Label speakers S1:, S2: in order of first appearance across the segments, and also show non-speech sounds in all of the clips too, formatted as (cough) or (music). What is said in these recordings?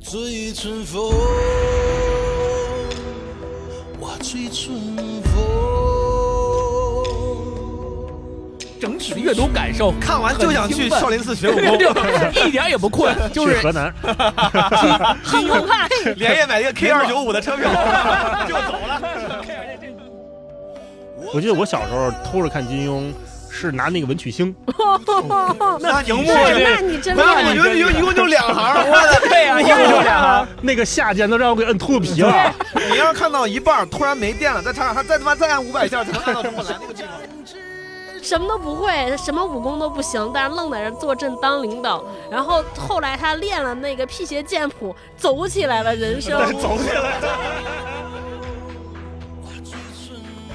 S1: 这一春风，我追春风。
S2: 整体的阅读感受，
S3: 看完就想去少林寺学武 (laughs) 功，
S2: 就 (laughs) 一点也不困，就是
S4: 去河南，
S5: 很澎湃。
S3: 连夜买一个 (laughs) K 二九五的车票就走了。
S4: (laughs) 我记得我小时候偷着看金庸，是拿那个文曲星，
S3: 那荧幕
S4: 是
S5: 那你真厉
S3: 那我
S5: 害
S3: 觉！得一共一共就两行，我的
S2: 对啊，一共就俩啊，
S4: 那个下键都让我给摁秃皮了。
S3: 你要是看到一半儿突然没电了，再插上它，再他妈再按五百下才能按到中 (laughs) 国来那个地方。
S5: 什么都不会，什么武功都不行，但是愣在这坐镇当领导。然后后来他练了那个辟邪剑谱，走起来了人生。
S3: 起来，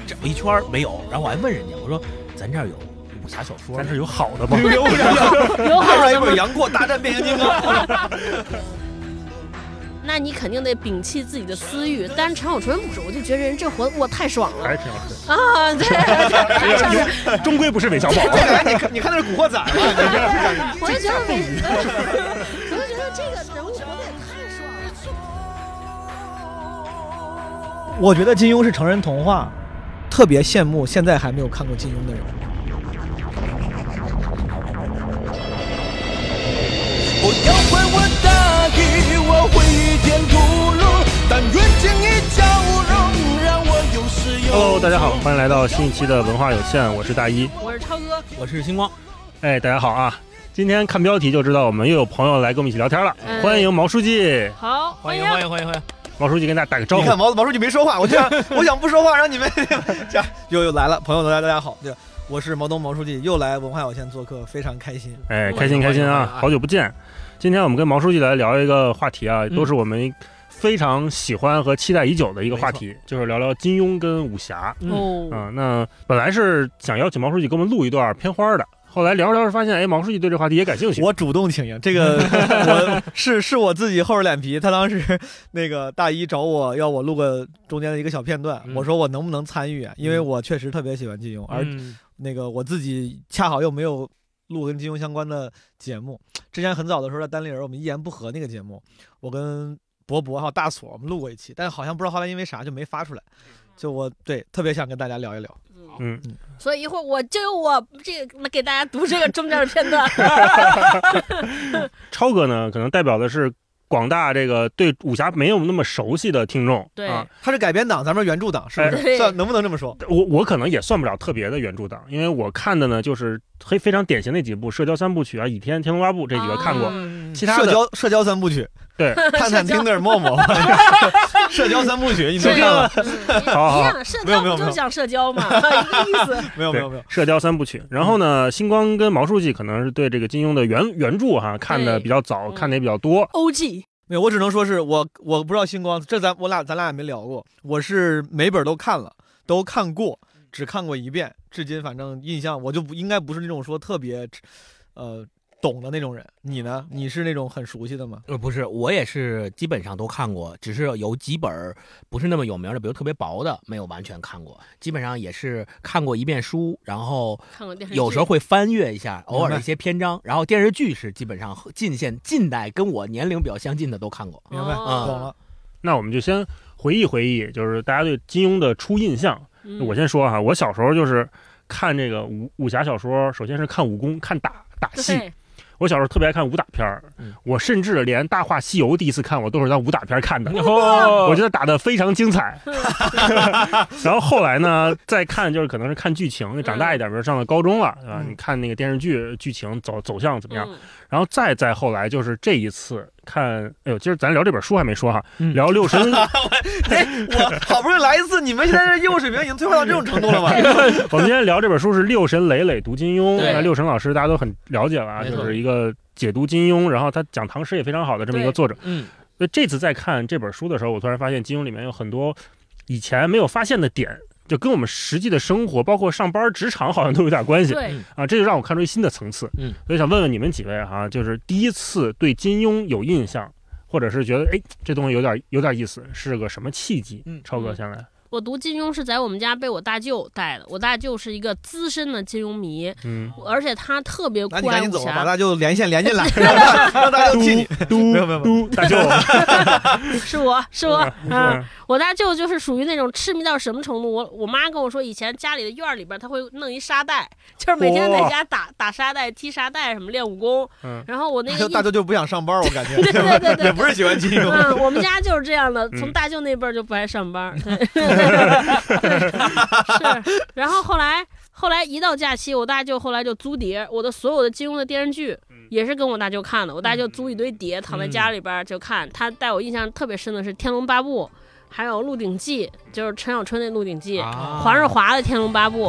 S2: 找一圈儿没有，然后我还问人家，我说咱这儿有武侠小说吗，
S4: 咱这有好
S2: (laughs)
S4: 的吗？
S5: 有
S3: 看出
S5: 好
S3: 来一
S5: 的
S3: 本
S5: 吗？
S3: 杨过大战变形金刚，
S5: 那你肯定得摒弃自己的私欲。但是陈小春不是，我就觉得人这活我太爽了
S4: 哎还是挺好吃
S5: 啊！对，太爽了，
S4: 的，终归不是韦小宝。啊
S3: 哎你看你看那是《古惑仔》吗？
S5: 我就觉得每，我就觉得这个人物活得也太爽了。
S6: 我觉得金庸是成人童话，特别羡慕现在还没有看过金庸的人。
S1: 我要还我大地，我会倚天屠龙，但愿见你笑容，让我有始有终。
S4: Hello，大家好，欢迎来到新一期的文化有限，我是大一。
S5: 我是超哥，
S2: 我是星光，
S4: 哎，大家好啊！今天看标题就知道我们又有朋友来跟我们一起聊天了，
S5: 嗯
S4: 欢迎毛书记。
S5: 好，
S2: 欢
S5: 欢
S2: 迎
S5: 迎。
S2: 欢迎欢迎欢迎，
S4: 毛书记跟大家打个招
S3: 你
S4: 呼。
S3: 看毛毛书记没说话，我就想我想不说话，让你们这样又又来了，朋友们大家好，对，我是毛东毛书记，又来文化有限做客，非常开心。
S4: 哎，开心开心
S2: 欢迎欢
S4: 啊
S2: 迎啊！
S4: 好久不见，今天我们跟毛书记来聊一个话题啊，
S2: 嗯
S4: 都是我们非常喜欢和期待已久的一个话题，就是聊聊金庸跟武侠。
S5: 哦，
S4: 啊、那本来是想邀请毛书记给我们录一段片花的，后来聊着聊着发现，哎，毛书记对这话题也感兴趣。
S3: 我主动请缨，这个 (laughs) 我是是我自己厚着脸皮。他当时那个大一找我要我录个中间的一个小片段，
S4: 嗯
S3: 我说我能不能参与，啊
S2: 嗯
S3: 因为我确实特别喜欢金庸，而
S4: 嗯
S3: 那个我自己恰好又没有录跟金庸相关的节目。之前很早的时候在单立人，我们一言不合那个节目，我跟博博还有大锁我们录过一期，但是好像不知道后来因为啥就没发出来。就我对特别想跟大家聊一聊，
S4: 嗯，
S5: 所以一会儿我就用我这个给大家读这个中间的片段。
S4: 超哥呢，可能代表的是广大这个对武侠没有那么熟悉的听众。
S5: 对
S4: 啊，
S3: 他是改编党，咱们是原著党，是不
S4: 哎
S3: 是？
S5: 对
S3: 算能不能这么说？
S4: 我我可能也算不了特别的原著党，因为我看的呢就是非非常典型那几部《射雕三部曲》啊，《倚天》《天龙八部》这几个看过，
S5: 啊
S4: 其他
S3: 社
S4: 的
S3: 交社交三部曲， (laughs)
S4: 对
S3: 探探、
S5: 社交
S3: Tinder、陌陌， (laughs) 社交三部曲，你都
S5: 对
S3: 看了？
S5: 嗯
S4: 好好
S5: 一样，社
S3: 啊没有
S5: 交
S3: 没有
S5: 不就是讲社交 (laughs) 嘛，一个意思。
S3: 没有没
S4: 对
S3: 有没有，
S4: 射雕三部曲。然后呢，星光跟毛书记可能是对这个金庸的原原著哈看的
S5: 对嗯
S4: 比较早，看的也比较多。
S5: O G，
S3: 没有，我只能说是我我不知道星光，这咱我俩咱俩也没聊过，我是每本都看了，都看过，只看过一遍，至今反正印象我就不应该不是那种说特别，呃，懂的那种人。你呢？你是那种很熟悉的吗？
S2: 呃，不是，我也是基本上都看过，只是有几本儿不是那么有名的，比如特别薄的，没有完全看过。基本上也是看过一遍书，然后
S5: 看过电视剧，哦
S2: 有时候会翻阅一下，偶尔
S3: 明白
S2: 一些篇章。然后电视剧是基本上近现近代跟我年龄比较相近的都看过。
S3: 明白，啊
S5: 哦
S3: 懂了。
S4: 那我们就先回忆回忆，就是大家对金庸的初印象。
S5: 嗯，
S4: 我先说哈，我小时候就是看这个武武侠小说，首先是看武功，看打打戏。
S5: 对，嗯
S4: 我小时候特别爱看武打片儿
S2: 嗯，
S4: 我甚至连《大话西游》第一次看我都是当武打片儿看的， (laughs) 我觉得打得非常精彩。 (laughs) 然后后来呢，再看就是可能是看剧
S5: 嗯
S4: 情，长大一点，比如上了高中了，对吧？
S3: 嗯
S4: 你看那个电视剧剧情走走向怎么样？
S5: 嗯
S4: 然后再再后来就是这一次看，哎呦，今儿咱聊这本书还没说哈，
S2: 嗯
S4: 聊六神，
S3: 我好不容易来一次，你们现在这业务水平已经退化到这种程度了
S1: (laughs)
S3: 吗？
S4: (laughs) 我们今天聊这本书是《六神磊磊读金庸》，
S2: 对
S4: 那六神老师大家都很了解了啊，
S2: 没错
S4: 就是一个解读金庸，然后他讲唐诗也非常好的这么一个
S5: 对
S4: 作者。
S2: 嗯，
S4: 所以这次在看这本书的时候，我突然发现金庸里面有很多以前没有发现的点，就跟我们实际的生活，包括上班、职场好像都有点关系
S5: 对，
S4: 啊。这就让我看出一新的层次。
S2: 嗯，
S4: 所以想问问你们几位哈、就是第一次对金庸有印象，或者是觉得哎这东西有点有点意思，是个什么契机？
S2: 嗯
S4: 超哥先来，
S5: 我读金庸是在我们家被我大舅带的，我大舅是一个资深的金庸迷，
S4: 嗯，
S5: 而且他特别
S3: 那你
S5: 酷
S3: 赶
S5: 爱武
S3: 紧走，把
S5: 侠。
S3: 大舅连线连进来，让
S2: (laughs)
S3: 大让大舅替 (laughs) 你。
S4: 嘟
S3: 没有没有
S4: 嘟大舅，
S5: 是我是我，嗯，
S4: 嗯
S5: 我大舅就是属于那种痴迷到什么程度。我我妈跟我说，以前家里的院儿里边儿他会弄一沙袋，就是每天在
S4: 哇
S5: 家打打沙袋、踢沙袋什么练武功。
S4: 嗯
S5: 然后我那
S3: 大
S5: 个
S3: 舅
S5: 印
S3: (laughs) 大舅就是不想上班，我感觉
S5: 对对对对
S3: 也不是喜欢金庸。
S5: 嗯，我们家就是这样的，
S4: 嗯
S5: 从大舅那辈儿就不爱上
S3: (laughs)
S5: 班儿。对 (laughs) 对是，然后后来后来一到假期，我大舅后来就租碟儿，我的所有的金庸的电视剧也是跟我大舅看的，我大舅租一堆
S3: 嗯
S5: 碟，躺在家里边儿就看。他带我印象特别深的是《天龙八部》，还有《鹿鼎记》，就是陈小春那《鹿鼎记》
S2: 啊
S5: 黄日华的《天龙八部》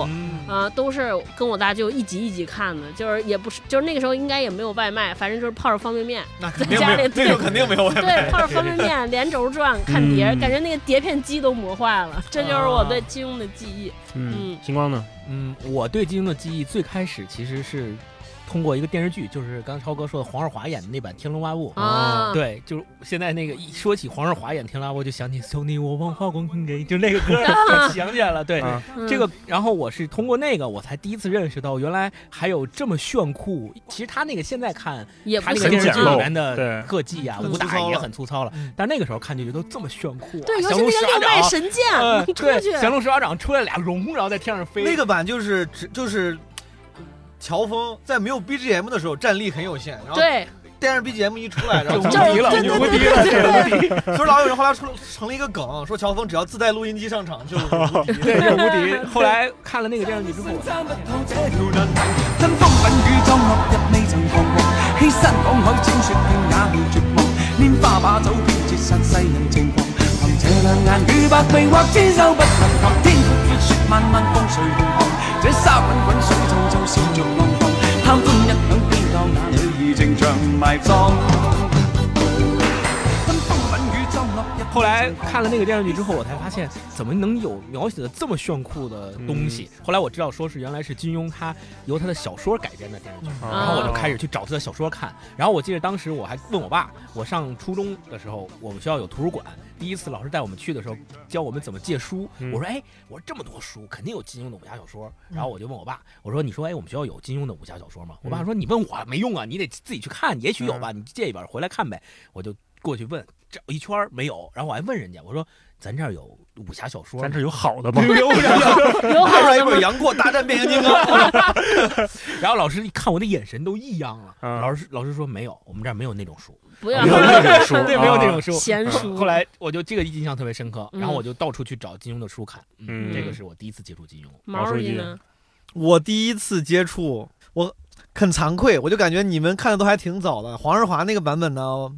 S5: 啊、都是跟我大舅一集一集看的，就是也不是，就是那个时候应该也没有外卖，反正就是泡着方便面，
S3: 那
S5: 在
S3: 肯定
S5: 家
S3: 没有
S5: 里，
S3: 那
S5: 对
S3: 就肯定没有外卖
S5: 对，。泡着方便面，连轴转，看碟，
S4: 嗯
S5: 感觉那个碟片机都磨坏了。这就是我对金庸的记忆。
S4: 嗯
S5: 嗯，
S4: 星光呢？
S2: 嗯，我对金庸的记忆最开始其实是通过一个电视剧，就是刚才超哥说的黄日华演的那版《天龙八部》。
S5: 啊，
S2: 对，就是现在那个一说起黄日华演《天龙八部》，就想起兄弟我忘花光给，就那个歌儿就想起来了。对，
S4: 啊
S5: (laughs) 嗯
S2: 这个，然后我是通过那个，我才第一次认识到原来还有这么炫酷。其实他那个现在看，
S5: 也
S2: 他
S5: 不
S2: 那
S5: 是
S2: 个
S4: 很
S2: 电视
S4: 简
S2: 剧
S4: 陋
S2: 里面的
S4: 对
S2: 特技啊、
S3: 很
S2: 武
S3: 粗
S2: 打
S3: 糙
S2: 也
S3: 了
S2: 很粗糙了，但那个时候看就觉得都这么炫酷啊。
S5: 嗯对，尤
S2: 降
S5: 其
S2: 龙
S5: 那
S2: 十八
S5: 个六
S2: 掌
S5: 脉神剑
S2: 嗯，
S5: 能出
S2: 对
S5: 去，，
S2: 降龙十八掌出来俩龙，然后在天上 (laughs) 飞。
S3: 那个版就是只就是乔峰在没有 BGM 的时候战力很有限，然后
S5: 对，
S3: 电视 BGM 一出来，然后
S2: 就
S5: 就
S2: 无
S5: 是
S2: 敌了就
S5: 对对
S2: 无
S5: 对
S2: 敌了
S5: 对对对对，
S3: 所以老有人后来出成了一个梗，说乔峰只要自带录音机上场
S2: (laughs)
S3: 就是无敌。
S2: 对，就是无敌。
S5: (laughs)
S2: 后来看了那个电视剧之后，
S7: 登峰品宇宙落入未曾彷徨，欺山趕海千雪片也會絕望，拈花把酒偏折煞世人情狂。憑這兩眼與百臂或千手不能防，天空熱雪漫漫風水浩瀚，這沙滾滾水皱皱笑着浪蕩，貪歡一晌偏教那女兒情長埋葬。登峰品宇宙落入
S2: 后来看了那个电视剧之后，我才发现怎么能有描写的这么炫酷的东西。
S4: 嗯
S2: 后来我知道，说是原来是金庸他由他的小说改编的电视剧，
S4: 嗯
S2: 然后我就开始去找他的小说看。然后我记得当时我还问我爸，我上初中的时候，我们学校有图书馆，第一次老师带我们去的时候，教我们怎么借书。
S4: 嗯
S2: 我说，哎，我说这么多书，肯定有金庸的武侠小说。然后我就问我爸，我说，你说，哎，我们学校有金庸的武侠小说吗？我爸说，
S4: 嗯
S2: 你问我没用啊，你得自己去看，也许有吧，你借一本回来看呗。我就过去问，找一圈儿没有，然后我还问人家，我说咱这儿有武侠小说吗
S4: 咱这有
S2: (laughs)
S4: 好的吗？
S5: 有
S3: 拿
S5: 好
S3: 出来一
S5: 的
S3: 本
S5: 吗
S3: 《杨过大战变形金刚》，
S2: 然后老师一看我的眼神都异样了，
S4: 嗯
S2: 老师老师说没有，我们这儿没有那种书，
S5: 不要
S4: 没有那种书，
S2: 对，没有那种
S4: 啊。
S2: 书。
S5: 闲书。
S2: 后来我就这个印象特别深刻，
S5: 嗯
S2: 然后我就到处去找金庸的书看，
S4: 嗯
S2: 这个是我第一次接触金庸。
S5: 毛主席呢？
S3: 我第一次接触，我很惭愧，我就感觉你们看的都还挺早的。黄日华那个版本呢，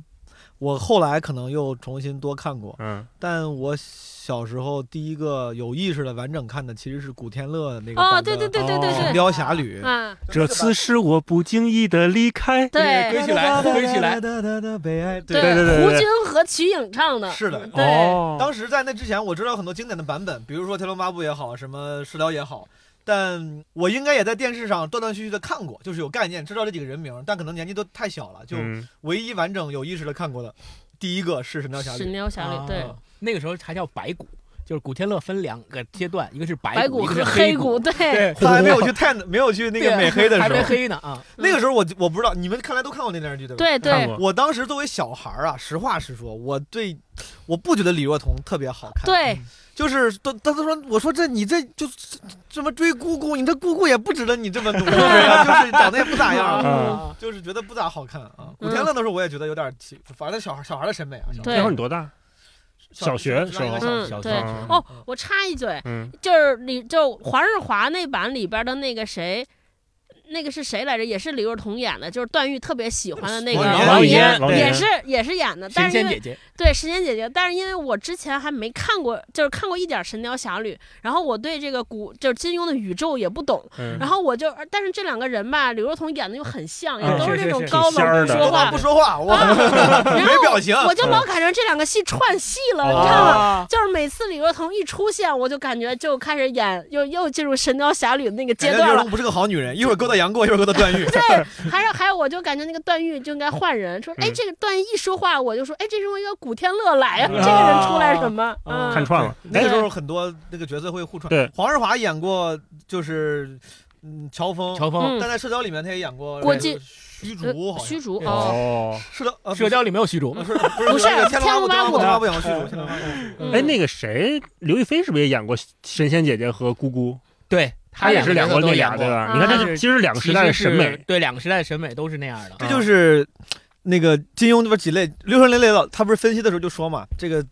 S3: 我后来可能又重新多看过，
S4: 嗯，
S3: 但我小时候第一个有意识的完整看的其实是古天乐的那个
S5: 哦，
S3: 版
S5: 对
S3: 本
S5: 对对对对
S3: 神
S5: 对，
S3: 雕侠侣》
S5: 啊，
S4: 这次是我不经意的离开。
S5: 对
S2: 归起来归起来
S3: 来，悲哀。对，
S4: 对对对对
S5: 胡
S4: 对
S5: 军和瞿颖唱的，
S3: 是的。
S5: 对
S4: 哦，
S3: 当时在那之前，我知道很多经典的版本，比如说《天龙八部》也好，什么《食疗》也好，但我应该也在电视上断断续续的看过，就是有概念，知道这几个人名，但可能年纪都太小了，就
S4: 嗯
S3: 唯一完整有意识的看过的，第一个是《神雕侠
S5: 《
S3: 侣
S5: 神》，雕侠侣》对，
S2: 啊，那个时候还叫白骨，就是古天乐分两个阶段，一个是白
S5: 白
S2: 骨，
S5: 骨
S2: 一个是
S5: 和
S2: 黑
S5: 骨，。
S2: (laughs)
S5: 对，
S2: 对，
S3: (laughs) 他还没有去泰，没有去那个美黑的
S2: 还
S3: 时
S2: 没
S3: 候，
S2: 黑呢啊，
S3: 那个时候我我不知道，你们看来都看过那电视剧对吧？
S5: 对
S4: 看
S5: 对
S4: 过。
S3: 我当时作为小孩儿啊，实话实说，我对我不觉得李若彤特别好看，，
S5: 对，
S3: 就是都他他说我说这你这就这么追姑姑，你这姑姑也不值得你这么努力啊，就是长得也不咋样啊， (laughs)
S4: 嗯
S3: 就是觉得不咋好看啊。古天乐的时候我也觉得有点奇，反正小孩小孩的审美啊，小孩
S5: 嗯对
S4: 那会儿你多大？小学
S3: 小应该
S4: 时
S3: 小
S4: 候
S5: 嗯
S2: 小
S5: 对
S4: 小
S5: 哦，我插一嘴，
S4: 嗯，
S5: 就是李就黄日华那版里边的那个谁，那个是谁来着？也是李若彤演的，就是段誉特别喜欢的那个
S3: 王语嫣
S5: 语嫣，
S4: 王语嫣
S5: 也是也是演的。
S2: 神
S5: 但是因
S2: 仙
S5: 为
S2: 姐姐，
S5: 对神仙姐姐，但是因为我之前还没看过，就是看过一点《神雕侠侣》，然后我对这个古就是金庸的宇宙也不懂，
S4: 嗯
S5: 然后我就但是这两个人吧，李若彤演的又很像，也
S4: 嗯
S5: 都
S2: 是
S5: 是那
S2: 是是
S5: 种高
S4: 挺仙儿
S5: 冷
S4: 的
S5: 说
S3: 说
S5: 话啊
S3: 话不，说话，我
S5: 然
S3: 没
S5: 后
S3: 表情。啊
S5: 我就老感觉这两个戏串戏了，你知道吗？就是每次李若彤一出现，我就感觉就开始演，又又进入《神雕侠侣》那个阶
S3: 感觉
S5: 段
S3: 刘
S5: 了哎
S3: 荣。不是个好女人，一会儿勾搭杨过，一会儿给我段
S5: (laughs)
S3: 誉。
S5: 对，还有还有，我就感觉那个段誉就应该换人，说哎，这个段誉一说话，我就说哎，这是我一个古天乐来啊，这个人出来什么？
S3: 啊
S4: 看
S5: 嗯，
S4: 串了。
S3: 那个
S4: 哎，
S3: 时候很多那个角色会互串。
S4: 对
S3: 黄日华演过就是嗯乔峰，
S2: 乔峰，
S5: 嗯
S3: 但在社交里面他也演过
S5: 郭
S3: 靖
S5: 靖、
S3: 虚
S5: 呃
S3: 竹，好像
S5: 虚竹哦，
S4: 哦，
S3: 社交呃
S2: 社交里没有虚竹
S3: 不，是不是
S5: 不是啊
S3: 那个天龙
S5: 天
S3: 八
S5: 龙
S3: 部，天
S5: 八
S3: 龙八部天龙八部演过虚竹，天龙八部啊
S5: 嗯
S4: 哎，那个谁，刘亦菲是不是也演过神仙姐姐和姑姑？
S2: 对
S4: 她也是两
S8: 两
S4: 那
S8: 个
S4: 俩
S8: 都
S4: 对
S8: 演过
S4: 吧？你看，这
S2: 啊
S4: 其实两个时代的审
S2: 其实是
S4: 美。
S2: 对两个时代的审美都是那样的。
S3: 这就是那个金庸那边几类，六神雷雷老他不是分析的时候就说嘛，这个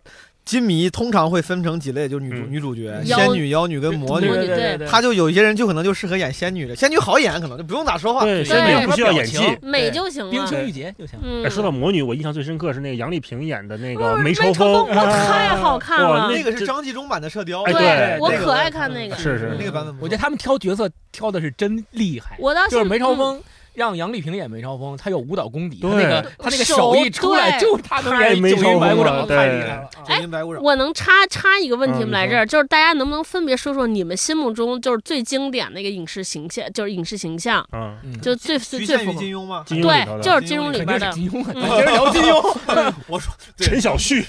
S3: 金迷通常会分成几类，就是女主
S4: 嗯
S3: 女主角、
S5: 妖
S3: 仙女、妖女
S2: 啊
S3: 跟魔女。
S5: 对对
S2: 对，
S3: 他就有一些人就可能就适合演仙女的，仙女好演，可能就不用咋说话。
S4: 对，审
S5: 对
S4: 美不需要演技。
S2: 表情
S5: 美就行
S2: 冰
S5: 了。
S2: 清玉洁就行。
S5: 嗯
S4: 哎，，说到魔女，我印象最深刻是那个杨丽萍演的那
S5: 那
S4: 个梅
S5: 超
S4: 超
S5: 风，
S4: 风，
S5: 我太好看
S4: 哇
S5: 了，
S3: 那个是
S4: 这
S3: 张纪中版的射雕，
S4: 哎对
S5: 我
S3: 那个
S5: 可爱看那个。
S4: 是是
S3: 那个版本不错
S2: 我觉得他们挑角色挑的是真厉害，
S5: 我当时嗯
S2: 就是梅超，风。让杨丽萍演梅超风，她有舞蹈功底，她
S4: 对
S2: 那个她那个手艺出来，
S5: 手对
S2: 就是她能演
S4: 太梅
S2: 九
S4: 超
S2: 阴
S4: 风
S2: 白骨爪，
S4: 了
S2: 太厉害了。
S3: 九阴白骨爪
S5: 嗯。我能插插一个问题
S4: 嗯
S5: 吗？来这儿，就是大家能不能分别说说你们心目中就是最经典的一个影视形象，就是影视形象，
S4: 嗯，
S2: 嗯，
S5: 就最最
S3: 局
S5: 最
S3: 限
S5: 符
S3: 于
S5: 合。
S3: 金庸 (laughs) 吗？
S4: 金庸里头
S5: 对，
S4: 的
S5: 就是金庸里
S2: 肯
S5: 边
S2: 定是金庸啊， (laughs)
S5: 的。 (laughs) 嗯
S2: 今儿聊金
S5: (laughs)
S2: 庸，
S3: 我说对
S4: 陈小旭，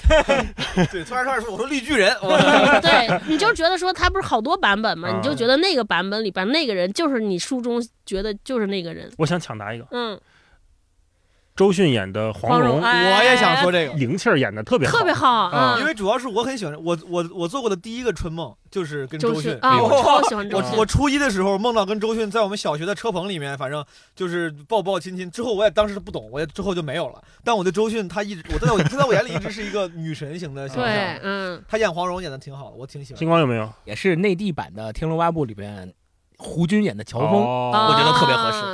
S3: 对，突然开始说，我说绿巨人，我
S5: 对，你就觉得说他不是好多版本吗？
S4: 嗯
S5: 你就觉得那个版本里边那个人就是你书中觉得就是那个人。
S4: 我想抢答一个，
S5: 嗯，
S4: 周迅演的黄蓉，
S5: 哎
S3: 我也想说这个，
S4: 灵气儿演的特别好
S5: 特别好啊
S3: 因，为主要是我很喜欢我我我做过的第一个春梦就是跟
S5: 周
S3: 周迅。
S5: 啊，我
S2: 哇
S5: 超喜欢
S3: (laughs)
S5: 周
S3: 我
S5: 迅
S3: 我。初一的时候梦到跟周迅在我们小学的车棚里面，反正就是抱抱亲亲。之后我也当时不懂，我也之后就没有了。但我对周迅，她一直我在我她在我眼里一直是一个女神型的形
S5: 对
S3: 象。，
S5: 嗯，
S3: 她演黄蓉演的挺好的，我挺喜欢
S4: 星。光有没有？
S2: 也是内地版的《天龙八部》里边胡军演的乔峰，
S4: 峰
S2: 我觉得特别合适
S4: 哦
S5: 啊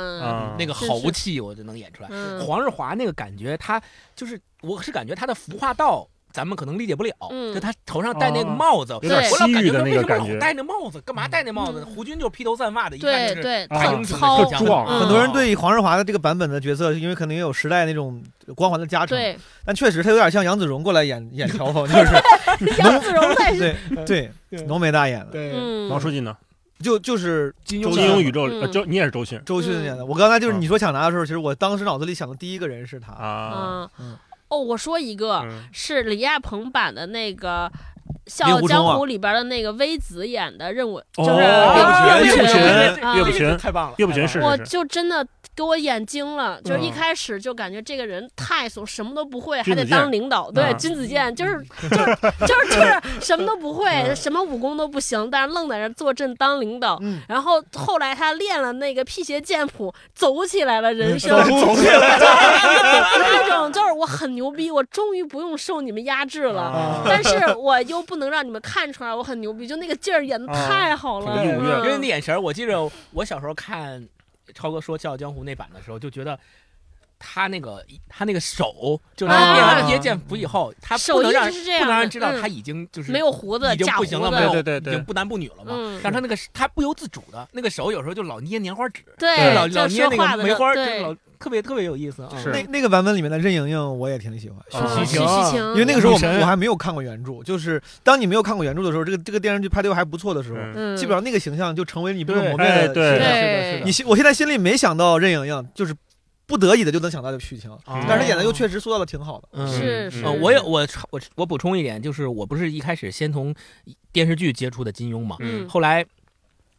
S4: 啊，
S2: 那个
S5: 是
S2: 豪
S5: 是
S2: 气我就能演出来。
S5: 嗯
S2: 黄日华那个感觉，他就是我是感觉他的服化道。咱们可能理解不了，
S5: 嗯
S2: 就他头上戴那个
S4: 哦
S2: 帽子，
S4: 有
S5: 点
S2: 我老
S4: 西
S2: 感
S4: 域
S2: 觉
S4: 的
S2: 他
S4: 那
S2: 为
S4: 个
S2: 什么
S4: 感觉
S2: 老戴那帽子？干嘛戴那帽子？
S5: 嗯
S2: 胡军就披头散发的，一看
S5: 对
S2: 就是
S5: 对，
S4: 啊
S5: 特
S2: 英雄
S5: 糙
S2: 特，
S4: 特壮啊
S5: 嗯
S3: 很多人对黄日华的这个版本的角色，因为可能也有时代那种光环的加成，
S5: 对，
S3: 但确实他有点像杨子荣过来演演乔峰，就是
S5: (laughs) 杨子荣在
S3: 对对浓眉大眼了。
S4: 对，
S5: 嗯，
S4: 毛书记呢？
S3: 就就是
S2: 金
S4: 金
S2: 庸
S4: 庸宇宙，
S5: 嗯
S4: 呃周你也是周迅
S3: 周迅演的。
S5: 嗯
S3: 我刚才就是
S4: 嗯
S3: 你说抢答的时候，其实我当时脑子里想的第一个人是他，
S4: 啊？
S5: 嗯
S3: 嗯，
S5: 哦，我说一个
S4: 嗯
S5: 是李亚鹏版的那个。《笑
S3: 令
S5: 傲
S3: 狐
S5: 江
S3: 冲啊
S5: 湖》里边的那个微子演的任务，
S4: 哦
S5: 就是
S2: 啊
S4: 岳
S5: 岳
S4: 不
S5: 不
S4: 群
S5: 群啊
S4: 岳不群
S2: 太棒了，
S4: 岳不群
S2: 太棒
S4: 是
S2: 了
S5: 我就真的给我眼惊了，就是一
S4: 嗯
S5: 开始就感觉这个人太怂，什么都不会，还
S4: 君
S5: 得
S4: 子
S5: 当
S4: 剑
S5: 领导。对，
S4: 啊
S5: 君子剑就是就是就
S4: (laughs)
S5: 是就是什么都不
S4: 嗯
S5: 会，什么武功都不行，但是愣在那儿坐镇当领导。
S3: 嗯，
S5: 然后后来他练了那个辟邪剑谱，走起来了人生，
S3: 走起来
S5: 那种就是我很牛逼，我终于不用受你们压制
S4: 啊
S5: 了。
S3: (laughs)
S5: 但是我又不能让你们看出来我很牛逼，就那个劲儿演的
S4: 啊
S5: 太好了，
S4: 挺踊跃
S2: 因为那
S5: 嗯
S2: 眼神儿，我记着我小时候看超哥说《笑傲江湖》那版的时候，就觉得他那个他那个手，就是他
S5: 啊
S2: 练完了这些剑谱以后，他
S5: 手
S2: 不
S5: 一
S2: 能让
S5: 直
S2: 人
S5: 是这样的，
S2: 不能让人知道
S5: 嗯
S2: 他已经就是
S5: 没有胡子，
S2: 已经
S5: 假
S2: 不
S5: 胡
S2: 行了，
S5: 子，
S2: 没有
S4: 对对对
S2: 已经不男不女了嘛。
S5: 嗯
S2: 但是他那个他不由自主的那个手，有时候就老捏棉花纸，
S5: 对，
S2: 老
S5: 就
S2: 老捏
S5: 说
S2: 那
S5: 话
S2: 个
S5: 的
S2: 梅花儿，就是
S5: 对，
S2: 老特别特别有意思啊。
S4: 是
S3: 那那个版本里面的任盈盈我也挺喜欢，
S4: 啊
S5: 徐
S4: 徐
S2: 晴
S5: 徐晴，
S3: 因为那个时候我
S8: 女神
S3: 我还没有看过原著，就是当你没有看过原著的时候，这个这个电视剧拍的又还不错的时候，
S4: 嗯
S5: 嗯
S3: 基本上那个形象就成为你不可
S2: 对
S3: 磨灭的
S4: 哎对
S3: 形象
S5: 对
S3: 你心我现在心里没想到任盈盈，就是不得已的就能想到许晴，
S2: 嗯
S3: 但是演的又确实塑造的挺好的。
S2: 嗯
S5: 是
S4: 嗯
S5: 是，
S2: 呃，我有我插我我补充一点，就是我不是一开始先从电视剧接触的金庸嘛，
S5: 嗯
S2: 后来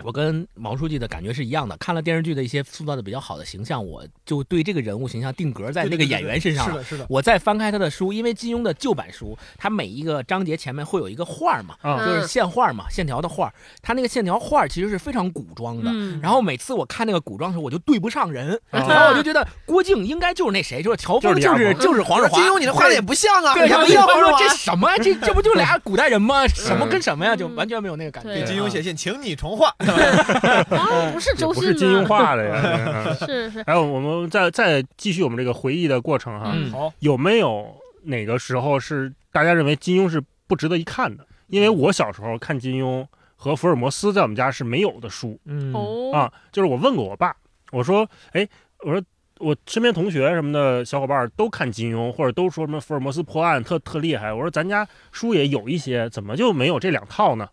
S2: 我跟毛书记的感觉是一样的，看了电视剧的一些塑造的比较好的形象，我就对这个人物形象定格在那个演员身上
S3: 是
S2: 了。
S3: 的，是的，
S2: 我再翻开他的书，因为金庸的旧版书，他每一个章节前面会有一个画儿嘛，
S4: 啊
S5: 嗯
S2: 就是线画儿嘛，线条的画儿。他那个线条画儿其实是非常古装的，
S5: 嗯，
S2: 然后每次我看那个古装的时候，我就对不上人，
S4: 啊
S2: 然后我就觉得郭靖应该就是那谁，就是乔峰，
S4: 就是
S2: 就是
S4: 李亚鹏
S2: 就是黄日华。
S3: 金庸你这画的也不像啊，
S2: 对，
S3: 你
S2: 他
S3: 还
S2: 们
S3: 不
S2: 一
S3: 像
S2: 般
S3: 黄日
S2: 说
S3: 华
S2: 这。什么啊，这这不就俩古代人吗？什么跟什么呀，就
S5: 嗯
S2: 完全没有那个感觉。
S5: 对
S3: 给
S5: 这
S3: 金庸写信，请你重画。 (laughs)
S5: 啊，不是周
S4: 不
S5: 迅
S4: 是金庸
S5: 吗？
S2: (laughs)
S4: 画的呀。嗯
S5: 是是，
S4: 还有，我们再再继续我们这个回忆的过程哈，
S2: 嗯
S3: 好，
S4: 有没有哪个时候是大家认为金庸是不值得一看的？因为我小时候看金庸和福尔摩斯在我们家是没有的书
S2: 嗯
S5: 哦，
S4: 啊，就是我问过我爸，我说，哎，我说我身边同学什么的小伙伴都看金庸，或者都说什么福尔摩斯破案特特厉害，我说咱家书也有一些，怎么就没有这两套呢？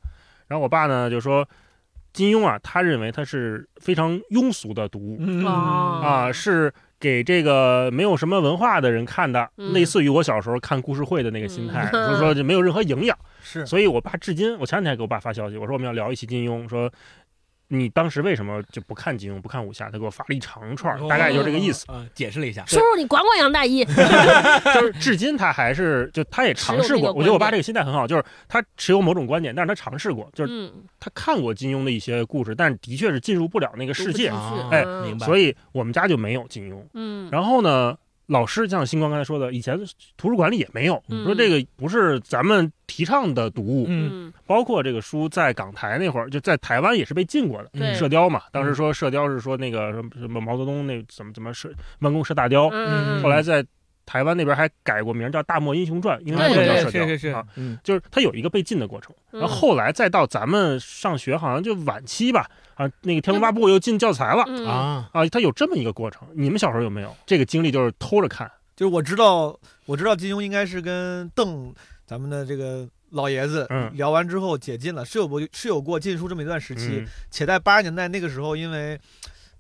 S4: 然后我爸呢就说。金庸啊，他认为它是非常庸俗的读物、
S3: 嗯
S5: 哦
S4: 啊，是给这个没有什么文化的人看的，
S5: 嗯
S4: 类似于我小时候看故事会的那个心态，
S5: 嗯
S4: 就是说就没有任何营养。
S5: (laughs)
S9: 是
S4: 所以我爸至今，我前两天还给我爸发消息，我说我们要聊一期金庸，说你当时为什么就不看金庸，不看武侠？他给我发了一长串
S5: 哦
S4: 儿，大概就是这个意
S5: (laughs)
S4: 思。
S2: 呃，解释了一下，
S5: 叔叔，你管管杨大一。
S4: 就是至今他还是就他也尝试
S5: 持有那
S4: 过，
S5: 个
S4: 我觉得我爸
S5: 观点
S4: 这个心态很好，就是他持有某种观点，但是他尝试过，就是
S5: 嗯，
S4: 他看过金庸的一些故事，但是的确是进入不了那个世界，
S5: 读不进去
S2: 啊
S4: 哎
S5: 嗯
S2: 明白
S4: 所以我们家就没有金庸。
S5: 嗯，
S4: 然后呢，老师像星光刚才说的，以前图书馆里也没有，
S5: 嗯
S4: 说这个不是咱们提倡的读物，
S2: 嗯，
S5: 嗯，
S4: 包括这个书在港台那会儿，就在台湾也是被禁过的。
S5: 对，
S4: 射雕嘛，当时说射雕是说那个什么什么毛泽东那怎么怎么射弯弓射大雕，
S5: 嗯，
S4: 后来在台湾那边还改过名叫《大漠英雄传》，因为它不
S5: 对
S4: 能叫
S5: 对
S4: 射雕
S3: 是是是
S4: 啊，
S2: 嗯
S4: 就是它有一个被禁的过程。
S5: 嗯
S4: 然后后来再到咱们上学，好像就晚期吧，啊，那个《天龙八部》又进教材了。
S5: 嗯，
S2: 啊，
S4: 啊，它有这么一个过程，你们小时候有没有这个经历？就是偷着看，
S3: 就是我知道，
S9: 我知道金庸应该是跟邓咱们的这个
S3: 老爷子
S4: 嗯
S3: 聊完之后解禁了，是有过是有过禁书这么一段时期，
S4: 嗯
S3: 且在八十年代那个时候，因为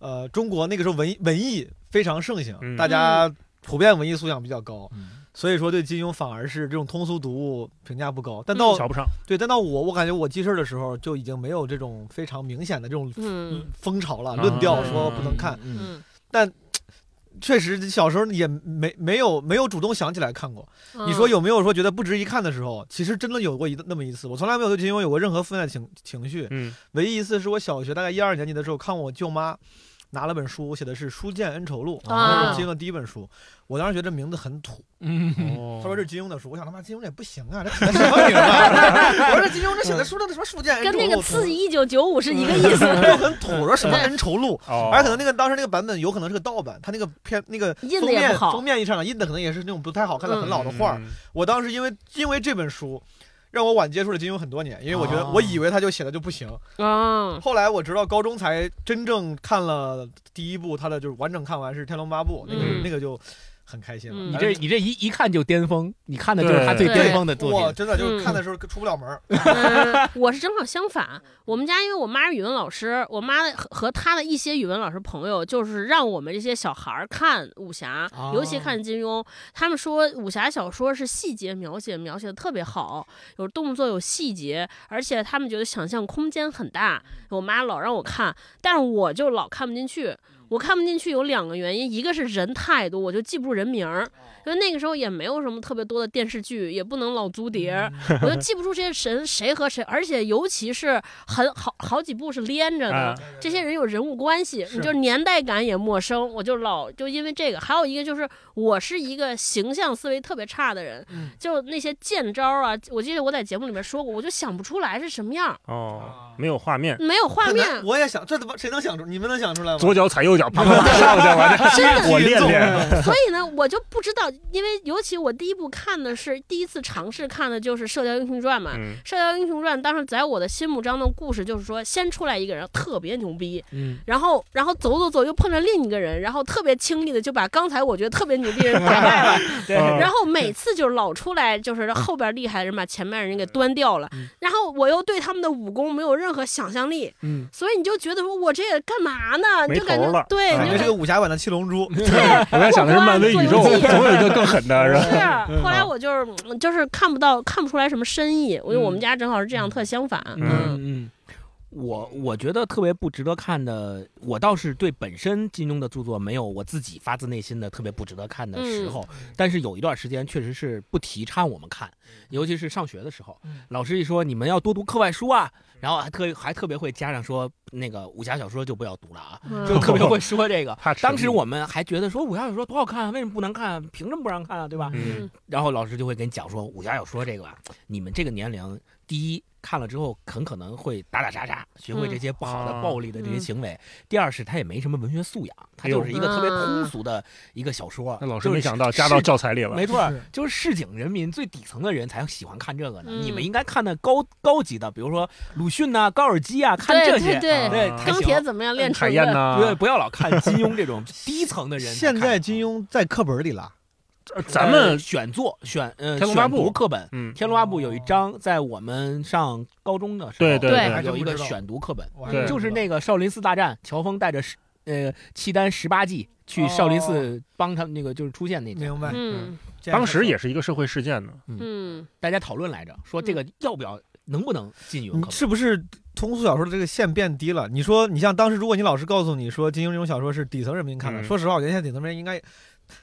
S3: 呃中国那个时候文艺文艺非常盛行，
S4: 嗯
S3: 大家普遍文艺素养比较高，
S2: 嗯
S3: 所以说对金庸反而是这种通俗读物评价不高。但
S5: 嗯
S3: 到、
S4: 瞧不上。
S3: 对，但到我我感觉我记事儿的时候就已经没有这种非常明显的这种
S5: 嗯
S3: 风潮了，
S4: 啊
S3: 论调说不能看。
S2: 嗯
S5: 嗯，
S3: 确实小时候也没没有没有主动想起来看过。
S5: 嗯
S3: 你说有没有说觉得不值一看的时候？其实真的有过一那么一次，我从来没有对金庸有过任何负面的情情绪。
S4: 嗯
S3: 唯一一次是我小学大概一二年级的时候，看我舅妈拿了本书，写的是《书剑恩仇录》，那是我
S5: 啊
S3: 金庸的第一本书。我当时觉得这名字很土，
S2: 嗯，
S4: 哦
S3: 他说这是金庸的书，我想他妈金庸这也不行啊，这写的什
S5: (laughs)
S3: 么名啊？我说这金庸这写的书，这什么《书剑恩仇
S5: 跟
S3: 录》
S5: 那个《刺激一九九五》是一个意思，
S3: 就 (laughs) 很土，我说什么恩仇录？
S4: 哦，
S3: 而且可能那个当时那个版本有可能是个盗版，他那个片那个
S5: 印
S3: 封
S5: 的也
S3: 面
S5: 不好
S3: 封面一上来印的可能也是那种不太好看的很老的画儿。
S4: 嗯，
S3: 我当时因为因为这本书，让我晚接触了金庸很多年，因为我觉得
S2: 哦
S3: 我以为他就写的就不行，
S5: 嗯，
S3: 后来我直到高中才真正看了第一部，他的就是完整看完是《天龙八部》，那个、
S4: 嗯
S3: 那个就很开心了。
S5: 嗯
S2: 你
S3: 但
S2: 这
S3: 是
S2: 你这一一看就巅峰，你看的就是他最巅峰的作
S3: 哇，
S2: 品，
S3: 真的就是
S5: 嗯
S3: 看的时候出不了门儿。
S5: 嗯，我是正好相反，我们家因为我妈是语文老师，我妈的和和她的一些语文老师朋友，就是让我们这些小孩儿看武侠，尤其看金庸。他们说武侠小说是细节描写描写的特别好，有动作有细节，而且他们觉得想象空间很大。我妈老让我看，但是我就老看不进去。我看不进去有两个原因，一个是人太多，我就记不住人名儿，因为那个时候也没有什么特别多的电视剧，也不能老租碟儿，我就记不住这些神谁和谁，而且尤其是很好好几部是连着的，
S4: 啊
S5: 这些人有人物关系，你就年代感也陌生，我就老就因为这个，还有一个就是我是一个形象思维特别差的人，
S3: 嗯
S5: 就那些剑招啊，我记得我在节目里面说过，我就想不出来是什么样，
S3: 嗯
S4: 哦，没有画面，
S5: 没有
S3: (laughs)
S5: 画
S3: 很
S5: 面，
S3: 难我也想，这怎么谁能想出？你们能想出来吗？
S4: 左脚踩右脚，啪
S3: (laughs)
S4: 啪啪上去了，
S5: 真的
S4: 我练练。
S5: 所以呢，我就不知道，因为尤其我第一部看的是第一次尝试看的就是《射雕英雄传》嘛，
S4: 嗯，
S5: 射雕英雄传》当时在我的心目当中的故事就是说，先出来一个人特别牛逼，
S2: 嗯，
S5: 然后然后走走走又碰着另一个人，然后特别轻易的就把刚才我觉得特别牛逼的人打败了，
S4: (laughs) 嗯
S5: 然后每次就老出来就是后边厉害的人把前面人给端掉了
S2: 嗯，
S5: 然后我又对他们的武功没有任何想象力，
S2: 嗯，
S5: 所以你就觉得说我这也干嘛呢？你就感
S4: 没头
S5: 觉
S4: 了嗯
S5: 对，
S3: 感
S5: 你
S3: 觉
S5: 就是
S3: 个武侠版的《七龙珠》
S4: (laughs)
S5: 对，
S4: 我在想的是漫威宇宙，
S5: 我不知道
S4: (laughs) 总有一个更狠的，是吧？
S5: 是，啊后来我就是嗯就是看不到看不出来什么深意，我觉得我们家正好是这样，特相反。
S4: 嗯
S2: 嗯，我我觉得特别不值得看的，我倒是对本身金庸的著作没有我自己发自内心的特别不值得看的时候，但是有一段时间确实是不提倡我们看，尤其是上学的时候，
S4: 嗯
S2: 老师一说你们要多读课外书啊，然后还特还特别会加上说那个武侠小说就不要读了啊，
S5: 嗯
S2: 就特别会说这
S4: (laughs)
S2: 个。
S4: 怕沉
S2: 当时我们还觉得说武侠小说多好看啊，为什么不能看啊？凭什么不让看啊？对吧？
S4: 嗯
S2: 然后老师就会跟你讲说，武侠小说这个吧，你们这个年龄，第一看了之后很可能会打打杀杀，学会这些不好的、
S4: 啊
S2: 暴力的这些
S5: 嗯
S2: 行为；第二是他也没什么文学素养，他
S4: 哎呦
S2: 就是一个特别
S5: 嗯
S2: 通俗的一个小说。
S4: 哎那老师
S2: 就是
S4: 没想到
S2: 市
S4: 加到教材里了，
S2: 没错儿
S3: 是，
S2: 就是市井人民最底层的人才喜欢看这个呢。
S5: 嗯
S2: 你们应该看的高高级的，比如说鲁迅呐、高尔基啊，看这
S5: 对
S2: 些。嗯
S5: 对对，
S2: 对，
S4: 啊
S2: 才
S5: 钢
S2: 行
S5: 铁怎么样炼
S4: 海
S5: 成
S4: 燕
S5: 的？
S4: 呐， (laughs)
S2: 不要不要老看金庸这种低层的人才看。
S3: 现在金庸在课本里了，
S4: 呃咱们
S2: 呃选作选呃
S4: 天龙八部
S2: 选读课本，
S4: 嗯
S2: 《天龙八部》有一章在我们上高中的时候，
S4: 对对
S5: 对
S3: 还真
S2: 有一
S3: 不
S2: 个
S3: 知道
S2: 选读课本，
S10: 我还
S4: 对
S10: 真不知道
S2: 就是那个少林寺大战，乔峰带着十呃契丹十八骑去少林
S3: 哦
S2: 寺帮他们那个就是出现那集，
S10: 明白，
S5: 嗯
S4: 当时也是一个社会事件呢。
S5: 嗯
S2: 大家讨论来着，说这个要不要能不能进语文
S3: 你
S2: 课本？
S3: 嗯是不是
S10: 通
S3: 通俗小说的这个线变低了？你说，你像当时，如果你老师告诉你说金庸这种小说是底层人民看的，
S4: 嗯
S3: 说实话，我觉得现在底层人民应该，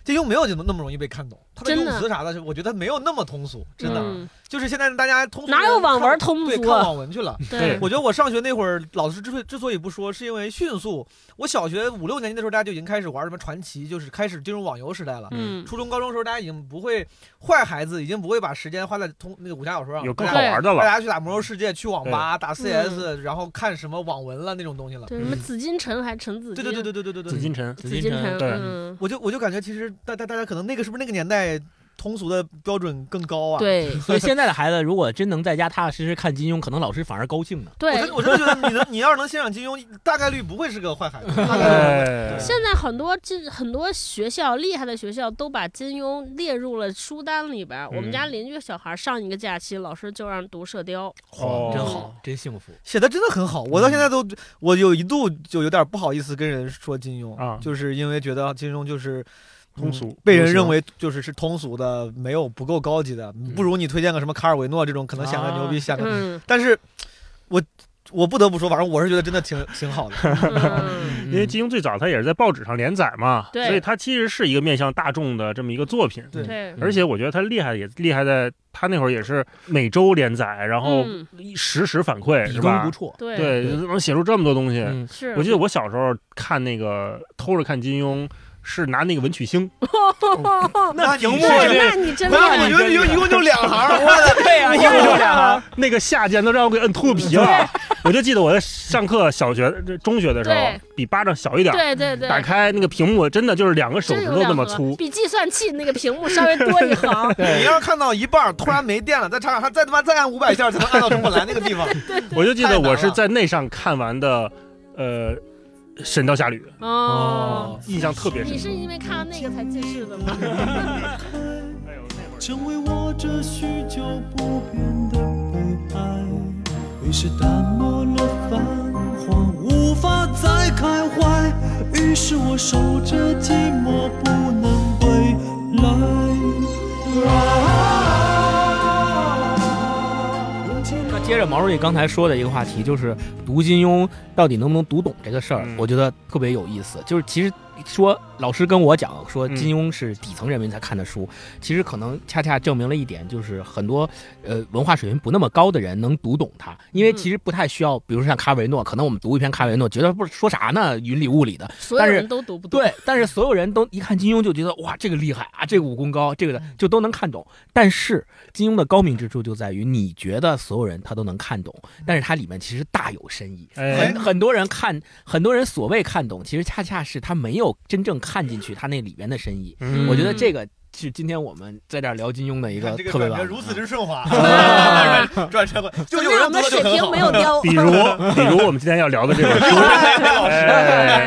S3: 金庸没有那么那么容易被看懂，他的
S5: 真
S3: 用
S5: 的
S3: 词啥的，我觉得没有那么通俗，真的。
S5: 嗯
S3: 就是现在大家通俗
S5: 哪有网文通
S3: 对
S5: 俗
S3: 看
S5: 啊？
S3: 网文去
S4: (laughs)
S3: 了。
S5: 对
S4: 对，
S3: 我觉得我上学那会儿，老师之所以之所以不说，是因为迅速。我小学五六年级的时候，大家就已经开始玩什么传奇，就是开始进入网游时代了。
S5: 嗯，
S3: 初中、高中的时候，大家已经不会坏孩子，已经不会把时间花在通那个武侠小说上，
S4: 有更
S3: 大
S4: 好
S3: 家
S4: 玩的
S3: 大
S2: 哎
S4: 了，
S3: 家去打魔兽世界，去网吧打 CS，然后看什么网文了那种东西了。
S5: 对，什么紫金陈还是陈紫
S3: 嗯对
S5: 金？
S3: 对对对对对对
S4: 紫
S3: 对。
S4: 禁城。
S5: 紫金陈，
S4: 对
S5: 嗯，
S3: 我就我就感觉，其实大大大家可能那个是不是那个年代通俗的标准更高啊？，
S5: 对
S2: 所以现在的孩子如果真能在家踏踏实实看金庸，可能老师反而高兴呢。
S3: 我
S5: 对
S3: 真，我真的觉得你能，你要是能欣赏金庸，大概率不会是个坏孩子。
S2: 嗯
S3: 大概率
S4: 哎
S5: 现在很多这很多学校厉害的学校都把金庸列入了书单里边儿。我们家邻居小孩上一个假期，老师就让读《射雕》，
S4: 哦
S2: 真好，真幸福。
S3: 写的真的很好，我到现在都，
S4: 嗯
S3: 我有一度就有点不好意思跟人说金庸，
S4: 啊
S3: 就是因为觉得金庸就是嗯
S4: 通俗
S3: 被人认为就是是通俗的，没有不够高级的，
S4: 嗯
S3: 不如你推荐个什么卡尔维诺这种，可能显得牛逼，
S2: 啊
S3: 显得
S5: 嗯，
S3: 但是我我不得不说，反正我是觉得真的挺挺好的。
S2: (laughs)
S5: 嗯
S4: 因为金庸最早他也是在报纸上连载嘛，
S5: 对
S4: 所以他其实是一个面向大众的这么一个作品。
S3: 对
S5: 对，
S4: 而且我觉得他厉害也厉害在他那会儿也是每周连载，然后
S5: 嗯
S4: 实时反馈，
S2: 笔
S4: 是
S2: 耕
S4: 吧
S2: 不？辍，
S5: 对
S4: 对，
S2: 对
S4: 能写出这么多东西。
S3: (laughs)
S2: 嗯，
S5: 是，
S4: 我记得我小时候看那个偷着看金庸，是拿那个文曲星，
S3: 那
S4: 屏幕
S5: (laughs) 那那你真厉
S3: 那
S5: 害
S3: 你，就一一共就两行，我的
S2: 对 (laughs)
S5: (laughs)
S2: 呀，
S4: 一
S2: 因为
S4: 共
S2: 就
S4: 就
S2: 俩
S4: 俩，那个下键都让我给摁秃噜皮
S5: 嗯
S4: 了。我就记得我在上课，小学、这中学的时
S5: 对
S4: 候，比巴掌小一点儿，
S5: 对对对，
S4: 打开那个屏幕，真的就是两个手
S5: 真
S4: 指
S5: 有
S4: 头
S5: 两
S4: 那么
S5: 盒
S4: 粗。
S5: 比计算器那个屏幕稍微多一
S4: (laughs)
S5: 行。
S3: 你要是看到一半突然没电了，再查查，他再他妈再按五百下才能按到从本来那个地方。
S4: 我就记
S3: 太
S4: 得
S3: 难
S4: 我是
S3: 了
S4: 在那上看完的，呃，《神雕侠侣
S5: 哦，》，
S4: 印象特别深
S5: 你。是因为看到那个才近视的吗？ (laughs)
S7: 成为我这许久不变的悲哀。于是淡漠了繁华，无法再开怀。于是我守着寂寞，不能归来。啊勇气
S2: 那接着毛主席刚才说的一个话题，就是读金庸到底能不能读懂这个事儿，
S4: 嗯
S2: 我觉得特别有意思。就是其实说老师跟我讲说
S4: 嗯
S2: 金庸是底层人民才看的书，其实可能恰恰证明了一点，就是很多呃文化水平不那么高的人能读懂它，因为
S5: 嗯
S2: 其实不太需要，比如说像卡维诺，可能我们读一篇卡维诺，觉得不是说啥呢，云里雾里的。
S5: 所有人都读不懂。
S2: 对，但是所有人都一看金庸就觉得哇，这个厉害啊，这个武功高，这个的就都能看懂。但是金庸的高明之处就在于，你觉得所有人他都能看懂，但是它里面其实大有深意。
S4: 哎
S2: 很，很多人看，很多人所谓看懂，其实恰恰是他没有真正看进去他那里边的深意。
S4: 嗯
S2: 我觉得这个是今天我们在这儿聊金庸的一个特别棒的嗯
S3: 顺滑，
S5: 啊
S3: 转身了， (laughs) 就
S5: 那我们水
S4: (laughs)
S5: 平没有雕
S4: 比。如，比如我们今天要聊的这本书，哎，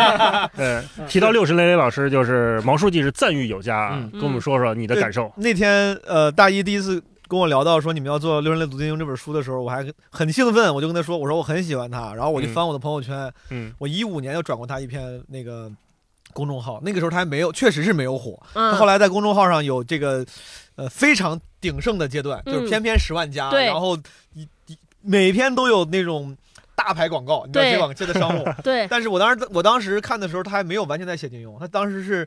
S4: 哎提到六十雷雷老师，就是毛书记是赞誉有加啊，
S2: 嗯
S4: 跟我们说说你的感受。
S3: 那天呃，大一第一次跟我聊到说你们要做《六人类读金庸》这本书的时候，我还很兴奋，我就跟他说，我说我很喜欢他，然后我就翻我的朋友圈，
S4: 嗯，
S3: 我一五年就转过他一篇那个公众号，那个时候他还没有，确实是没有火，他
S5: (laughs) 嗯
S3: 后，来在公众号上有这个，呃，非常鼎盛的阶段，就是
S5: 嗯
S3: 篇篇十万加，
S5: 对
S3: 然后一一每篇都有那种大牌广告，你知道
S5: 对
S3: 接广接的商务。
S5: 对，
S3: 但是我当时我当时看的时候，他还没有完全在写金庸，他当时是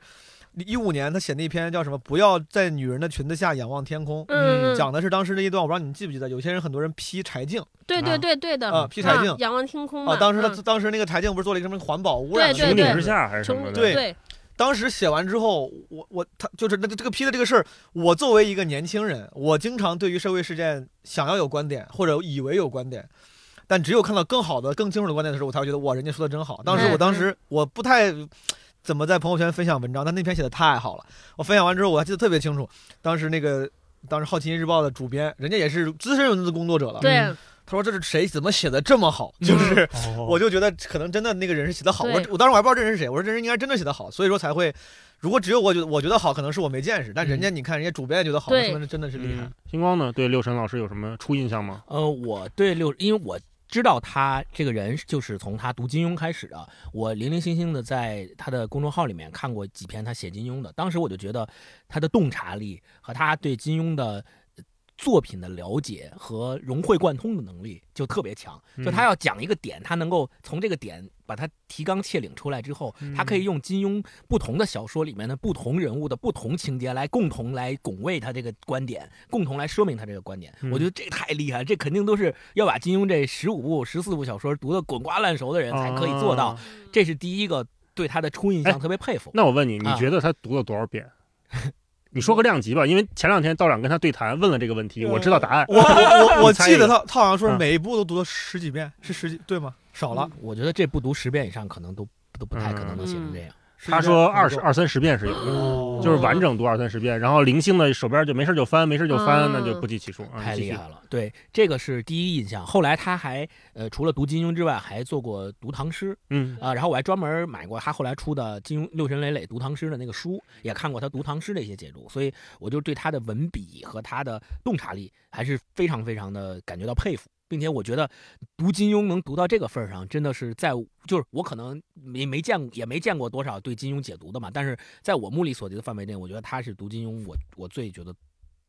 S3: 一五年他写那篇叫什么？不要在女人的裙子下仰望天空。
S5: 嗯，嗯
S3: 讲的是当时那一段，我不知道你们记不记得，有些人很多人批柴静
S5: 对对对对的
S3: 啊劈柴镜
S5: 啊仰望天空嘛。
S3: 啊，当时他、
S5: 嗯
S3: 当时那个柴静不是做了一个什么环保污染的
S5: 对
S4: 穹顶
S5: 对
S4: 之下还是什么的？
S3: 对
S5: 对，
S3: 当时写完之后，我我他就是那个这个批的这个事儿，我作为一个年轻人，我经常对于社会事件想要有观点，或者以为有观点，但只有看到更好的、更清楚的观点的时候，我才会觉得哇，人家说的真好。当时
S5: 嗯
S3: 我当时我不太怎么在朋友圈分享文章，但那篇写的太好了，我分享完之后我还记得特别
S4: 嗯
S3: 清楚，当时那个当时《好奇心日报》的主编，人家也是资深文字工作者了，
S5: 对，
S3: 他说这是谁怎么写的这么好？就是
S4: 哦
S3: (laughs) 我就觉得可能真的那个人是写的好。我
S5: 嗯对
S3: 我当时我还不知道这人是谁，我说这人应该真的写的好，所以说才会。如果只有我觉得我觉得好，可能是我没见识，但人家
S4: 嗯
S3: 你看人家主编也觉得好，
S5: 对
S3: 说明真的是厉
S5: 嗯
S3: 害。
S4: 星光呢？对六神老师有什么初印象吗？
S2: 呃，我对六，因为我知道他这个人就是从他读金庸开始的。我零零星星的在他的公众号里面看过几篇他写金庸的，当时我就觉得他的洞察力和他对金庸的。呃作品的了解和融会贯通的能力就特别强，就他
S4: 嗯
S2: 要讲一个点，他能够从这个点把它提纲挈领出来之后，
S4: 嗯
S2: 他可以用金庸不同的小说里面的不同人物的不同情节来共同来拱卫他这个观点，共同来说明他这个观点。
S4: 嗯
S2: 我觉得这太厉害了，这肯定都是要把金庸这十五部、十四部小说读得滚瓜烂熟的人才可以做到。
S4: 啊
S2: 这是第一个对他的初印
S4: 哎
S2: 象特别佩服。
S4: 那我问你，你
S2: 啊
S4: 觉得他读了多少遍？你说个量级吧，因为前两天道长跟他对谈，问了这个问题，我知道答案。
S3: (laughs) 我我我我
S4: (laughs) 你猜一
S3: 记得
S4: 个
S3: 他他好像说是
S4: 嗯
S3: 每一部都读了十几遍，是十几对吗？少
S5: 嗯
S3: 了，
S2: 我觉得这不读十遍以上，可能都都不太可能能写成这样。
S4: 他说二十
S3: 二。
S4: 二三十遍是有的，
S3: 哦
S4: 就是完整读二三十遍，然后零星的手边就没事就翻，没事就翻，
S5: 嗯
S4: 那就不计其数啊。
S2: 太
S4: 你继
S2: 厉
S4: 续
S2: 害了，对，这个是第一印象。后来他还呃，除了读金庸之外，还做过读唐诗，
S4: 嗯，
S2: 啊，然后我还专门买过他后来出的《金庸六神磊磊读唐诗》的那个书，也看过他读唐诗的一些解读，所以我就对他的文笔和他的洞察力还是非常非常的感觉到佩服，并且我觉得读金庸能读到这个份儿上，真的是在就是我可能没没见也没见过多少对金庸解读的嘛，但是在我目力所及的范围内，我觉得他是读金庸我我最觉得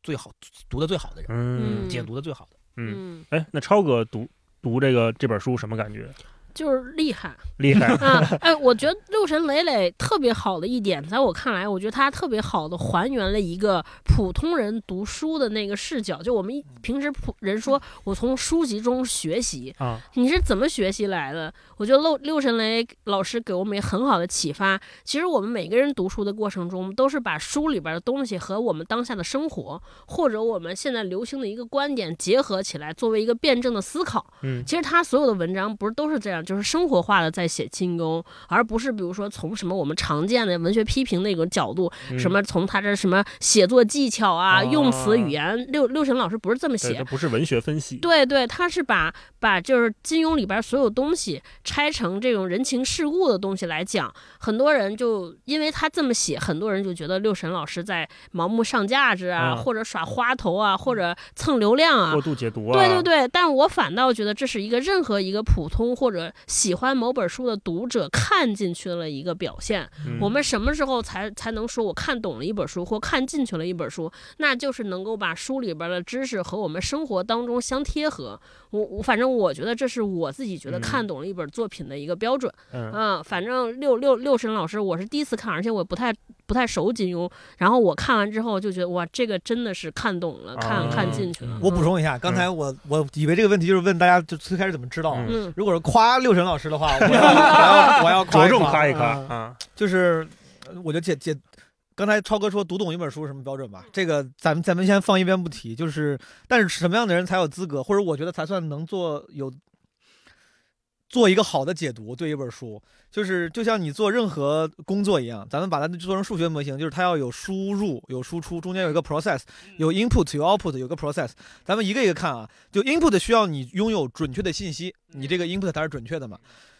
S2: 最好读的最好的人，
S4: 嗯
S5: 嗯
S2: 解读的最好的。
S4: 嗯，
S5: 嗯，
S4: 哎，那超哥读读这个这本书什么感觉？
S5: 就是厉害，
S4: 厉害
S5: (laughs) 啊！哎，我觉得六神磊磊特别好的一点，在我看来，我觉得他特别好的还原了一个普通人读书的那个视角。就我们一平时普人说，我从书籍中学习，
S4: 啊，
S5: 你是怎么学习来的？我觉得六六神雷老师给我们也很好的启发。其实我们每个人读书的过程中，都是把书里边的东西和我们当下的生活，或者我们现在流行的一个观点结合起来，作为一个辩证的思考。
S4: 嗯
S5: 其实他所有的文章不是都是这样，就是生活化的在写金庸，而不是比如说从什么我们常见的文学批评那种角度，
S4: 嗯
S5: 什么从他这什么写作技巧啊、
S4: 啊
S5: 用词语言，六六神老师不是这么
S4: 对，
S5: 写
S4: 这，不是文学分析，
S5: 对对，他是把把就是金庸里边所有东西拆成这种人情世故的东西来讲，很多人就因为他这么写，很多人就觉得六神老师在盲目上价值啊，
S4: 啊
S5: 或者耍花头啊，
S4: 嗯
S5: 或者蹭流量啊
S4: 过。度解读啊，
S5: 对对对，但我反倒觉得这是一个任何一个普通或者喜欢某本书的读者看进去了一个表现。
S4: 嗯
S5: 我们什么时候才才能说我看懂了一本书或看进去了一本书？那就是能够把书里边的知识和我们生活当中相贴合。我我反正我觉得这是我自己觉得
S4: 嗯
S5: 看懂了一本作品的一个标准。
S4: 嗯
S5: 嗯，反正六六六神老师我是第一次看，而且我不太不太熟金庸。然后我看完之后就觉得哇，这个真的是看懂了，看、
S4: 啊
S5: 看进去了。
S3: 我补充一下，刚才我我以为这个问题就是问大家就最开始怎么知道啊。
S4: 嗯
S5: 嗯，
S3: 如果是夸六神老师的话，我要
S5: (laughs)
S3: 我要我要夸
S4: 着
S3: 一
S4: 重夸一夸
S3: 嗯
S4: 啊，
S3: 就是呃我觉得解解，刚才超哥说读懂一本书是什么标准吧？这个咱们咱们先放一边不提。就是，但是什么样的人才有资格，或者我觉得才算能做有做一个好的解读对一本书，就是就像你做任何工作一样，咱们把它做成数学模型，就是它要有输入有输出，中间有一个 process，有 input 有 output 有个 process。咱们一个一个看啊，就 input 需要你拥有准确的信息，你这个 input 才是准确的嘛。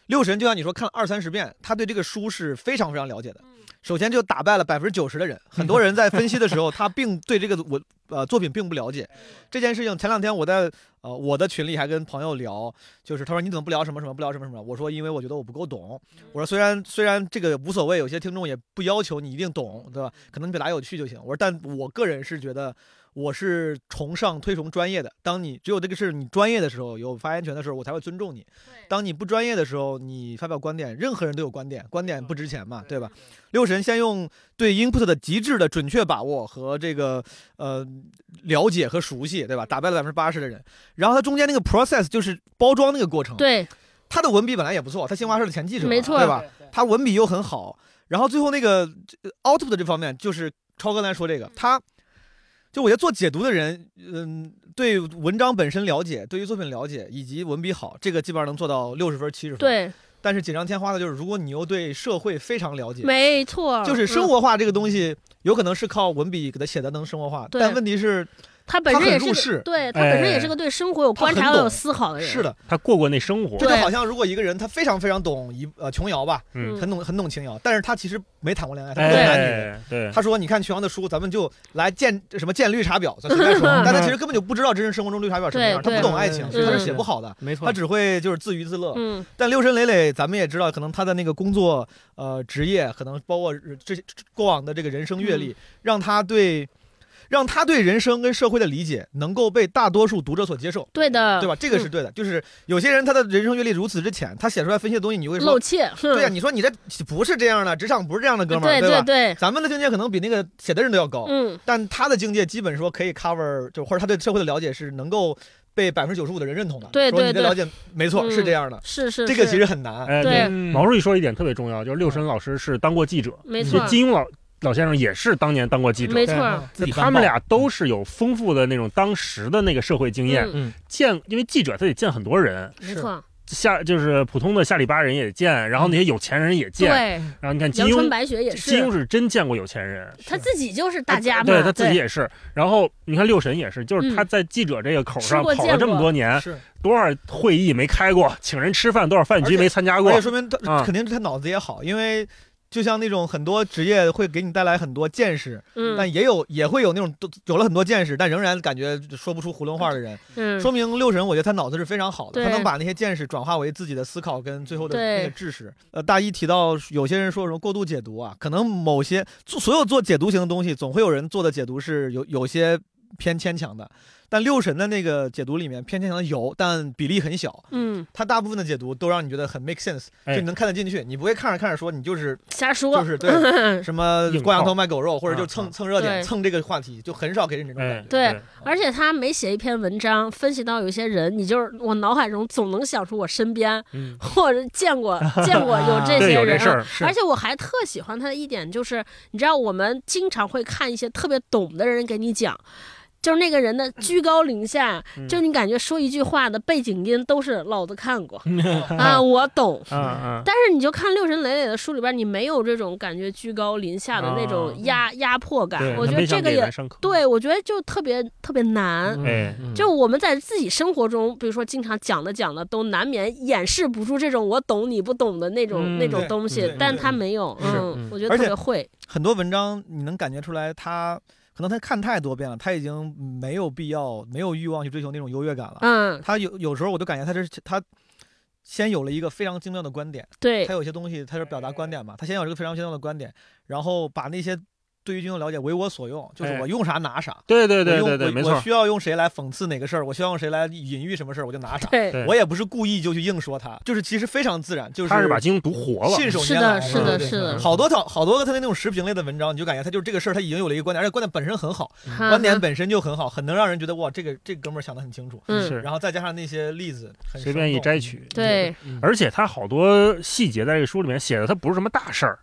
S3: 六神就像你说看了二三十遍，他对这个书是非常非常了解的。首先就打败了百分之九十的人，很多人在分析的时候，他并对这个我呃作品并不了解。这件事情前两天我在呃我的群里还跟朋友聊，就是他说你怎么不聊什么什么不聊什么什么？我说因为我觉得我不够懂。我说虽然虽然这个无所谓，有些听众也不要求你一定懂，对吧？可能你表达有趣就行。我说但我个人是觉得。我是崇尚推崇专业的。当你只有这个事你专业的时候，有发言权的时候，我才会尊重你。当你不专业的时候，你发表观点，任何人都有观点，观点不值钱嘛，嗯对吧？六神先用对 input 的极致的准确把握和这个呃了解和熟悉，对吧？打败了百分之八十的人。然后他中间那个 process 就是包装那个过程，
S5: 对，
S3: 他的文笔本来也不错，他新华社的前记者嘛，
S5: 没错
S3: 对吧？他文笔又很好，然后最后那个呃 output 这方面，就是超哥刚才说
S5: 嗯
S3: 这个，他就我觉得做解读的人，嗯，对文章本身了解，对于作品了解，以及文笔好，这个基本上能做到六十分、七十分。。
S5: 对，
S3: 但是锦上添花的就是，如果你又对社会非常了解，
S5: 没错，
S3: 嗯就是生
S5: 嗯
S3: 活化这个东西，有可能是靠文笔给它写的能生活化，
S5: 对
S3: 但问题是。
S5: 他本
S3: 他
S5: 身
S3: 很
S5: 也
S3: 入
S5: 是
S3: 世
S5: 个对他本身也是个对生活有观
S3: 他
S5: 察
S3: 很
S5: 和有
S3: 懂
S5: 思考的人。
S3: 是，的，
S4: 他过过那生活
S3: 这，
S5: 对
S3: 就好像如果一个人他非常非常懂一呃琼瑶吧，
S4: 嗯
S3: 很懂很懂琼瑶，但是他其实没谈过恋爱，他不懂男女。
S4: 哎，
S5: 嗯
S4: 对，
S3: 他说：“你看琼瑶的书，咱们就来建什么建绿茶婊，
S5: (laughs)
S3: 咱随便说。但他其实根本就不知道真实生活中绿茶婊什么样，他
S5: 对
S3: 不懂爱情，
S5: 嗯对
S3: 他是写不好的，
S2: 没错
S3: 他，只会就是自娱自乐。
S5: 嗯，
S3: 但六神磊磊，咱们也知道，可能他的那个工作呃职业，可能包括这这过往的这个人生阅
S5: 嗯
S3: 历，让他对让他对人生跟社会的理解能够被大多数读者所接受。”
S5: 对的，嗯
S3: 对吧？这个是对的，就是有些人他的人生阅历如此之浅，他写出来分析的东西，你就会
S5: 露
S3: 说，
S5: 怯。
S3: 对呀、
S5: 哼
S3: 你说你这不是这样的，职场不是这样的，哥们儿，
S5: 对
S3: 吧？哦
S5: 对，
S3: 咱们的境界可能比那个写的人都要高，
S5: 嗯，
S3: 但他的境界基本说可以 cover，就或者他对社会的了解是能够被百分之九十五的人认同的。
S5: 对
S3: 说
S5: 对
S3: 你的
S5: 对
S3: 了解没错，
S5: 嗯
S3: 是这样的。
S5: 是是，
S3: 这个
S5: 是
S3: 其实很难，
S4: 哎，
S5: 对
S2: 嗯
S4: 毛书记说一点特别重要，就是六神
S5: 嗯
S4: 老师是当过记者，
S5: 没
S4: 就
S5: 错儿，
S4: 金庸老老先生也是当年当过记者，
S5: 嗯
S4: 嗯
S5: 没错
S3: 对
S5: 儿，
S2: 自己办
S4: 他们
S2: 报
S4: 俩都是有丰富的那种当时的那个社会经验，
S5: 嗯，
S4: 见因为记者他得见很多人，
S5: 没错儿，
S4: 下就是普通的下里巴人也见，然后那些有钱人也见，
S5: 嗯对，
S4: 然后你看金
S5: 阳春
S4: 庸，
S5: 白雪也
S4: 金
S5: 是
S4: 庸，是真见过有钱人，
S5: 他自己就是
S3: 哎
S5: 大家嘛，嗯
S4: 对他自己也是，然后你看六神也是，就是他在记者这个口上
S5: 吃过
S4: 跑
S5: 见
S4: 了这么
S5: 过
S4: 多年，
S3: 是，
S4: 多少会议没开过，请人吃饭多少饭
S3: 而
S4: 局
S3: 且
S4: 没参加
S3: 而
S4: 过
S3: 且，说明他
S4: 啊
S3: 肯定他脑子也好，因为就像那种很多职业会给你带来很多见识，
S5: 嗯
S3: 但也有也会有那种都有了很多见识，但仍然感觉说不出囫囵话的人，
S5: 嗯，
S3: 说明六神我觉得他脑子是非常好的，
S5: 对
S3: 他能把那些见识转化为自己的思考跟最后的
S5: 对
S3: 那个知识。呃，大一提到有些人说什么过度解读啊，可能某些做所有做解读型的东西，总会有人做的解读是有有些偏牵强的。但六神的那个解读里面偏牵强的有，但比例很小。
S5: 嗯，
S3: 他大部分的解读都让你觉得很 make sense，就
S4: 哎
S3: 你能看得进去，你不会看着看着说你就是
S5: 瞎说
S3: 就，是
S5: (laughs)
S3: 对什么
S4: 硬
S3: 挂羊
S4: 套
S3: 头卖狗肉，或者就
S4: 嗯
S3: 蹭
S4: 嗯
S3: 蹭热点
S5: 对
S3: 蹭这个话题，就很少给人这种感
S4: 哎
S3: 觉。
S5: 对，而且他每写一篇文章，分析到有些人，你就是我脑海中总能想出我身边
S4: 嗯，
S5: 或者见过见过有
S4: (laughs)
S5: 这
S4: 对
S5: 些
S4: 有这
S5: 人
S4: 事
S5: 啊。
S4: 儿，
S5: 而且我还特喜欢他的一点就是，你知道我们经常会看一些特别懂的人给你讲，就是那个人的居高临下，
S4: 嗯
S5: 就你感觉说一句话的背景音都是老子看
S4: (laughs)
S5: 过啊，我懂。
S4: 嗯嗯，
S5: 但是你就看六神磊磊的书里边，你没有这种感觉居高临下的那
S4: 啊
S5: 种压、压迫感
S4: 对，
S5: 啊我
S4: 他
S5: 觉
S4: 没
S5: 得
S4: 想
S5: 这个
S4: 给
S5: 也
S4: 人上课，
S5: 对，我觉得就特别特别难。
S4: 哎
S2: 嗯
S5: 就我们在自己生活中，比如说经常讲的讲的，都难免掩饰不住这种我懂你不懂的那种、
S4: 嗯
S5: 那种
S3: 对
S5: 东西
S3: 对，
S5: 但
S3: 对
S5: 他没有，
S3: 是
S5: 嗯
S2: 嗯，
S5: 我觉得
S3: 而
S5: 特
S3: 且
S5: 别会，
S3: 很多文章你能感觉出来他，可能他看太多遍了，他已经没有必要、没有欲望去追求那种优越感了。
S5: 嗯，
S3: 他有有时候我就感觉他这是他先有了一个非常精妙的观点，
S5: 对
S3: 他，有些东西他是表达观点嘛，他先有这个非常精妙的观点，然后把那些对于军的了解为我所用，就是
S4: 哎
S3: 我用啥拿啥。
S4: 对对
S3: 我
S4: 对对
S3: 用
S4: 对，
S3: 我
S4: 没
S3: 我
S4: 错，
S3: 需要用谁来讽刺哪个事儿，我需要用谁来隐喻什么事儿，我就拿啥。
S5: 对，
S4: 对
S3: 我也不是故意就去硬说他，就是其实非常自然，就是
S4: 他是把金庸读活了，
S3: 信手
S5: 是
S3: 拈来
S5: 的，是
S3: 对
S5: 的，
S3: 对
S5: 是的，
S3: 好多条好多个他的那种时评类的文章，你就感觉他就是这个事儿，他已经有了一个观点，而且观点本身很好，
S5: 哈
S3: 观点
S5: 哈
S3: 本身就很好，很能让人觉得哇，这个这个哥们儿想得很清楚。
S5: 嗯，
S4: 是
S3: 然后再加上那些例子，很
S4: 随便一
S3: 生动
S4: 摘取，
S5: 对，
S4: 而且他好多细节在这个书里面写的，他不是什么大事儿，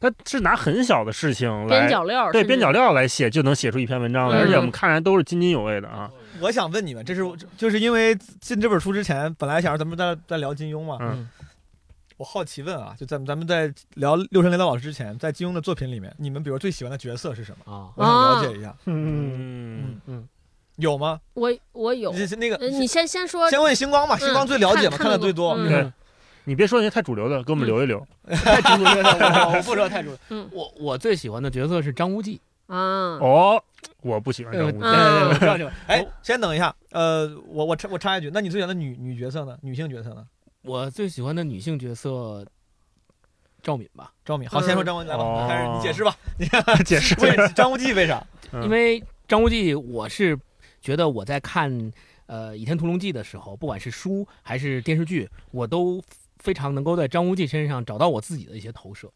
S4: 他是拿很小的事情来
S5: 边角料儿，
S4: 对
S5: 甚
S4: 边
S5: 至
S4: 角料来写，就能写出一篇文章来，
S5: 嗯
S4: 而且我们看来都是津津有味的啊。
S3: 我想问你们，这是就是因为进这本书之前，本来想让咱们在在聊金庸嘛，
S4: 嗯
S3: 我好奇问啊，就咱们咱们在聊六神雷道老师之前，在金庸的作品里面，你们比如最喜欢的角色是什么？
S2: 啊，
S3: 我想了解一下，
S4: 嗯，
S3: 有吗？
S5: 我我有，
S3: 这那
S5: 呃
S3: 个，
S5: 你先先说，
S3: 先问星光吧，星光最了解嘛，
S5: 看
S3: 看的
S5: 看
S3: 最多。
S5: 过嗯嗯
S4: 对，你别说那些太主流的，给我们留一留。
S3: 太主流了， (laughs)
S5: (laughs)
S3: 我我不说太主流。
S2: 我我最喜欢的角色是张无忌，呃
S3: 嗯
S5: 啊，
S4: 哦，我不喜欢张无忌。
S5: 嗯
S2: 对对对，我知道
S3: 哎，
S4: 哦
S3: 先等一下，呃，我我插我插一句，那你最喜欢的女女角色呢？女性角色呢？
S2: 我最喜欢的女性角色赵敏吧，
S3: 张敏，好，先说张文来吧，
S4: 哦
S3: 开始你解释吧，你看
S4: (laughs) 解释
S3: (laughs) 为张无忌为啥？
S4: 嗯
S2: 因为张无忌，我是觉得我在看呃《倚天屠龙记》的时候，不管是书还是电视剧，我都非常能够在张无忌身上找到我自己的一些投射。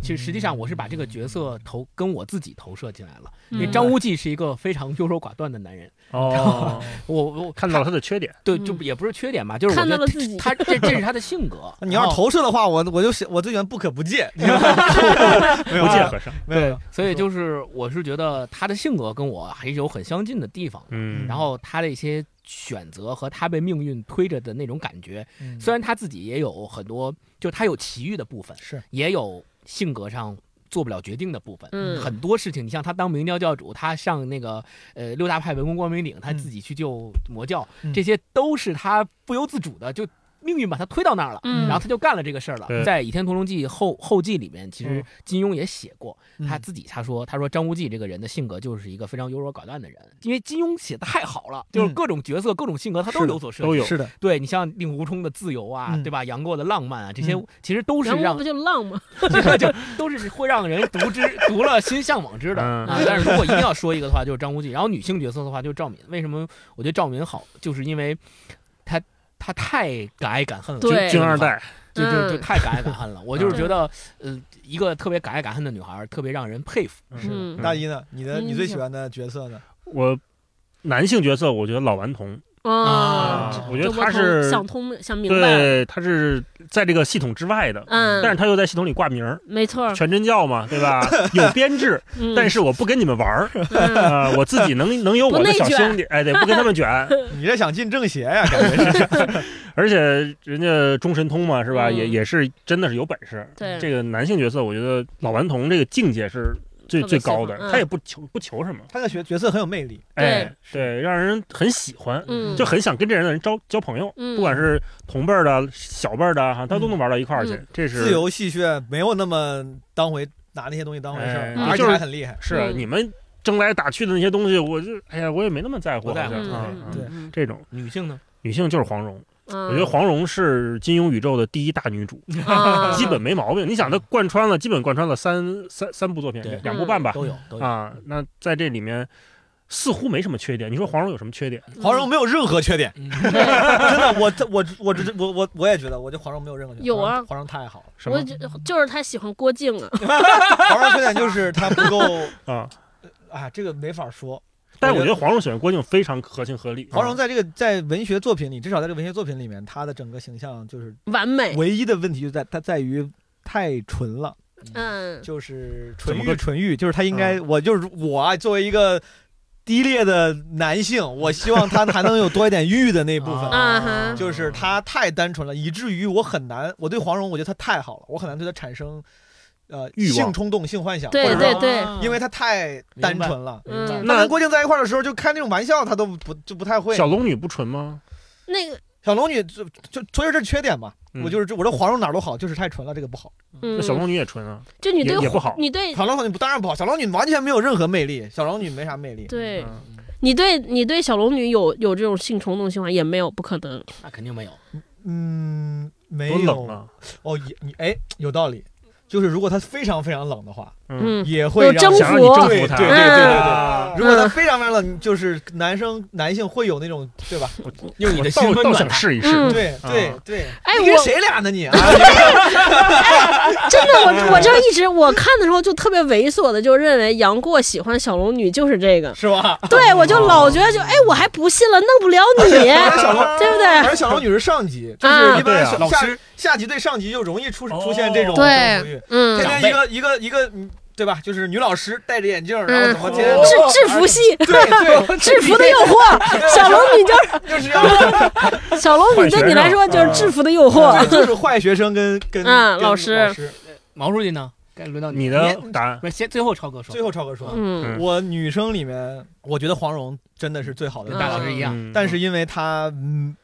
S2: 其实实际上我是把这个角色投跟我自己投射进来了，因为
S5: 嗯
S2: 张无忌是一个非常优柔寡断的男人。
S3: (laughs)
S4: 哦，
S2: 我我
S4: 看到了他的缺点。
S2: 对，
S5: 嗯
S2: 就也不是缺点吧，就是我
S5: 看
S2: 觉得
S5: 到了自己，
S2: 他这这是他的性
S4: (laughs)
S2: 格
S3: (laughs) 。你要
S2: 然后
S3: 是投射的话，我我就喜我最喜欢不可不戒， (laughs) 没有
S4: 不见和尚。
S3: 没有，
S2: 所以就是我是觉得他的性格跟我还是有很相近的地方的。
S4: 嗯，
S2: 然后他的一些选择和他被命运推着的那种感觉，虽然
S3: 然
S2: 他自己也有很多，就他有奇遇的部分，
S3: 是
S2: 也有性格上做不了决定的部分。
S5: 嗯
S2: 很多事情，你像他当明教教主，他上那个呃六大派文公光明顶，他自己去救魔教，
S3: 嗯
S2: 这些都是他不由自主的，就命运把他推到那儿了。
S5: 嗯
S2: 然后他就干了这个事儿了。
S4: 对
S2: 在《倚天屠龙记》后后记里面，其实
S3: 嗯
S2: 金庸也写过，
S3: 嗯
S2: 他自己他说他说张无忌这个人的性格就是一个非常优柔寡断的人，因为金庸写的太好了，就是
S3: 嗯
S2: 各种角色、各种性格他
S3: 是
S2: 都
S3: 的
S2: 有所涉及。
S4: 都有。
S3: 是的，
S2: 对你像令狐冲的自由啊，
S3: 嗯
S2: 对吧？杨过的浪漫啊，这些
S3: 嗯
S2: 其实都是
S5: 然后
S2: 让 (laughs)
S5: 不就浪吗？
S2: 这个就都是会让人读之读了心向往之的
S4: 嗯
S2: 啊。但是如果一定要说一个的话，就是张无忌。然后女性角色的话，就是赵敏。为什么我觉得赵敏好，就是因为她她太敢爱敢恨了，
S5: 对
S4: 军二代，
S2: 就就就
S5: 嗯
S2: 太敢爱敢恨了。我就是觉得，呃，一个特别敢爱敢恨的女孩儿，特别让人佩服。
S4: 嗯
S5: 嗯
S3: 大一呢？你的
S5: 嗯
S3: 你最喜欢的角色呢？
S4: 我男性角色，我觉得老顽童，
S5: 啊，
S3: 啊
S5: 这
S4: 我觉得
S5: 这
S4: 他是
S5: 想通想明白了，
S4: 对，他是在这个系统之外的，
S5: 嗯，
S4: 但是他又在系统里挂名儿，
S5: 没错儿，
S4: 全真教嘛，对吧？有编制，
S5: (laughs) 嗯
S4: 但是我不跟你们玩
S5: (laughs)
S4: 儿，
S5: 嗯
S4: 啊，我自己能能有我的小兄弟，哎，对，不跟他们
S5: (laughs)
S4: 卷，
S3: 你这想进正邪呀？感 (laughs) 觉是
S4: 而且人家中神通嘛，是吧？
S5: 嗯
S4: 也也是真的是有本事。
S5: 对
S4: 这个男性角色，我觉得老顽童这个境界是最
S5: 特别
S4: 最高的
S5: 喜，欢嗯
S4: 他也不求不求什么，
S3: 他的角角色很有魅力。
S4: 哎，对，让人很喜欢， (laughs)
S5: 嗯
S4: 就很想跟这样的人交交朋友，
S5: 嗯
S4: 不管是同辈儿的、小辈儿的哈，他都能玩到一块儿去，
S5: 嗯
S4: 这是
S3: 自。由戏谑，没有那么当回拿那些东西当回事
S4: 哎
S3: 儿，
S5: 嗯
S3: 而且
S4: 就是
S3: 还很厉害。
S4: 是啊
S5: 嗯
S4: 你们争来打去的那些东西，我就哎呀，我也没那么在乎，
S2: 不在乎
S4: 好
S5: 嗯
S4: 像啊
S5: 嗯
S4: 啊
S3: 对
S5: 嗯
S4: 这种
S2: 女性呢？
S4: 女性就是黄蓉，
S5: 嗯，
S4: 我觉得黄蓉是金庸宇宙的第一大女主，
S5: 啊
S4: 基本没毛病。你想，她贯穿了，基本贯穿了三三三部作品
S2: 对，
S4: 两部半吧，
S2: 都有都有。
S4: 啊，那在这里面似乎没什么缺点。你说黄蓉有什么缺点？
S3: 黄蓉没有任何缺点，
S2: 嗯
S3: (laughs) 真的，我我我我我我也觉得，我觉得黄蓉没有任何缺点。
S5: 有啊
S3: 黄蓉黄蓉太好了。
S4: 什
S5: 我
S4: 么
S5: 觉得就是他喜欢郭靖啊，
S3: (laughs) 黄蓉缺点就是她不够
S4: 啊？
S3: 啊，这个没法说。
S4: 但我
S3: 我
S4: 觉
S3: 觉
S4: 得
S3: 得
S4: 黄蓉选郭靖非常合情合理。啊
S3: 黄蓉在这个在文学作品里，至少在这个文学作品里面，她的整个形象就是
S5: 完美，
S3: 唯一的问题就在她在于太纯了，
S5: 嗯，
S3: 就是纯
S4: 怎么
S3: 欲
S4: 个嗯
S3: 纯欲，就是她应该，我就是我啊作为一个低劣的男性，我希望他还能有多一点欲的那部分。
S5: 啊哈
S3: 就是她太单纯了，以至于我很难，我对黄蓉，我觉得她太好了，我很难对她产生，呃，
S4: 欲望嗯
S3: 性冲动、性幻想，
S5: 对
S3: 或者
S5: 对
S3: 说
S5: 对
S3: 因为她太单纯了。
S5: 嗯
S3: 她
S4: 那
S3: 跟郭靖在一块儿的时候，就开那种玩笑，她都不就不太会。
S4: 小龙女不纯吗？
S5: 那个
S3: 小龙女就就所以说这是缺点嘛，
S4: 嗯
S3: 我就是这我说黄蓉哪儿都好，就是太纯了，这个不好。
S5: 嗯
S4: 那，小龙女也纯啊，
S5: 就你
S4: 也
S5: 对
S4: 也不好。
S5: 你对
S3: 小龙女当然不好，小龙女完全没有任何魅力，小龙女没啥魅力。
S5: 对
S4: 嗯
S5: 你对你对小龙女有有这种性冲动性吗？也没有，不可能。
S2: 那肯定没有。
S3: 嗯，没
S4: 多冷
S3: 有
S4: 啊！
S3: 哦，也你哎有道理，就是如果她非常非常冷的话，
S5: 嗯，
S3: 也会
S5: 有嗯
S3: 让
S5: 征
S3: 人
S4: 想让你征
S3: 对
S4: 服她，
S3: 对
S5: 对对对对
S4: 啊
S3: 如果他非常非常冷，就是男生男性会有那种对吧？
S2: 用你的心
S4: 倒
S2: 温
S4: 倒
S2: 暖
S4: 想
S2: 她
S4: 试一试。
S5: 嗯
S3: 对对
S4: 啊
S3: 对，
S5: 哎
S3: 你跟
S5: 我
S3: 谁俩呢
S5: (laughs)
S3: 你啊？
S5: 真的，
S4: 嗯
S5: 我我就一直我看的时候就特别猥琐的就认为杨过喜欢小龙女就是这个，
S3: 是吧？
S4: 啊
S5: 对我就老觉得就哎我还不信了，弄不了
S4: (laughs)
S5: 你，
S3: 小龙
S5: (laughs) 对不
S3: 而
S5: 对？
S3: 小龙女是上级，就是
S5: 啊
S3: 一般
S4: 对啊
S3: 下下下级对上级就容易出
S4: 哦
S3: 出现这种
S5: 对
S3: 征服欲
S5: 嗯
S3: 天，天一个一个一个嗯对吧？就是女老师戴着眼镜，然后怎么天天
S5: 嗯制制服系。
S3: 对对，
S5: 制服的诱
S4: (laughs)
S5: 惑，小龙女就是
S3: 就是
S5: (laughs)
S3: 要
S5: 小龙女，对你来说就是制服的诱惑。
S3: 对就是坏学生跟跟
S5: 嗯
S3: 跟
S5: 老
S3: 老
S5: 师
S2: 毛书记呢？该轮到
S4: 你
S2: 你
S4: 的
S3: 你
S4: 答案
S2: 不是先最后超哥说
S3: 最，后超哥说，
S5: (laughs) 嗯
S3: 我女生里面，我觉得黄蓉真的是最好的
S2: 跟
S3: 女
S2: 大
S3: 生，
S2: 老师一样，
S4: 嗯
S3: 但是因为她嗯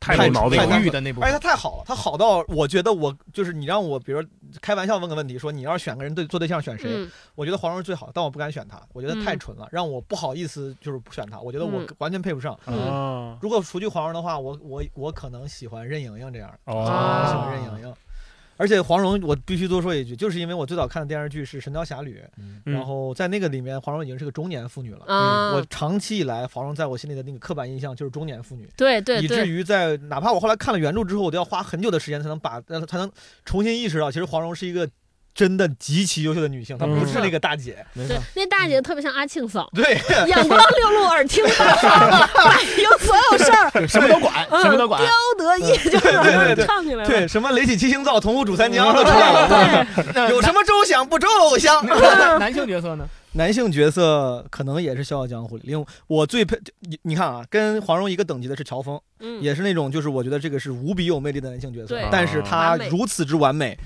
S4: 太
S3: 太
S4: 没毛病
S3: 太哎
S4: 了
S3: 难。
S2: 无语的那部
S3: 而且
S2: 分
S3: 他太好了，他好到我觉得我就是你让我，比如开玩笑问个问题，说你要是选个人对做对象选谁？
S5: 嗯
S3: 我觉得黄蓉是最好的，但我不敢选她，我觉得太
S5: 嗯
S3: 纯了，让我不好意思就是不选她，我觉得我
S5: 嗯
S3: 完全配不上。
S4: 啊，
S3: 如果除去黄蓉的话，我我我可能喜欢任盈盈这样的，我喜
S4: 哦
S5: 啊，
S3: 欢任盈盈。而且黄蓉，我必须多说一句，就是因为我最早看的电视剧是《神雕侠侣》，
S4: 嗯
S3: 然后在那个里面，黄蓉已经是个中年妇女了。
S5: 啊
S3: 嗯我，长期以来，黄蓉在我心里的那个刻板印象就是中年妇女，
S5: 对对
S3: 以至
S5: 对，
S3: 于在哪怕我后来看了原著之后，我都要花很久的时间才能把呃才能重新意识到，其实黄蓉是一个真的极其优秀的女性，她
S4: 嗯
S3: 不是那个大姐。
S2: 没
S5: 对
S2: 错，
S5: 那大姐特别像阿庆嫂， (laughs)
S3: 对，
S5: 眼光六路，耳听八方，
S3: (laughs)
S5: 百灵所有事儿，
S2: 什么都
S3: 哎
S2: 管，
S5: 嗯
S2: 什么都管
S5: 刁。德一
S3: 嗯对对
S5: 就是
S3: 对
S5: 唱起 (laughs) 来了。
S3: 对，什么雷起七星灶，同呼煮三江都出来了。
S2: 那 (laughs)
S3: (laughs) 有什么周想不周偶想？
S2: 那那男性角色呢？
S3: (laughs) 男性角色可能也是《笑傲江湖》里，因为我最佩你你看啊，跟黄蓉一个等级的是乔峰，
S5: 嗯
S3: 也是那种就是我觉得这个是无比有魅力的男性角色
S5: 对，
S3: 但是
S4: 啊
S3: 他
S5: 完美
S3: 如此之完美。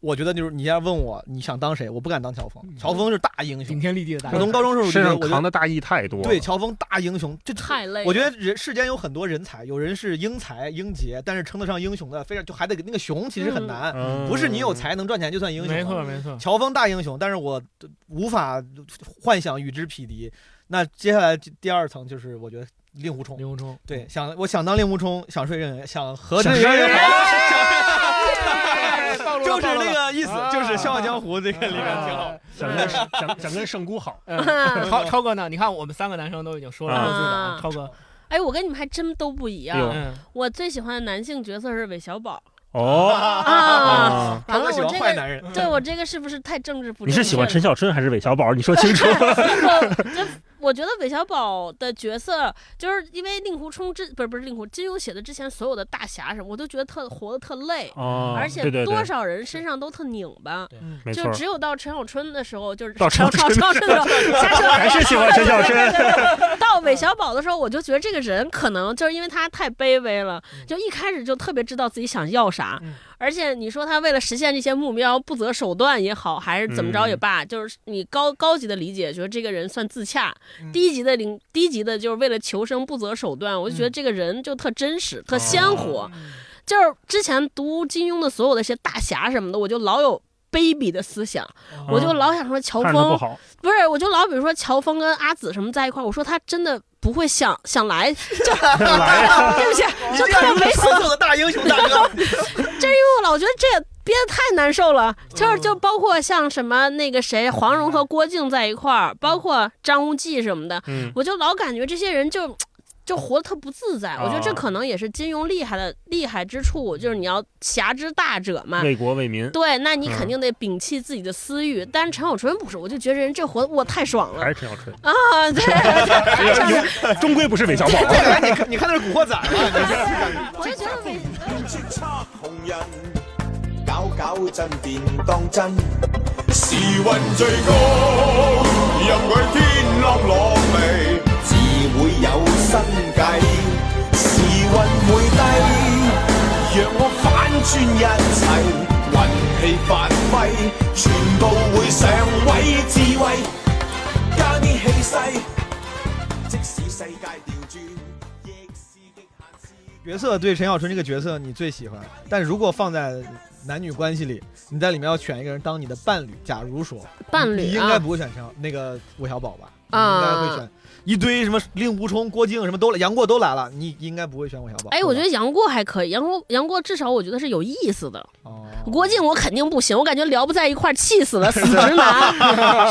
S3: 我觉得就是你现在问我你想当谁，我不敢当乔峰，乔峰是大英
S11: 顶
S2: 嗯
S3: 雄。
S11: 天立地的大
S3: 我从高中时候我就
S4: 身
S3: 觉得
S4: 上
S3: 我
S4: 扛
S3: 就
S4: 的大义太多了。
S3: 对乔峰大英雄，这
S5: 太累了。
S3: 我觉得人世间有很多人才，有人是英才英杰，但是称得上英雄的，非常就还得那个雄其实很难，
S4: 嗯，
S3: 不是你有才能赚钱就算英雄。
S11: 没错没错，
S3: 乔峰大英雄，但是我无法幻想与之匹敌。那接下来第二层就是我觉得令狐冲，
S11: 林鸿忠
S3: 对，想我想当令狐冲，想睡任人，想和
S4: 想
S3: 这
S4: 睡
S2: (laughs)
S3: 人
S4: 任人
S11: 哎暴露了
S3: 就是
S11: 暴露
S3: 那
S11: 了
S3: 个意思，就是《笑傲江湖》这个里面挺好。
S11: 啊
S4: 想跟想想跟圣姑好，
S11: 嗯超超哥呢？你看我们三个男生都已经说了各自的啊
S5: 啊，
S11: 超哥，
S5: (laughs) 哎，我跟你们还真都不一
S4: 哎呦
S5: 样。
S11: 嗯，
S5: 我最喜欢的男性角色是韦小宝
S4: 哦，
S5: (laughs) 啊。
S4: 啊
S3: 他
S5: 完了，
S3: 喜
S5: 我
S3: 欢
S5: 这
S3: 坏
S5: 个 (laughs)
S3: 男人，
S5: 对我这个是不是太政治不
S4: 你
S5: 正确了？
S4: 是喜欢陈小春还是韦小宝？你说清楚。
S5: 这我觉得韦小宝的角色，就是因为令狐冲之不是不是令狐金庸写的之前所有的大侠什么，我都觉得特活得特累，
S4: 哦，
S5: 而
S4: 对对
S5: 且
S4: 对
S5: 多少人身上都特拧巴。
S4: 没错
S5: 就，只有到陈小春的时候，就是
S4: 到陈小
S5: 到陈小春的时候，下车
S4: 还是喜欢 (laughs) 陈小春。
S5: (laughs) 到韦小宝的时候，我就觉得这个人可能就是因为他太卑微了，
S4: 嗯
S5: 就一开始就特别知道自己想要啥，而且你说他为了实现这些目标不择手段也好，还是怎么着
S4: 嗯
S5: 也罢，就是你高高级的理解，觉得这个人算自洽；
S4: 嗯
S5: 低级的领低级的，就是为了求生不择手段，我就觉
S4: 嗯
S5: 得这个人就特真实、
S4: 哦
S5: 特鲜活。就是之前读金庸的所有的一些大侠什么的，我就老有。卑鄙的思想，我就老想说乔
S4: 哦看着
S5: 峰
S4: 不，好，
S5: 不是，我就老比如说乔峰跟阿紫什么在一块儿，我说他真的不会想 (laughs) 想来，就 (laughs) 对不起，就特别
S3: (laughs)
S5: 猥琐，
S3: 所有的大英雄大哥， (laughs)
S5: 了。我觉得这也憋得太难受了。就是就包括像什么那个谁黄蓉和郭靖在一块儿，包括张无忌什么的，
S4: 嗯，
S5: 我就老感觉这些人就。就活得特不自在，
S4: 哦
S5: 我觉得这可能也是金庸厉害的厉害之处，就是你要侠之大者嘛。
S4: 为国为民，
S5: 对，那你肯定得摒弃自己的私欲。但是陈小春不是，我就觉得人这活得我太爽了
S4: (laughs) 还是陈小春，
S5: 啊！对，太爽了。
S4: 终归不是韦小宝。
S3: 哎你看你看那是《古惑仔》吗？
S5: (laughs) 我就觉得每
S12: 叱咤红人，搞搞震便當真。時運最高，任佢天朗朗味，自會有新計。時運會低，讓我反轉一切，運氣發揮，全部會上位，智慧加啲氣勢，即使世界調轉，亦是極限試驗。
S3: 角色对陈小春这个角色你最喜欢，但如果放在男女关系里，你在里面要选一个人当你的伴侣，假如说
S5: 伴
S3: 你
S5: 侣
S3: 应该
S5: 啊，
S3: 不会选陈小那个韦小宝吧？
S5: 啊
S3: 你应该会选一堆什么令狐冲、郭靖什么都来，杨过都来了，你应该不会选韦小宝。
S5: 哎，我觉
S3: 对吧
S5: 得杨过还可以，杨过杨过至少我觉得是有意思的。
S3: 哦，
S5: 郭靖我肯定不行，我感觉聊不在一块儿，气死了，死直男，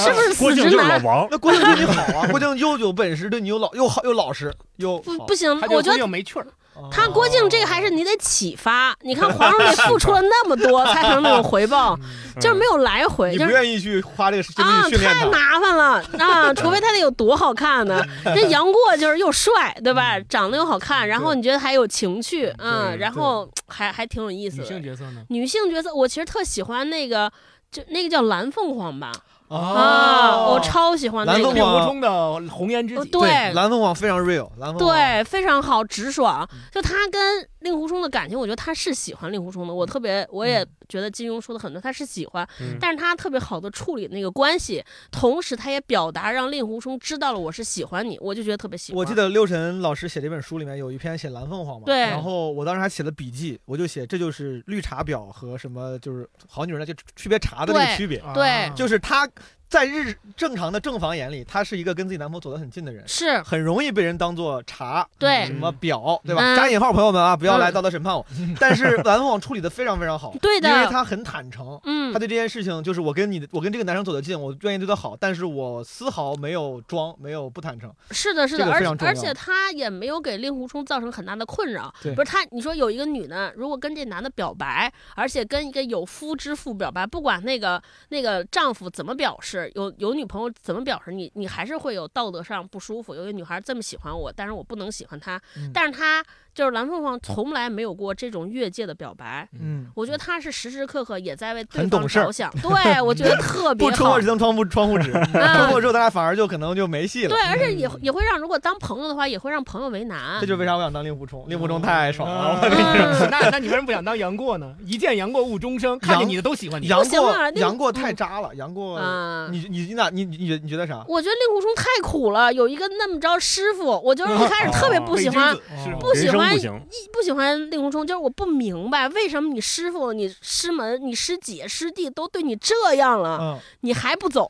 S5: 是不是
S4: 郭
S5: (laughs) 死
S4: 靖
S5: 直
S4: 就是老
S5: 男？
S4: 王，
S3: 那郭靖对你好啊，郭 (laughs) 靖又有本事，对你又老又好又老实又
S5: 不
S3: 好
S5: 不行，
S11: 他
S5: 我
S11: 就
S5: 觉
S11: 一
S5: 得
S11: 定没趣儿，
S5: 他郭靖这个还是你得启发。你看黄蓉得付出了那么多，才能有回报，就是没有来回，
S3: 啊你
S5: 就
S3: 不
S5: 是
S3: 愿意去花这个精力
S5: 啊，
S3: 去训练
S5: 太
S3: 他。
S5: 麻
S3: (laughs)
S5: 烦了啊！除非他得有多好看呢？这杨过就是又帅，对
S3: 嗯
S5: 吧？长得又好看，然后你觉得还有情趣，嗯，然后还还挺有意思
S11: 女性
S5: 的。
S11: 角色呢？
S5: 女性角色，我其实特喜欢那个，就那个叫蓝凤凰吧，啊，
S3: 哦
S5: 我超喜欢那
S3: 蓝凤
S5: 个。
S11: 令狐
S3: 凰
S11: 冲的红颜知
S5: 呃
S11: 己，
S5: 对
S3: 蓝凤凰非常 real，蓝凤凰嗯
S5: 对，非常好，直爽。就他跟令狐冲的感情，我觉得他是喜欢令狐冲的。我特别，我
S3: 嗯
S5: 也觉得金庸说的很多，他是喜欢，
S4: 嗯
S5: 但是他特别好的处理那个关系，同时他也表达让令狐冲知道了我是喜欢你，我就觉得特别喜欢。
S3: 我记得六神老师写这本书里面有一篇写蓝凤凰嘛，
S5: 对
S3: 然后我当时还写了笔记，我就写这就是绿茶婊和什么就是好女人的就区别茶的这个
S5: 对
S3: 区
S2: 嗯
S3: 别，
S5: 对
S3: 就是她在日正常的正房眼里，她是一个跟自己男朋友走得很近的人，
S5: 是
S3: 很容易被人当做茶。
S5: 对
S3: 什么婊，对吧？
S5: 嗯
S3: 加引号，朋友们啊，不要来
S5: 嗯
S3: 道德审判我。但是蓝凤凰处理的非常非常好，
S5: 对的
S3: 因为她很坦诚，
S5: 嗯
S3: 他，对这件事情就是我跟你的，我跟这个男生走得近，我愿意对他好，但是我丝毫没有装，没有不坦诚。
S5: 是的，是
S3: 这个
S5: 的，
S3: 非
S5: 而且
S3: 常重
S5: 而
S3: 要
S5: 且他也没有给令狐冲造成很大的困扰。
S3: 对
S5: 不是他，你说有一个女的，如果跟这男的表白，而且跟一个有夫之妇表白，不管那个那个丈夫怎么表示，有有女朋友怎么表示，你你还是会有道德上不舒服。有一个女孩这么喜欢我，但是我不能喜欢她，
S3: 嗯
S5: 但是她就是蓝凤凰从来没有过这种越界的表白。
S3: 嗯，
S5: 我觉得他是时时刻刻也在为对
S3: 很
S5: 方
S3: 懂事儿
S5: 着想，对我觉得特别
S3: 不戳
S5: 好
S3: 破。这层窗户窗户纸，戳
S5: 啊
S3: 破之后咱俩反而就可能就没戏了。
S5: 对，而且也
S3: 嗯
S5: 也会让，如果当朋友的话，也会让朋友为难
S3: 这。就是为啥我想当令狐冲，令狐冲太爽了。我
S5: 嗯
S11: 那那你为什么不想当杨过呢？一见杨过误终生，看见
S3: 杨
S11: 你的都喜欢你。
S3: 杨
S5: 行
S3: 过
S5: 啊，那
S3: 杨过太渣了，杨过，
S5: 嗯，
S3: 你你你哪你你你觉得啥？
S5: 我觉得令狐冲太苦了，有一个那么着师傅，我就是一
S3: (laughs) 哦
S5: 开始特别不喜欢，
S11: 伪君子是吗
S5: 不
S4: 人
S5: 喜
S4: 生
S5: 欢
S4: 不行，
S5: 不喜欢令狐冲，就是我不明白为什么你师傅、你师门、你师姐、师弟都对你这样了，
S3: 嗯
S5: 你还不走？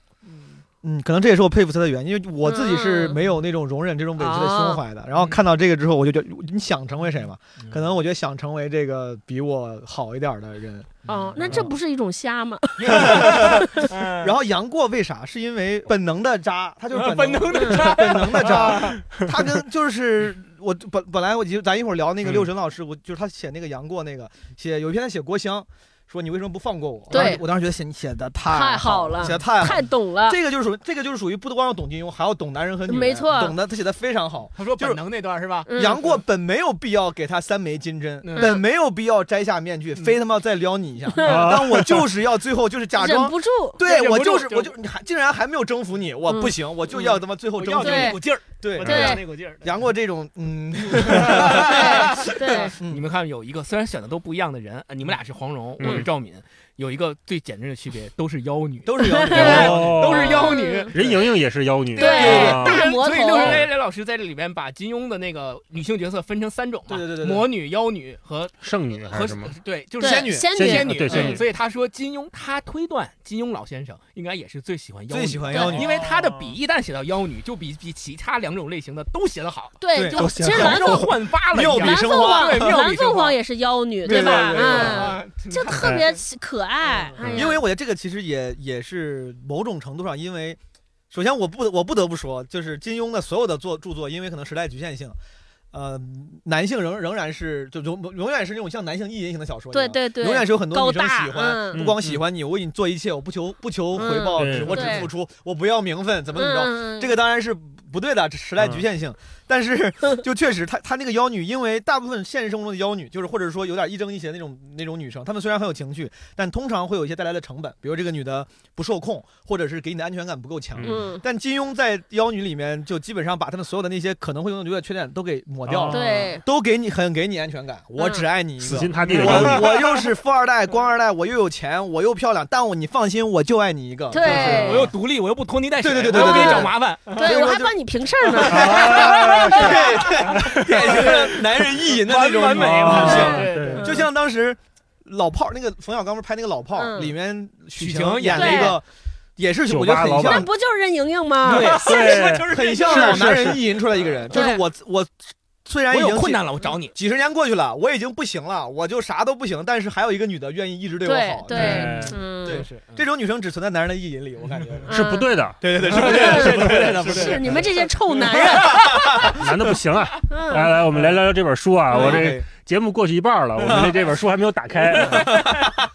S3: 嗯，可能这也是我佩服他的原因，因为我自己
S5: 嗯
S3: 是没有那种容忍这种委屈的
S5: 哦
S3: 胸怀的。然后看到这个之后，我就觉得你想成为谁嘛？可能我觉得想成为这个比我好一点的人。
S5: 啊、那
S3: 嗯
S5: 这不是一种瞎
S3: (laughs)
S5: 吗？
S3: 然后杨过为啥？是因为本能的渣，他就是本能
S11: 的渣，
S3: (laughs) 本能的渣。他跟就是我本本来我就咱一会儿聊那个
S4: 嗯
S3: 六神老师，我就是他写那个杨过那个写有一篇他写郭襄，说你为什么不放过我？
S5: 对
S3: 我当时我当时觉得写写的太
S5: 太好
S3: 好
S5: 了
S3: 写的太好
S5: 太懂了，
S3: 这个就是属于这个就是属于不光要懂金庸，还要懂男人和女人，
S5: 没错
S3: 懂得他写的非常好。
S11: 他说
S3: 就是
S11: 本能那段是吧？
S5: 嗯
S3: 杨过本没有必要给他三枚金针，
S11: 嗯
S3: 本没有必要摘下面具，非他妈再撩你一下，但我就是要最后就是假
S5: 忍
S3: 装， (laughs)
S5: 不住，
S3: 对
S11: 忍
S3: 我
S11: 不住
S3: 就是
S11: 就嗯
S3: 我就你还竟然还没有征服你，我
S5: 嗯
S3: 不行，我就要他妈最后
S11: 我
S3: 征
S11: 要
S3: 服
S11: 就
S5: 对
S3: 你。
S11: 那股劲儿，
S3: 对
S11: 我就
S5: 对
S11: 要那股劲儿。
S3: 杨过这种
S11: (laughs)
S3: 嗯，
S5: 对
S3: (laughs)
S5: 对，
S11: 你们看有一个虽然选的都不一样的人，呃你们俩是黄蓉，
S4: 嗯
S11: 我是赵敏，有一个最简直的区别，都是妖女，
S3: 都是有
S4: 哦
S11: 都是妖女。
S5: 嗯
S4: 任盈盈也是妖女，
S5: 对
S4: 啊
S5: 大魔
S11: 所以
S5: 头
S11: 六神雷雷老师在这里边把金庸的那个女性角色分成三种嘛，
S3: 对对对对对
S11: 魔女、妖女和
S4: 圣女还
S11: 和
S4: 是什么？
S11: 对，就是
S5: 对
S11: 仙女。
S5: 仙
S4: 仙
S5: 女
S4: 女对仙女
S11: 嗯所以他说金庸，他推断金庸老先生应该也是最喜欢妖女，
S3: 最喜欢妖女，
S11: 因为他的笔一旦写到妖女，就比比其他两种类型的都写得好，
S5: 对，
S3: 对哦
S5: 就
S3: 都
S5: 其
S3: 行
S5: 实蓝
S11: 横着
S5: 凤
S11: 焕发了一
S3: 妙
S11: 样，
S3: 笔
S5: 蓝
S3: 生
S5: 凤
S3: 花
S5: 凰，
S11: 对妙笔
S5: 蓝
S11: 生
S5: 凤
S11: 花
S5: 凰也是妖女，
S3: 对
S5: 吧？
S3: 对对对
S5: 嗯，
S11: 啊，
S5: 就特别可爱。哎呀
S3: 嗯因为我觉得这个其实也也是某种程度上，因为首先我不我不得不说，就是金庸的所有的作著作，因为可能时代局限性，呃，男性仍仍然是就永永远是那种像男性意淫型的小说一
S5: 对
S3: 样，
S5: 对对，
S3: 永远是有很多
S5: 高
S3: 女生
S5: 大
S3: 喜，欢。
S5: 嗯
S3: 不光喜欢你，我为你做一切，我不求不求回
S5: 嗯
S3: 报，
S4: 对
S3: 只我只
S5: 对
S3: 付出，我不要名分，怎么怎么着？
S5: 嗯，
S3: 这个当然是不对的，这时
S4: 嗯
S3: 代局限性。但
S5: (laughs)
S3: 是就确实，她她那个妖女，因为大部分现实生活中的妖女，就是或者说有点一正一邪那种那种女生，她们虽然很有情趣，但通常会有一些带来的成本，比如这个女的不受控，或者是给你的安全感不够强。
S4: 嗯
S5: 嗯，
S3: 但金庸在妖女里面，就基本上把她们所有的那些可能会有的缺点都给抹掉了，
S4: 哦
S5: 对，
S3: 都给你很给你安全感。
S5: 嗯
S3: 我只爱你一
S4: 死
S3: 个，
S4: 心塌地的妖
S3: 我
S4: 女，
S3: 我又是富二代、官二代，我又有钱，我又漂亮，但我你放心，我就爱你一个。
S5: 对
S11: 我又独立，我又不拖泥带水，
S3: 对对对
S11: 我又不给你
S5: 对
S11: 找麻烦，
S3: 所以
S5: 对我
S3: 说
S5: 还
S3: 就啊
S5: 帮你平事儿
S3: (laughs)
S4: 啊
S5: 呢。
S3: 对对， (laughs) 典型的男人意淫的那种
S11: 完完美完
S3: 女性
S11: 美，对对
S5: 嗯
S3: 就像当时老炮儿那个冯小刚不是拍那个老炮儿，
S5: 嗯
S3: 里面
S11: 许
S3: 许
S11: 晴
S3: 晴演
S11: 演
S3: 了一个，也是我觉得很
S4: 酒吧老
S5: 那
S3: 像
S4: 板。
S5: 不就是任盈盈
S11: 嗯
S5: 吗？
S3: 对
S4: 对，
S11: 就是
S3: 很像
S4: 是
S3: 老
S4: 是
S3: 男人意淫出来一个人，
S5: 对
S3: 就是我我虽然
S11: 我
S3: 已经
S11: 有困
S3: 几
S11: 难了，我找你。
S3: 几十年过去了，我已经不行了，我就啥都不行，但是还有一个女的愿意一直对我好，
S5: 对
S4: 哎
S5: 嗯，
S3: 对
S11: 是
S3: 这种女生只存在男人的意淫里，我感觉。
S5: 嗯
S4: (laughs) 是不对的，
S3: 对对对，是不对的，是不对的， (laughs) 不对
S5: 是
S3: 的。
S5: 你们这些臭
S3: (laughs)
S5: 男人。
S4: 男的不行啊！来
S5: (laughs) 嗯，
S4: 来，我们来聊聊这本书啊，我这
S3: 对
S4: 节目过去一半了，我们这这本书还没有打
S5: (laughs)
S4: 开， (laughs)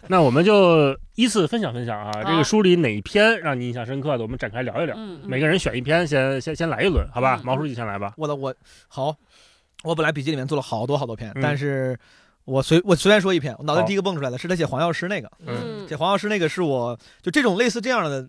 S4: 那我们就依次分享分享啊，这个书里哪一篇让你印象深刻的，我们展开聊一聊，
S5: 嗯，
S4: 每个人选一篇，先先先来一轮，好吧？
S5: 嗯
S4: 毛书记先来吧，
S3: 我的我好，我本来笔记里面做了好多好多篇，
S4: 嗯
S3: 但是我随我随便说一篇，我脑袋
S4: 好
S3: 第一个蹦出来的是他写黄药师那个，
S5: 嗯
S3: 写黄药师那个是我就这种类似这样的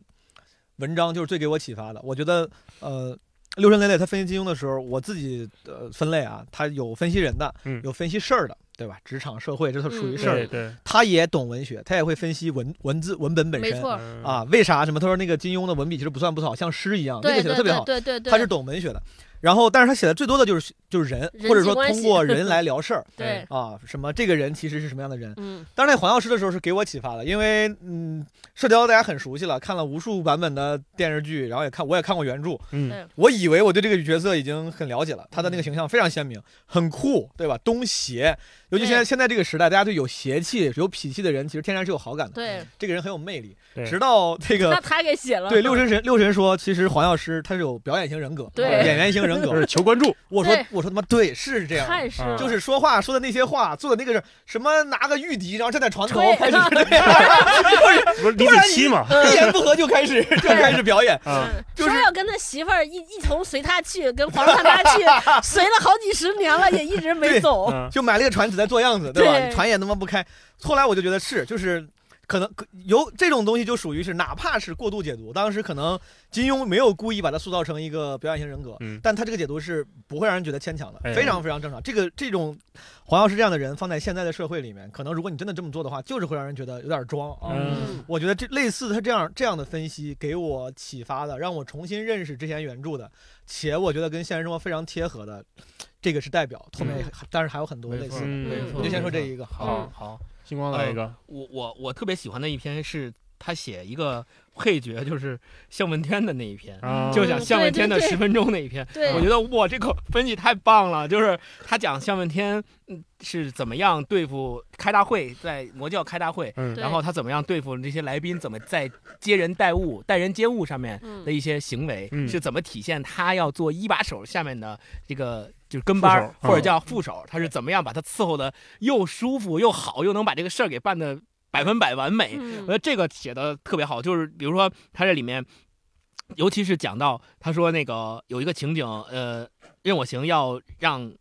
S3: 文章，就是最给我启发的。我觉得呃，六神磊磊他分析金庸的时候，我自己呃分类啊，他有分析人的
S4: 嗯，
S3: 有分析事儿的，对吧？职场社会这都属于
S5: 嗯
S3: 事儿
S4: 对
S3: 的，
S4: 对，
S3: 他也懂文学，他也会分析文文字文本本
S5: 没
S3: 身。
S5: 错，
S4: 嗯，
S3: 啊，为啥什么？他说那个金庸的文笔其实不算不好，像诗一样，那
S5: 对
S3: 个写的
S5: 对
S3: 特别好。
S5: 对对对，
S3: 他是懂文学的。然后，但是他写的最多的就是就是人，
S5: 人
S3: 或者
S5: 际
S3: 说
S5: 关
S3: 通
S5: 系 (laughs)
S3: 过人来聊事儿
S5: 对，
S3: 啊，什么这个人其实是什么样的人。
S5: 嗯
S3: 当然，那黄药师的时候是给我启发的，因为嗯，射雕大家很熟悉了，看了无数版本的电视剧，然后也看我也看过原著，
S4: 嗯，
S3: 我以为我对这个角色已经很了解了，他的那个形象非常鲜明，很酷，对吧？东邪，尤其现在
S5: 对
S3: 现在这个时代，大家对有邪气、有痞气的人其实天然是有好感的，
S5: 对，
S3: 这个人很有魅力。
S4: 对
S3: 直到这个
S5: 那他给写了， (laughs)
S3: 对，六神神六神说，其实黄药师他是有表演型人格，
S5: 对
S3: 演员型人人格
S4: (laughs) 就。是求关注，
S3: 我说
S5: 对
S3: 我说他妈对，是这样的，
S5: 太是了，
S3: 就是说话说的那些话，做的那个事儿，什么拿个玉笛，然后站在床头
S5: 对啊
S3: 开始这样，
S4: (laughs) 不是李子柒
S5: (laughs)
S4: 嘛？
S3: 就是 (laughs) 一言不合就开始就开始表演。
S4: 啊，
S3: 就是
S5: 嗯说要跟他媳妇儿一一同随他去，跟皇上他
S3: (laughs)
S5: 去，随了好几十年了，也一直没
S3: 对啊
S5: 走。
S4: 嗯
S3: 就买了个船只在做样子，对吧？
S5: 对
S3: 船也他妈不开。后来我就觉得是，就是可能可有这种东西，就属于是哪怕是过度解读。当时可能金庸没有故意把它塑造成一个表演型人格，
S4: 嗯
S3: 但他这个解读是不会让人觉得牵强的，
S4: 哎
S3: 非常非常正常。这个这种黄药师这样的人放在现在的社会里面，可能如果你真的这么做的话，就是会让人觉得有点装啊。
S4: 嗯，
S3: 我觉得这类似他这样这样的分析给我启发的，让我重新认识之前原著的，且我觉得跟现实生活非常贴合的，这个是代表。后面、当然还有很多类似的。
S4: 嗯
S5: 没错
S3: 我就先说这一个。
S2: 好好，
S4: 星光哎来一个，
S2: 我我我特别喜欢的一篇是他写一个配角，就是向问天的那一篇。
S4: 啊，
S5: 嗯
S2: 就讲向问天的
S5: 对对对
S2: 十分钟那一篇，
S5: 对
S2: 我觉得哇，这个分析太棒了！就是他讲向问天嗯是怎么样对付开大会，在魔教开大会，
S4: 嗯
S5: 对
S2: 然后他怎么样对付这些来宾，怎么在接人待物、待人接物上面
S5: 嗯
S2: 的一些行为，
S4: 嗯
S2: 是怎么体现他要做一把手下面的这个就是跟班儿
S4: 副手嗯
S2: 或者叫副手，他是怎么样把他伺候的又舒服又好，又能把这个事儿给办的百分百完美，我觉
S3: 哎
S5: 嗯
S2: 得这个写的特别好，就是比如说他这里面，尤其是讲到他说那个有一个情景，呃，任我行要让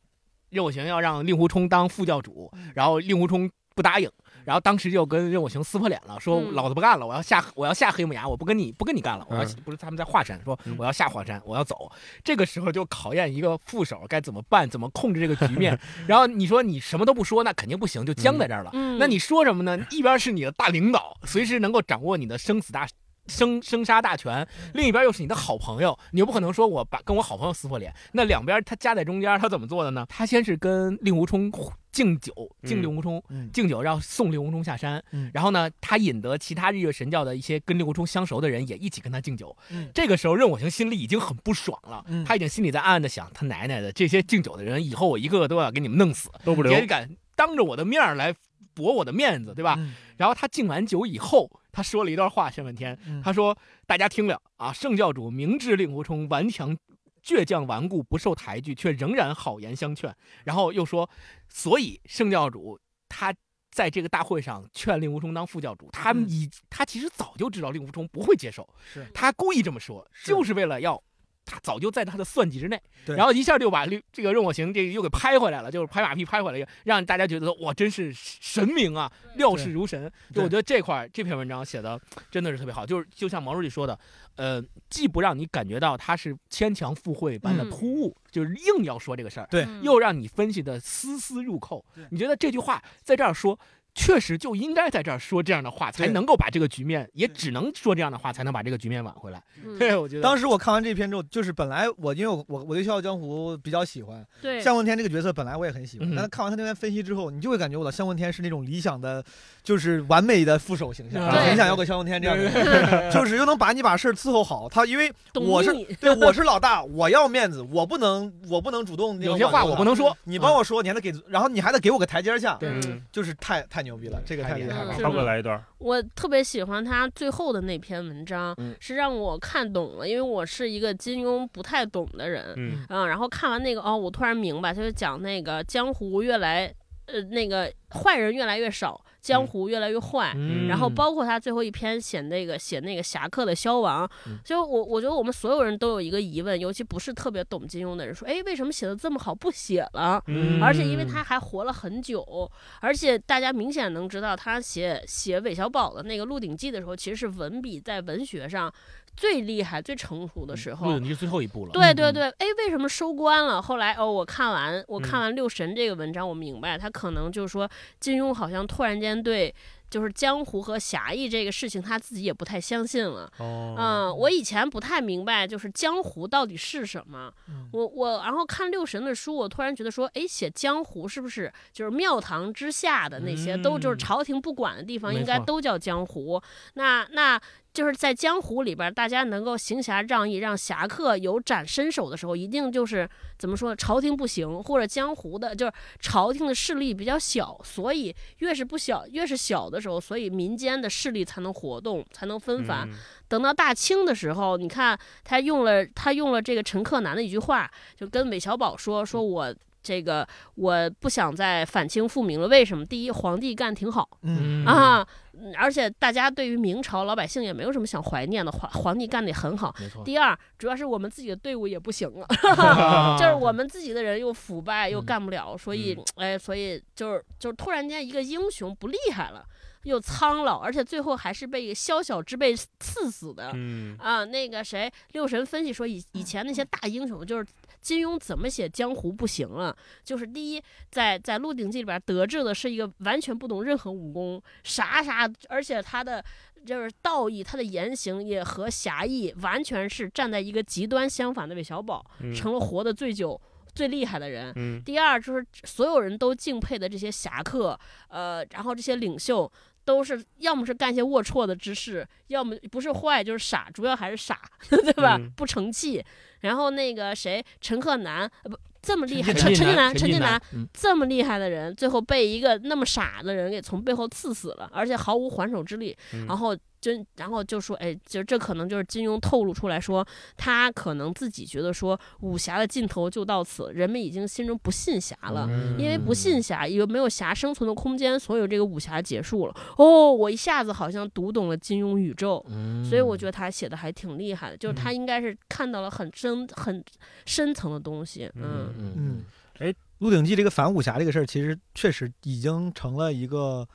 S2: 任我行要让令狐冲当副教主，
S5: 嗯
S2: 然后令狐冲不答应。然后当时就跟任我行撕破脸了，说
S5: 嗯
S2: 老子不干了，我要下我要下黑木崖，我不跟你不跟你干了，我要、
S4: 嗯
S2: 不是他们在华山说我要下华山，我要走。这个时候就考验一个副手该怎么办，怎么控制这个局面。然后你说你什么都不说，那肯定不行，就僵在这儿了。
S5: 嗯
S2: 那你说什么呢？一边是你的大领导，随时能够掌握你的生死大生生杀大权，
S3: 嗯
S2: 另一边又是你的好朋友，你又不可能说我把跟我好朋友撕破脸。那两边他夹在中间，他怎么做的呢？他先是跟令狐冲敬酒，敬
S4: 嗯
S2: 令狐冲，
S3: 嗯
S2: 敬酒，然后送令狐冲下山。
S3: 嗯
S2: 然后呢，他引得其他日月神教的一些跟令狐冲相熟的人也一起跟他敬酒。
S3: 嗯
S2: 这个时候，任我行心里已经很不爽了，
S3: 嗯
S2: 他已经心里在暗暗的想：他奶奶的，这些敬酒的人，以后我一个个都要给你们弄死。
S4: 都不留，
S2: 也敢当着我的面儿来驳我的面子，对吧？
S3: 嗯
S2: 然后他敬完酒以后，他说了一段话，沈问天
S3: 嗯，
S2: 他说：“大家听了啊，圣教主明知令狐冲顽强。”倔强顽固，不受抬举，却仍然好言相劝。然后又说，所以圣教主他在这个大会上劝令狐冲当副教主，他们已、他其实早就知道令狐冲不会接受，
S3: 嗯是
S2: 他故意这么说，
S3: 是
S2: 就是为了要他早就在他的算计之内，
S3: 对
S2: 然后一下就把这这个任我行这个又给拍回来了，就是拍马屁拍回来，让大家觉得哇，真是神明啊，料事如神。就
S3: 对
S2: 我觉得这块儿这篇文章写的真的是特别好，就是就像毛书记说的，呃，既不让你感觉到他是牵强附会般的
S5: 嗯
S2: 突兀，就是硬要说这个事儿，
S3: 对
S2: 又让你分析的丝丝入扣。你觉得这句话在这儿说，确实就应该在这儿说这样的话，才
S3: 对
S2: 能够把这个局面，也只能说这样的话，才能把这个局面挽回来。
S5: 嗯
S3: (laughs)
S2: 对，我觉得
S3: 当时我看完这篇之后，就是本来我因为我我我对《笑傲江湖》比较喜欢，
S5: 对
S3: 向问天这个角色本来我也很喜欢，
S2: 嗯
S3: 但是看完他那篇分析之后，你就会感觉我的向问天是那种理想的，就是完美的副手形象，
S2: 嗯对
S3: 我很想要个向问天这样的人，就是又能把你把事儿伺候好。他因为
S5: 懂
S3: 我是
S5: 你
S3: 对我是老大，我要面子，我不能我不能主动那个
S2: 有些话
S3: 挽留
S2: 我
S3: 他
S2: 不能说，嗯
S3: 你帮我说，你还得给，然后你还得给我个台阶下，
S2: 对
S4: 嗯，
S3: 就是太太牛逼了，这个太厉害了
S5: 嗯。
S4: 涛哥来一段，
S5: 我特别喜欢他最后的那篇文章，
S2: 嗯
S5: 是让我看懂了，因为我是一个金庸不太懂的人，
S4: 嗯
S5: 嗯，然后看完那个哦，我突然明白，他就讲那个江湖越来，呃，那个坏人越来越少，江湖越来越坏，
S2: 嗯
S5: 然后包括他最后一篇写那个写那个侠客的消亡，
S2: 嗯
S5: 就我我觉得我们所有人都有一个疑问，尤其不是特别懂金庸的人说，哎，为什么写的这么好不写了？
S4: 嗯
S5: 而且因为他还活了很久，而且大家明显能知道，他写写韦小宝的那个《鹿鼎记》的时候，其实是文笔在文学上最厉害、最成熟的时
S13: 鹿
S5: 候
S4: 嗯
S13: 鼎。记最后一部了，
S5: 对对对，哎，为什么收官了？后来哦，我看完我看完《六神》这个文章，我明白他可能就是说，金庸好像突然间对就是江湖和侠义这个事情，他自己也不太相信了。
S4: 哦，
S5: 嗯，我以前不太明白，就是江湖到底是什么。我我然后看六神的书，我突然觉得说，哎，写江湖是不是就是庙堂之下的那些、都就是
S2: 嗯
S5: 朝廷不管的地方，
S2: 没
S5: 应该
S2: 错
S5: 都叫江湖？那那就是在江湖里边儿，大家能够行侠仗义，让侠客有展身手的时候，一定就是怎么说，朝廷不行，或者江湖的，就是朝廷的势力比较小，所以越是不小，越是小的时候，所以民间的势力才能活动，才能纷繁。
S4: 嗯
S5: 等到大清的时候，你看他用了他用了这个陈克南的一句话，就跟韦小宝说：“
S2: 嗯
S5: 说我这个我不想再反清复明了。为什么？第一，皇帝干挺好、
S2: 嗯
S5: 啊，嗯而且大家对于明朝老百姓也没有什么想怀念的，皇皇帝干得很好。
S2: 没错，
S5: 第二，主要是我们自己的队伍也不行了，
S2: 啊
S5: (laughs) 就是我们自己的人又腐败又
S2: 嗯
S5: 干不了，所以哎，所以就是就是突然间一个英雄不厉害了。”又苍老，而且最后还是被宵小之辈赐死的。
S4: 嗯
S5: 啊，那个谁，六神分析说以以前那些大英雄，就是金庸怎么写江湖不行了，就是第一，在在《鹿鼎记》里边得志的是一个完全不懂任何武功，啥啥，而且他的就是道义，他的言行也和侠义完全是站在一个极端相反的韦小宝，
S4: 嗯
S5: 成了活得最久。最厉害的人，
S4: 嗯
S5: 第二就是所有人都敬佩的这些侠客，呃，然后这些领袖都是要么是干一些龌龊的之事，要么不是坏就是傻，主要还是傻， (laughs) 对吧？
S4: 嗯
S5: 不成器。然后那个谁，陈克南，呃不这么厉害，
S2: 陈
S5: 陈陈
S2: 近
S5: 近
S2: 南，
S5: 南，陈近南
S2: 南，嗯
S5: 这么厉害的人，最后被一个那么傻的人给从背后刺死了，而且毫无还手之力。
S4: 嗯
S5: 然后就然后就说，哎，就这可能就是金庸透露出来说，他可能自己觉得说武侠的尽头就到此，人们已经心中不信侠
S2: 嗯
S5: 了。因为不信侠，也没有侠生存的空间，所有这个武侠结束了。哦，我一下子好像读懂了金庸宇宙，
S2: 嗯
S5: 所以我觉得他写的还挺厉害的，就是他应该是看到了很深、很深层的东西。嗯，
S2: 嗯嗯
S3: 嗯，哎，《鹿鼎记》这个反武侠这个事儿，其实确实已经成了一个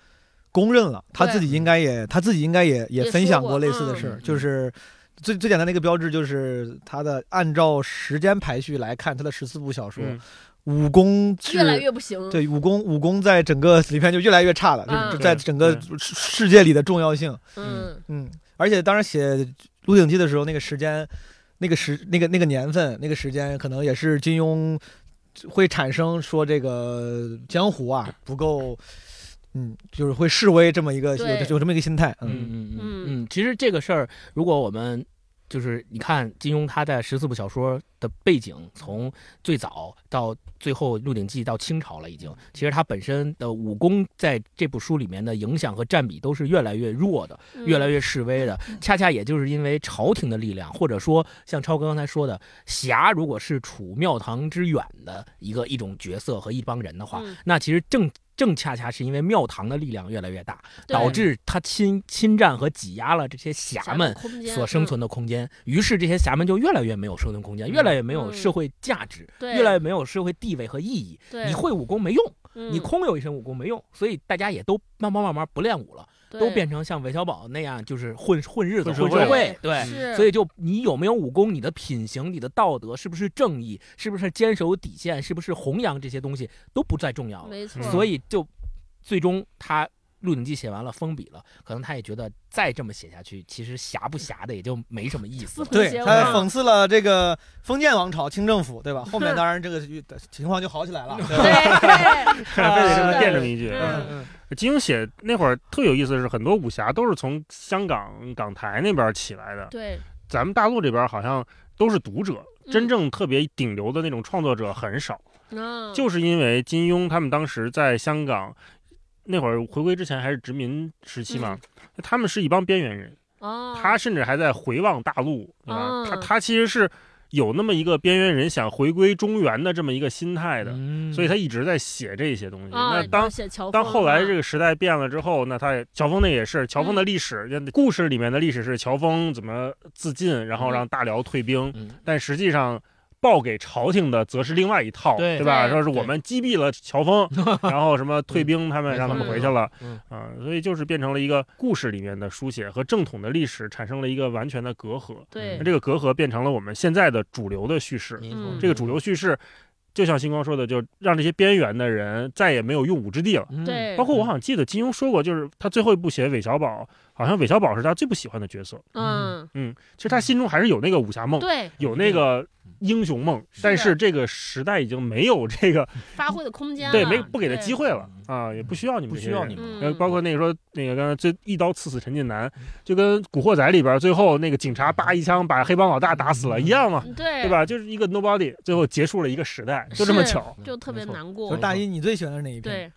S3: 公认了。他
S5: 对
S3: 自己应该也，他自己应该也也
S5: 也
S3: 分享
S5: 说
S3: 过
S5: 过
S3: 类似的
S5: 嗯
S3: 事儿，
S2: 嗯
S3: 就是。最最简单的一个标志就是他的按照时间排序来看，他的十四部小说，
S4: 嗯 (laughs)
S3: 武功是
S5: 越来越不行。
S3: 对武功武功在整个里片就越来越差了，
S5: 嗯
S3: 就就在整个世世界里的重要性。
S5: 嗯，
S3: 嗯，而且当时写《鹿鼎记》的时候，那个时间、那个时、那个那个年份、那个时间，可能也是金庸会产生说这个江湖啊不够，嗯，就是会示威这么一个有
S5: 对
S3: 有这么一个心态，嗯
S2: 嗯嗯
S5: 嗯
S2: 嗯，其实这个事儿，如果我们就是你看金庸他在十四部小说的背景，从最早到最后《鹿鼎记》到清朝了，已经，其实他本身的武功在这部书里面的影响和占比都是越来越弱的，越来
S5: 越
S2: 越示威的。
S5: 嗯
S2: (laughs) 恰恰也就是因为朝廷的力量，或者说像超哥刚才说的，侠如果是处庙堂之远的一个一种角色和一帮人的话，
S5: 嗯
S2: 那其实正正恰恰是因为庙堂的力量越来越大，导致他侵侵占和挤压了这些侠们。所
S5: 嗯
S2: 生存的空间，于是这些侠们就越来越没有生存空间，越来越没有
S5: 嗯
S2: 社会价值，
S5: 对
S2: 越来越没有社会地位和意义。你会武功没用，
S5: 嗯
S2: 你空有一身武功没用，所以大家也都慢慢慢慢不练武了。都变成像韦小宝那样，就是混混日子、
S4: 混
S2: 混
S4: 社
S2: 社
S4: 会
S2: 会，对。
S5: 是，
S2: 所以就你有没有武功，你的品行、你的道德是不是正义，是不是坚守底线，是不是弘扬这些东西都不再重要了。
S5: 没错，
S2: 所以就最终他《鹿鼎记》写完了封笔了，可能他也觉得再这么写下去，其实侠不侠的也就没什么意思了。
S3: 对
S5: 邪
S3: 他
S5: 恶
S3: 讽刺了这个封建王朝、清政府，对吧？后面当然这个情况就好起来了，对吧？
S4: (laughs)
S5: 对，
S4: 非得这么
S5: 是
S4: 垫这么一句。
S5: 嗯
S3: 嗯
S4: 金庸写那会儿特有意思的是，很多武侠都是从香港港台那边起来的，
S5: 对，
S4: 咱们大陆这边好像都是读者，(laughs)
S5: 嗯
S4: 真正特别顶流的那种创作者很少。
S5: 嗯，
S4: 就是因为金庸他们当时在香港那会儿回归之前还是殖民时期嘛，
S5: 嗯
S4: 他们是一帮边缘人，
S5: 哦，
S4: 他甚至还在回望大陆，对吧？
S5: 哦
S4: 他他其实是有那么一个边缘人想回归中原的这么一个心态的，
S2: 嗯
S4: 所以他一直在写这些东西。
S5: 啊
S4: 那当
S5: 写乔
S4: 当
S5: 峰
S4: 后来
S5: 啊
S4: 这个时代变了之后，那他也乔峰那也是乔峰的
S5: 嗯
S4: 历史、故事里面的历史是乔峰怎么自尽，然
S5: 嗯
S4: 后让大辽退兵，
S2: 嗯
S4: 但实际上。报给朝廷的则是另外一套，
S2: 对
S4: 吧？
S5: 对
S4: 说是我们击毙了
S2: (laughs)
S4: 乔峰，然后什么退兵，他
S2: 嗯
S4: 们
S2: 没
S4: 让他
S2: 错
S4: 们
S5: 没
S4: 回去
S5: 错
S4: 了，
S2: 嗯
S4: 啊、所以就是变成了一个故事里面的书写和正统的历史产生了一个完全的隔阂。
S5: 对
S4: 那这个隔阂变成了我们现在的主流的叙事，
S2: 没
S5: 嗯
S2: 错
S4: 这个主流叙事，就像星光说的，就让这些边缘的人再也没有用武之地了。
S2: 嗯
S5: 对，
S4: 包括我好像记得金庸说过，就是他最后一部写韦小宝，好像韦小宝是他最不喜欢的角色。
S5: 嗯，
S4: 其实他心中还是有那个武侠梦，
S5: 对，
S4: 有那个
S2: 嗯
S4: 英雄梦，但是这个时代已经没有这个
S5: 发挥的空间
S4: 对
S5: 了
S4: 没不给他机，会了。啊，也不需要你
S2: 嗯不
S4: 们这些
S2: 需要
S4: 人
S2: 你们。
S5: 嗯
S4: 呃，包括那个说那个刚才最一刀刺死陈近南，就
S2: 嗯
S4: 跟《古惑仔》里边最后那个警察叭一枪把黑帮老大打死
S2: 嗯
S4: 了一样嘛，
S5: 嗯对
S4: 对？吧？就是一个 nobody，最后结束了一个时代，就这么
S5: 是
S4: 巧。
S5: 就特别
S4: 没错
S5: 难
S3: 就
S5: 过
S3: 是。大一，你最喜欢的是哪一篇？
S5: 对，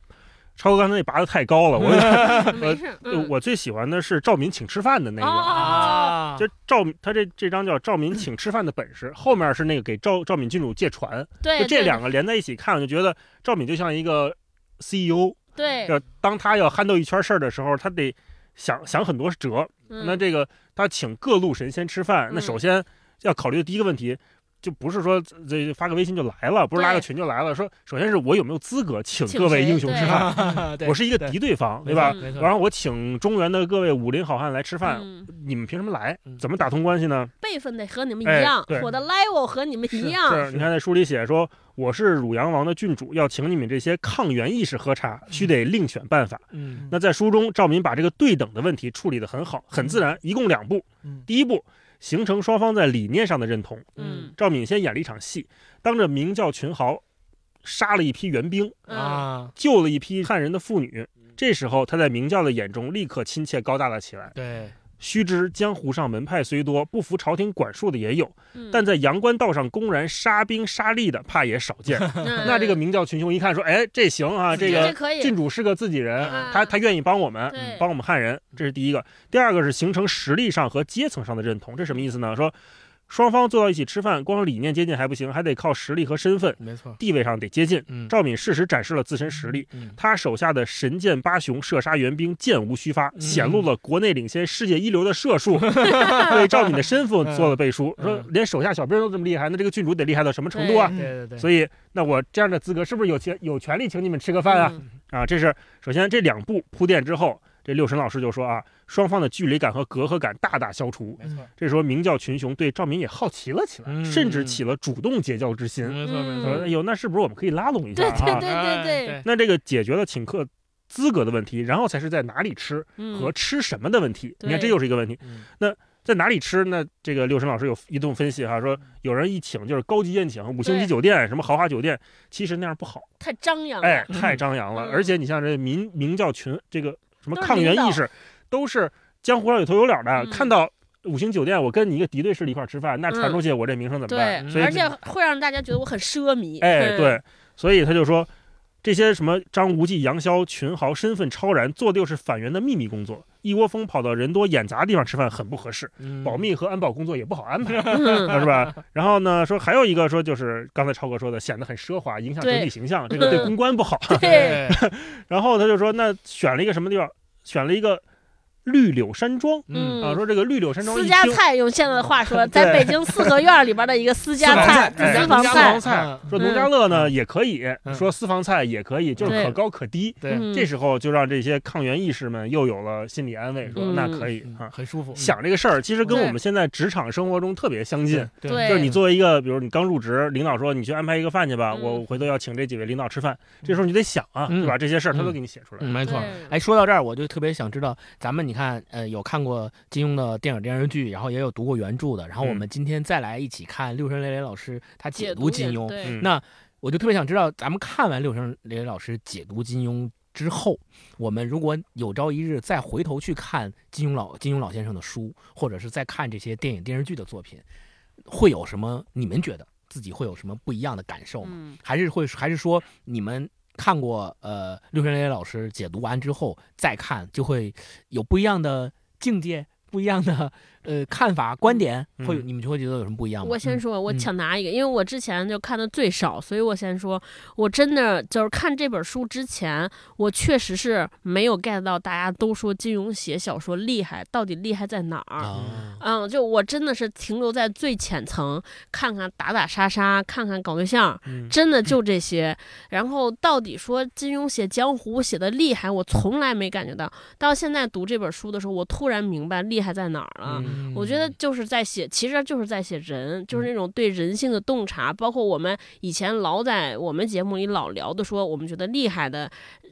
S4: 超哥刚才那拔的太高了，我
S5: 没事。嗯
S4: 呃 (laughs) 我最喜欢的是赵敏请吃饭的那
S5: 哦
S2: 啊
S4: 个。啊
S5: 哦哦，
S4: 就赵他这这张叫赵敏请吃饭的本事，后面是那个给赵赵敏郡主借船，
S5: 对，
S4: 就这
S5: 对
S4: 两个连在一起看，我就觉得赵敏就像一个 CEO，
S5: 对，
S4: 要当他要憨豆一圈事儿的时候，他得想想很多辙。
S5: 嗯
S4: 那这个他请各路神仙吃饭，那
S5: 嗯
S4: 首先要考虑的第一个问题。就不是说这发个微信就来了，不是拉个群就来了。说首先是我有没有资格请
S5: 请
S4: 各位
S5: 谁
S4: 英雄吃
S5: 对 (laughs)
S4: 饭？
S11: 对
S4: (laughs) 我是一个敌对方，对吧？
S5: 嗯
S11: 没错，
S4: 然后我请中原的各位武林好汉来吃饭，
S5: 嗯
S4: 你们凭什么来
S11: 嗯？
S4: 怎么打通关系呢？
S5: 辈分得和你们
S4: 哎
S5: 一样
S4: 对，
S5: 我的 level 和你们
S3: 啊
S5: 一样。
S4: 是，你看在书里写说，我是汝阳王的郡主，要请你们这些抗元义士喝茶，须得另选办法。
S11: 嗯
S4: 那在书中，赵敏把这个对等的问题处理得很好，很自然。一共两步
S3: 嗯，
S4: 第一步形成双方在理念上的认同。
S5: 嗯
S4: 赵敏先演了一场戏，当着明教群豪杀了一批援兵，
S5: 嗯，
S11: 啊，
S4: 救了一批汉人的妇女。
S3: 嗯
S4: 这时候，他在明教的眼中立刻亲切高大了起来。
S11: 对，
S4: 须知江湖上门派虽多，不服朝廷管束的也有，
S5: 嗯
S4: 但在阳关道上公然杀兵杀吏的，怕也少见。
S5: (laughs)
S4: 那这个明教群雄一看说，哎，这行啊，这
S5: 嗯这
S4: 个
S5: 可以，
S4: 郡主是个自己人，
S5: 嗯
S4: 他他愿意帮我们
S5: 对，
S4: 帮我们汉人，这是第一个。第二个是形成实力上和阶层上的认同，这什么意思呢？说双方坐到一起吃饭，光理念接近还不行，还得靠实力和身份、
S11: 没错，
S4: 地位上得接近。
S11: 嗯
S4: 赵敏适时展示了自身实力，
S11: 嗯
S4: 他手下的神箭八雄射杀援兵，箭无虚
S11: 嗯
S4: 发，显露了国内领先世界一流的
S11: (laughs)
S4: 射术，为赵敏的身份做了背书。
S11: 嗯
S4: 说连手下小兵都这么厉害，那这个郡主得厉害到什么程度啊？
S3: 嗯
S11: 对对对，
S4: 所以，那我这样的资格是不是有权有权利请你们吃个饭啊？
S5: 嗯
S4: 啊，这是首先这两步铺垫之后，这六神老师就说啊，双方的距离感和隔阂感大大消除。
S11: 没错，
S4: 这时候明教群雄对赵敏也好奇了起来，
S11: 嗯
S4: 甚至起了主动结交之心。
S11: 没错没
S4: 说
S11: 错
S5: 嗯，
S4: 哎呦，那是不是我们可以拉拢一下
S5: 对
S4: 啊？
S5: 对对
S11: 哎
S5: 对对，
S11: 对，
S4: 那这个解决了请客资格的问题，然后才是在哪里吃
S5: 嗯
S4: 和吃什么的问题。
S5: 对
S4: 你看，这又是一个问题。
S11: 嗯
S4: 那在哪里吃？那这个六神老师有一顿分析哈，说有人一请就是高级宴请，五星级
S5: 对
S4: 酒店，什么豪华酒店，其实那样不好，
S5: 太张扬了。
S4: 哎，太张扬了。
S5: 嗯
S4: 而且你像这民明教群这个什么
S5: 都是
S4: 抗元
S5: 领导
S4: 意识，都是江湖上有头有脸的，
S5: 嗯
S4: 看到。五星酒店，我跟你一个敌对势力一块儿吃饭，那传出去我这名声怎么
S5: 嗯对
S4: 办？所以，
S5: 而且会让大家觉得我很奢靡。
S4: 哎，
S5: 嗯，
S4: 对，所以他就说，这些什么张无忌、杨逍、群豪身份超然，做的又是反元的秘密工作，一窝蜂跑到人多眼杂的地方吃饭很不合适，
S2: 嗯
S11: 嗯
S4: 保密和安保工作也不好安排，啊
S5: 嗯
S4: 是
S5: (laughs)
S4: 吧？然后呢，说还有一个说就是刚才超哥说的，显得很奢华，影响整体
S5: 对嗯
S4: 形象，这个对公关不
S5: (laughs)
S4: 好。 (laughs)
S5: 对，
S4: 然后他就说，那选了一个什么地方？选了一个绿柳山庄
S11: 嗯
S4: 啊，
S5: 嗯。
S4: 说这个绿柳山庄一
S5: 私
S4: 听
S5: 家菜，用现在的话说，在北京四合院里边的一个私家
S3: 私房
S4: 菜
S5: 私
S4: 哎
S5: 房
S4: 私
S5: 菜
S4: 房，菜
S11: 嗯
S4: 说农家乐呢也可以，
S11: 嗯
S4: 说私房菜也可以，就是
S5: 对
S4: 可高可低。
S11: 对，
S5: 嗯
S4: 这时候就让这些抗元义士们又有了心理安慰，说、
S5: 嗯
S4: 那可以啊。
S11: 很舒服，
S4: 想这个事儿，其实跟
S5: 对
S4: 我们现在职场生活中特别相
S2: 嗯
S4: 近。
S5: 对
S4: 就是你作为一个，比如你刚入职，领导说你去安排一个饭去吧，
S5: 嗯
S4: 我回头要请这几位领导吃饭，这时候你得想啊，
S11: 嗯
S4: 对吧？这些事儿他都给你写出来。
S11: 嗯，没错
S5: 对。
S11: 哎，说到这儿，我就特别想知道，咱们你看，呃，有看过金庸的电影电视剧，然后也有读过原著的，然后我们今天再来一起看六神磊磊老师他嗯解读金
S5: 也
S11: 庸，
S5: 对
S4: 嗯
S11: 那我就特别想知道，咱们看完六神磊磊老师解读金庸之后，我们如果有朝一日再回头去看金庸老金庸老先生的书，或者是再看这些电影电视剧的作品，会有什么？你们觉得自己会有什么不一样的感受吗？
S5: 嗯，
S11: 还是会还是说你们看过呃六神磊磊老师解读完之后再看，就会有不一样的境界？不一样的呃看法观点，会有
S4: 嗯
S11: 你们就会觉得有什么不一样吗？
S5: 我先
S11: 嗯
S5: 说，我
S11: 嗯
S5: 抢答一个，因为我之前就看的最少，所以我先说，我真的就是看这本书之前，我确实是没有 get 到大家都说金庸写小说厉害，到底厉害在哪儿？
S11: 啊，
S5: 嗯，就我真的是停留在最浅层，看看打打杀杀，看看搞对象，
S4: 嗯
S5: 真的就这些。然后到底说金庸写江湖写的厉害，我从来没感觉到。到现在读这本书的时候，我突然明白厉害在哪儿了。
S4: 嗯嗯
S5: 我觉得就是在写，其实就是在写人，
S11: 嗯
S5: 就是那种对人性的洞察。包括我们以前老在我们节目里老聊的说，我们觉得厉害的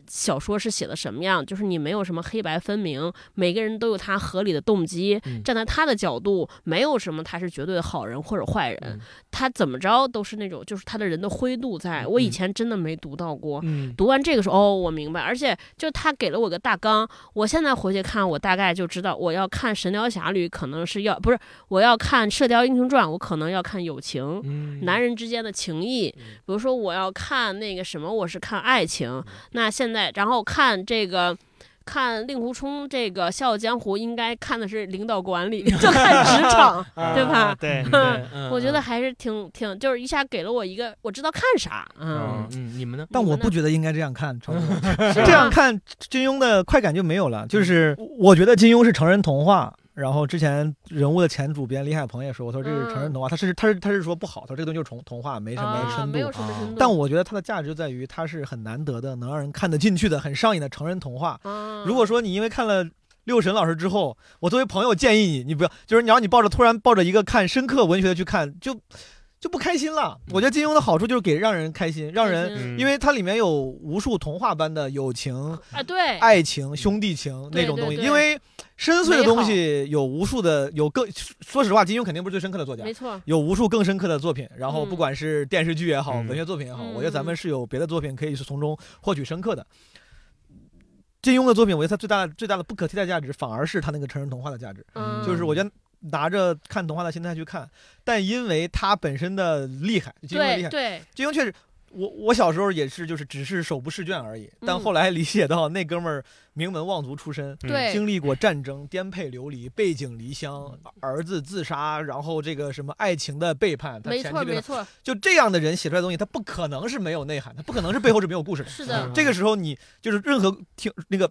S5: 小说是写的什么样，就是你没有什么黑白分明，每个人都有他合理的动机，
S11: 嗯
S5: 站在他的角度，没有什么他是绝对的好人或者坏人，
S11: 嗯
S5: 他怎么着都是那种就是他的人的灰度在。我以前真的没读到过，
S11: 嗯
S5: 读完这个时候，哦，我明白，而且就他给了我个大纲，我现在回去看，我大概就知道我要看《神雕侠侣》，可能是要不是我要看《射雕英雄传》，我可能要看友情，
S11: 嗯
S5: 男人之间的情谊，
S3: 嗯
S5: 比如说我要看那个什么，我是看爱
S3: 嗯
S5: 情。那现在，然后看这个。看令狐冲这个《笑傲江湖》，应该看的是领导管理，就看职
S3: (laughs)
S5: 场，对
S3: 嗯
S5: 吧？
S11: 对，
S2: 嗯
S5: 我觉得还是挺挺，就是一下给了我一个我知道看啥，嗯，
S4: 嗯
S11: 嗯，你们呢？
S3: 哦但
S5: 你
S3: 我
S5: 们呢
S3: 不觉得应该这样看，成哥
S5: 是吧
S3: 这样看金庸的快感就没有了。就是我觉得金庸是成人童话。然后之前人物的前主编李海鹏也说过，他说这是成人童话，他是他是他是说不好，他说这个东西就是童童话，没什么
S5: 啊，
S3: 深
S5: 没
S3: 度哦
S5: 有。什么深度。
S3: 但我觉得它的价值就在于它是很难得的，能让人看得进去的、很上瘾的成人童话。
S5: 啊
S3: 如果说你因为看了六神老师之后，我作为朋友建议你，你不要，就是你让你抱着突然抱着一个看深刻文学的去看，就就不开心了。我觉得金庸的好处就是给让人嗯开心，让人。
S5: 嗯
S3: 因为它里面有无数童话般的友情、
S5: 啊，对，
S3: 爱情、兄弟情
S5: 对
S3: 那种东西，
S5: 对对
S3: 因为深邃的东西有无数的，有更说实话，金庸肯定不是最深刻的作家
S5: 没，错，
S3: 有无数更深刻的作品，然后
S5: 嗯
S3: 不管是电视剧也好，
S4: 嗯
S3: 文学作品也好，
S5: 嗯
S3: 我觉得咱们是有别的作品可以从中获取深刻的。金庸的作品，我觉得它最大的最大的不可替代价值，反而是他那个成人童话的价值，
S5: 嗯，
S3: 就是我觉得。拿着看童话的心态去看，但因为它本身的厉害，金庸的厉
S5: 对
S3: 害，
S5: 对，
S3: 金庸确实，我我小时候也是，就是只是手不释卷而已。但
S5: 嗯
S3: 后来理解到那哥们儿名门望族出身，
S4: 嗯
S5: 对嗯
S3: 经历过战争、颠沛流离、背井离乡、儿子自杀，然后这个什么爱情的背叛，他
S5: 没
S3: 前
S5: 错
S3: 妻背
S5: 没
S3: 叛，
S5: 错，
S3: 就这样的人写出来的东西，他不可能是没有内涵，他不可能是背后是没有故事的。
S5: (laughs) 是的，
S3: 这个时候你就是任何听那个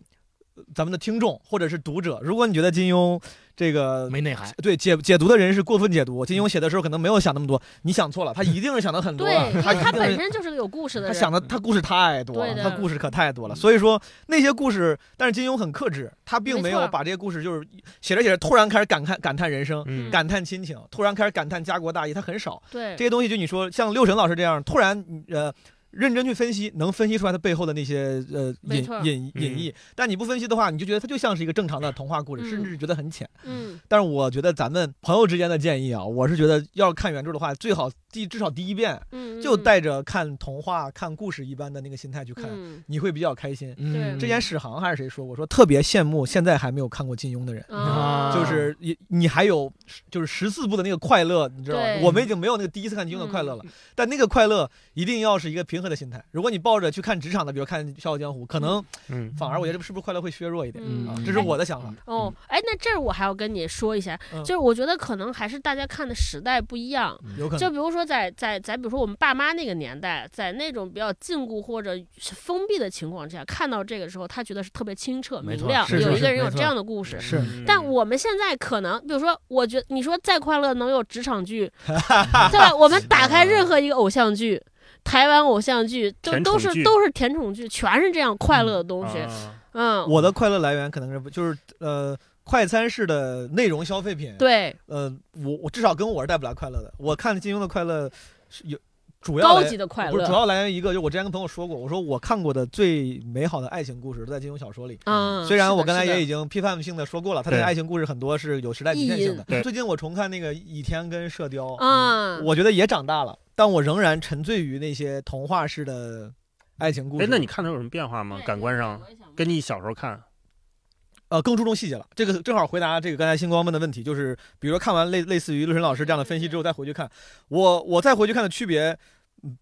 S3: 呃咱们的听众或者是读者，如果你觉得金庸这个
S11: 没内涵，
S3: 对解解读的人是过分解读，金庸写的时候可能没有想那么多，你想错了，他一定是想的很多
S5: 对，
S3: 了
S5: 因，为
S3: 一
S5: 他
S3: 定是
S5: 本身就是个有故事的
S3: 他
S5: 人，
S3: 想的他故事太多了，
S5: 对
S3: 他
S5: 的嗯
S3: 故事可太多了。所以说那些故事，但是金庸很克制，他并没
S5: 没
S3: 有
S5: 错
S3: 把这些故事就是写着写着突然开始感叹感叹人生，
S4: 嗯
S5: 嗯
S3: 感叹亲情，突然开始感叹家国大义，他很少
S5: 对
S3: 这，些东西。就你说像六神老师这样，突然呃。认真去分析，能分析出来它背后的那些呃
S5: 没
S3: 隐
S5: 错
S3: 隐隐
S4: 嗯
S3: 意。但你不分析的话，你就觉得它就像是一个正常的童话故事，
S5: 嗯
S3: 甚至觉得很浅。
S5: 嗯，
S3: 但是我觉得咱们朋友之间的建议啊，我是觉得要看原著的话，最好第至少第一遍
S5: 嗯，
S3: 就
S5: 嗯
S3: 带着看童话、看故事一般的那个心态去看，
S5: 嗯，
S3: 你会比较开心。
S5: 对
S11: 嗯，
S3: 之前史航还是谁说过，说特别羡慕现在还没有看过金庸的人，
S5: 啊
S3: 就是你你还有就是十四部的那个快乐，你知道吗
S5: 对？嗯
S3: 我们已经没有那个第一次看金庸的快乐了，但那个快乐一定要是一个平和的心态。如果你抱着去看职场的，比如看《笑傲江湖》，可能
S4: 嗯
S3: 反而我觉得是不是快乐会削弱一点？
S5: 嗯
S3: 啊
S11: 嗯，
S3: 这是我的想法。
S5: 哦，哎，那这儿我还要跟你说一下，
S3: 嗯
S5: 就是我觉得可能还是大家看的时代不一样，
S3: 有可
S5: 就
S3: 能。
S5: 比如说在在在，比如说我们爸妈那个年代，在那种比较禁锢或者是封闭的情况之下，看到这个时候，他觉得是特别清澈
S11: 没
S5: 明
S11: 错
S5: 亮，
S3: 是
S5: 有
S3: 是
S5: 一个
S3: 是
S5: 人有
S3: 没
S5: 这
S3: 错
S5: 样的故事。
S3: 是
S4: 嗯
S5: 但我们现在可能，比如说，我觉你说再快乐能有职场
S4: (laughs)
S5: 剧，对吧？我们打开任何一个偶像剧，台湾偶像剧都
S4: 甜
S5: 都
S4: 宠
S5: 是
S4: 剧
S5: 都是甜宠剧，全是这样快乐的东西。
S4: 啊
S5: 嗯，
S3: 我的快乐来源可能是就是呃快餐式的内容消费品，
S5: 对，
S3: 呃，我我至少跟我是带不来快乐的。我看金庸的快乐是有主要
S5: 高
S3: 来
S5: 级的快
S3: 不是主
S5: 乐，
S3: 要来源于一个，就我之前跟朋友说过，我说我看过的最美好的爱情故事都在金庸小说里。
S5: 嗯，
S3: 虽
S5: 是
S3: 然
S5: 的
S3: 我刚才
S5: 是的
S3: 也已经批判性的说过了，他的
S4: 对
S3: 爱情故事很多是有时代局限性
S5: 意淫
S3: 的。
S4: 对
S3: 最近我重看那个《倚天》跟《射雕》，
S5: 嗯，
S3: 我觉得也长大了，但我仍然沉醉于那些童话式的爱情故事。
S4: 哎，那你看它有什么变化吗？感官上，跟你小时候看，
S3: 呃，更注重细节了。这个正好回答这个刚才星光问的问题，就是比如说看完类类似于陆晨老师这样的分析之后再回去看，我我再回去看的区别，嗯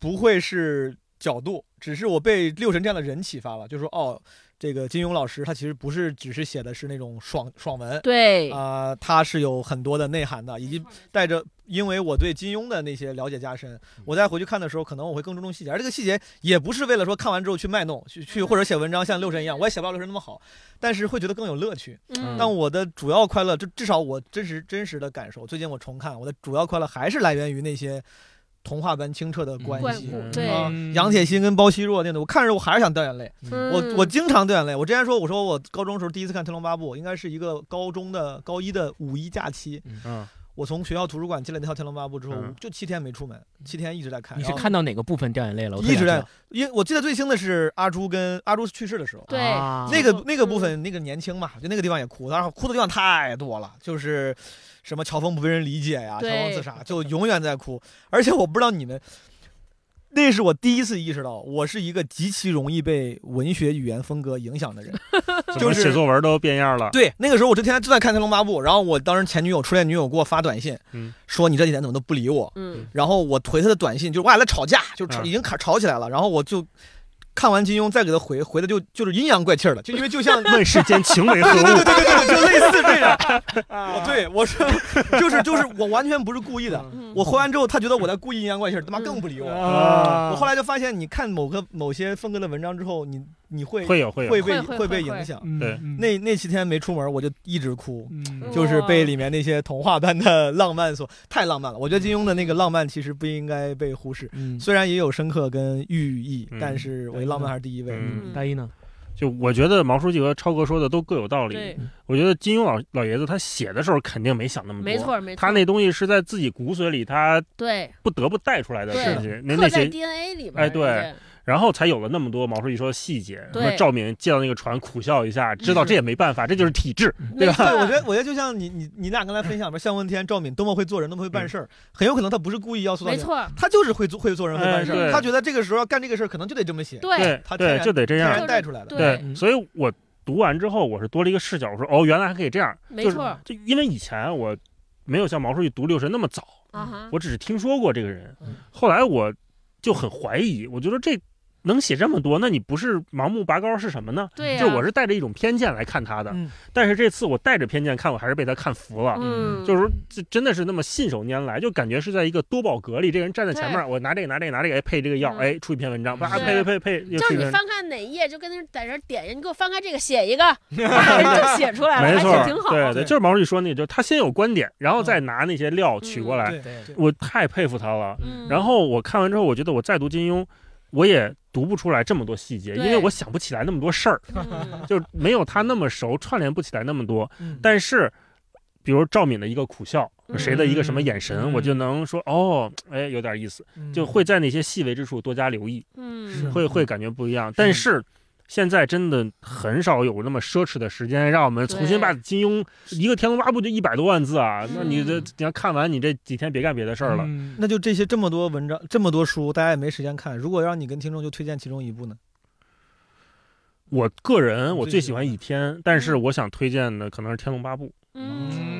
S3: 不会是角度，只是我被六神这样的人启发了，就是说哦，这个金庸老师他其实不是只是写的是那种爽爽文。
S5: 对，
S3: 啊、他是有很多的内涵的，以及带着，因为我对金庸的那些了解加深，我再回去看的时候，可能我会更注重细节，而这个细节也不是为了说看完之后去卖弄， (laughs) 去去或者写文章像六神一样，我也写不到六神那么好，但是会觉得更有乐趣。
S5: 嗯
S3: 但我的主要快乐，就至少我真实真实的感受，最近我重看，我的主要快乐还是来源于那些童话般清澈的关
S5: 怪
S3: 系。
S5: 物
S4: 嗯
S5: 对，
S3: 啊，杨铁心跟包惜弱那种，我看着我还是想掉眼泪。我我
S5: 嗯
S3: 经常掉眼泪。我之前说，我说我高中时候第一次看《天龙八部》，应该是一个高中的高一的五一假期。
S4: 嗯，
S3: 我从学校图书馆借了那套《天龙八部》之后，
S4: 嗯
S3: 就七天没出门，七天一直在看。
S2: 你是
S3: 然后
S2: 看到哪个部分掉眼泪了？我特
S3: 一直
S2: 想
S3: 在
S2: 知道，
S3: 因我记得最清的是阿朱跟阿朱去世的时候。
S5: 对
S2: 啊
S3: 那个
S5: 嗯
S3: 那个部分，那个年轻嘛，就那个地方也哭，当然哭的地方太多了，就是什么乔峰不被人理解呀，乔
S5: 对
S3: 峰自杀，就永远在哭。而且我不知道你们，那是我第一次意识到，我是一个极其容易被文学语言风格影响的人。
S4: 怎
S3: 就
S4: 么
S3: 是
S4: 写作文都变样了？
S3: 对，那个时候我这天天就在看《天龙八部》，然后我当时前女友、初恋女友给我发短信，
S4: 嗯
S3: 说你这几天怎么都不理我，
S5: 嗯
S3: 然后我回他的短信，就是我俩在吵架，就吵
S4: 嗯
S3: 已经吵吵起来了。然后我就看完金庸，再给他回，回的就就是阴阳怪气儿的，就因为就像
S4: 问世间情为何
S3: 对对
S4: 物？
S3: 对对对，对就类似这样。我对我是就是就是我完全不是故意的。
S5: 嗯
S3: 我回完之后，他觉得我在故意阴阳怪气儿，他妈更不理我。
S4: 啊
S3: 我后来就发现，你看某个某些风格的文章之后，你你会
S4: 会有会有，
S3: 会被
S5: 会会
S3: 被
S5: 会
S3: 影
S5: 会
S3: 响。
S2: 嗯
S4: 对
S2: 嗯
S3: 那那七天没出门，我就一直哭，
S2: 嗯
S3: 就是
S4: 哦
S3: 被里面那些童话般的 (laughs) 浪漫所太浪漫了。我觉得金庸的那个浪漫其实不应该被忽视，
S2: 嗯
S3: 虽然也有深刻跟寓意
S4: 嗯，
S3: 但是我觉得浪漫还是第一位。
S4: 嗯
S5: 嗯
S2: 大一呢？
S4: 就我觉得毛书记和超哥说的都各有道理
S5: 对。，
S4: 我觉得金庸老老爷子他写的时候肯定没想那么多，
S5: 没错儿没错儿，
S4: 他那东西是在自己骨髓里他
S5: 对
S4: 不得不带出来的
S5: 对
S4: 东西，那
S5: 刻
S4: 那
S5: 在
S4: 些
S5: DNA 里边儿，
S4: 哎对
S5: 人家
S4: 然后才有了那么多毛书记说的细节。什
S5: 对嗯
S4: 么赵敏见到那个船苦笑一下，知道这也没办法，这就是体制，对
S5: 没
S4: 吧？
S5: 错
S3: (laughs) 对，
S5: 儿
S3: 我觉得，我觉得就像你你你俩刚才分
S4: (laughs)
S3: 享吧，向问天、赵敏多么会做人，多么会
S4: 嗯
S3: 办事儿，很有可能他不是故意要塑造
S5: 没
S3: 你，
S5: 错儿，
S3: 他就是会做会做人会办事
S4: 哎
S3: 儿，
S4: 对
S3: 他觉得这个时候要干这个事儿，可能就得这么写，
S5: 对
S3: 他天
S4: 对，
S3: 然
S4: 就得这
S3: 天
S4: 样
S5: 就
S3: 然
S5: 是。
S3: 带出来的。嗯
S5: 对
S4: 对，所以我读完之后，我是多了一个视角，我说哦，原来还可以这样。
S5: 没
S4: 就是
S5: 错儿
S4: 就因为以前我没有像毛书记读六神那么早，
S5: 啊哈，
S4: 我只是听说过这个人
S3: 嗯，
S4: 后来我就很怀疑，我觉得这能写这么多，那你不是盲目拔高是什么呢？
S5: 对啊呀，
S4: 就我是带着一种偏见来看他的，
S3: 嗯
S4: 但是这次我带着偏见看，我还是被他看服了。
S5: 嗯，
S4: 就是说这真的是那么信手拈来，就感觉是在一个多宝格里，这个人站在前面，我拿这个拿这个拿这个，哎，配这个药，
S5: 嗯
S4: 哎，出一篇文章，叭，
S5: 对
S4: 配配配配，又出
S5: 就是
S4: 一
S5: 你
S4: 篇。
S5: 翻看哪一页，就跟那儿在这儿点，你给我翻开这个写
S4: (laughs)
S5: 一个，把人就写出来了，
S4: 没
S5: 还
S4: 错，
S5: 挺挺好。
S4: 对对，
S3: 对
S4: 就是毛主席说那个，就是他先有观点，然后再拿那些料取过
S3: (laughs)
S4: 来。
S3: 对
S2: 对
S3: 对
S4: 我太佩服他了。
S5: 嗯
S4: 然后我看完之后，我觉得我再读金庸，我也读不出来这么多细节，因
S5: 对
S4: 为我想不起来那么多
S5: (laughs)
S4: 事儿，
S5: 嗯
S4: 就没有他那么熟，串联不起来那么多。
S3: 嗯
S4: 但是，比如赵敏的一个苦笑，
S5: 嗯
S4: 谁的一个什么眼神，
S2: 嗯
S4: 我就能说哦，哎，有点意思，
S3: 嗯
S4: 就会在那些细微之处多加留意，
S5: 嗯，
S4: 会会感觉不一样。但是。现在真的很少有那么奢侈的时间，让我们重新把金庸一个《天龙八部》就一百多万字啊！那你
S5: 嗯
S4: 这你要看完，你这几天别干别的事儿了。
S2: 嗯
S3: 那就这些这么多文章，这么多书，大家也没时间看。如果让你跟听众就推荐其中一部呢？
S4: 我个人
S3: 你
S4: 我
S3: 最
S4: 最
S3: 喜
S4: 喜欢
S3: 欢
S4: 倚天，但是我想推荐的可能是《天龙八部》。
S5: 嗯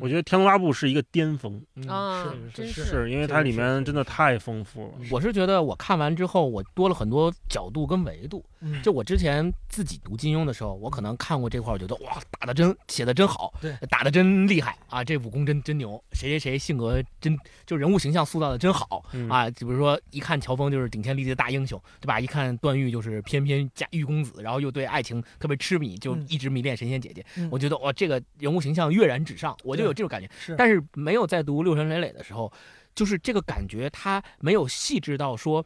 S4: 我觉得《天龙八部》是一个巅峰，
S3: 嗯
S5: 啊，真
S4: 是因为它里面真的太丰富
S3: 嗯
S4: 了。
S2: 我是觉得我看完之后，我多了很多角度跟维度。
S3: 嗯
S2: 就我之前自己读金庸的时候，我可能看过这块儿，我觉得哇，打的真写的真好，
S3: 对，
S2: 打的真厉害啊，这武功真真牛，谁谁谁性格真就人物形象塑造的真好
S4: 嗯
S2: 啊。就比如说一看乔峰就是顶天立地的大英雄，对吧？一看段誉就是翩翩家玉公子，然后又对爱情特别痴迷，就
S3: 嗯
S2: 一直迷恋神仙姐姐。
S3: 嗯
S2: 我觉得哇，这个人物形象跃然纸上，我就有
S3: 对
S2: 这种感觉。
S3: 是
S2: 但是没有在读《六神磊磊》的时候，就是这个感觉，他没有细致到说，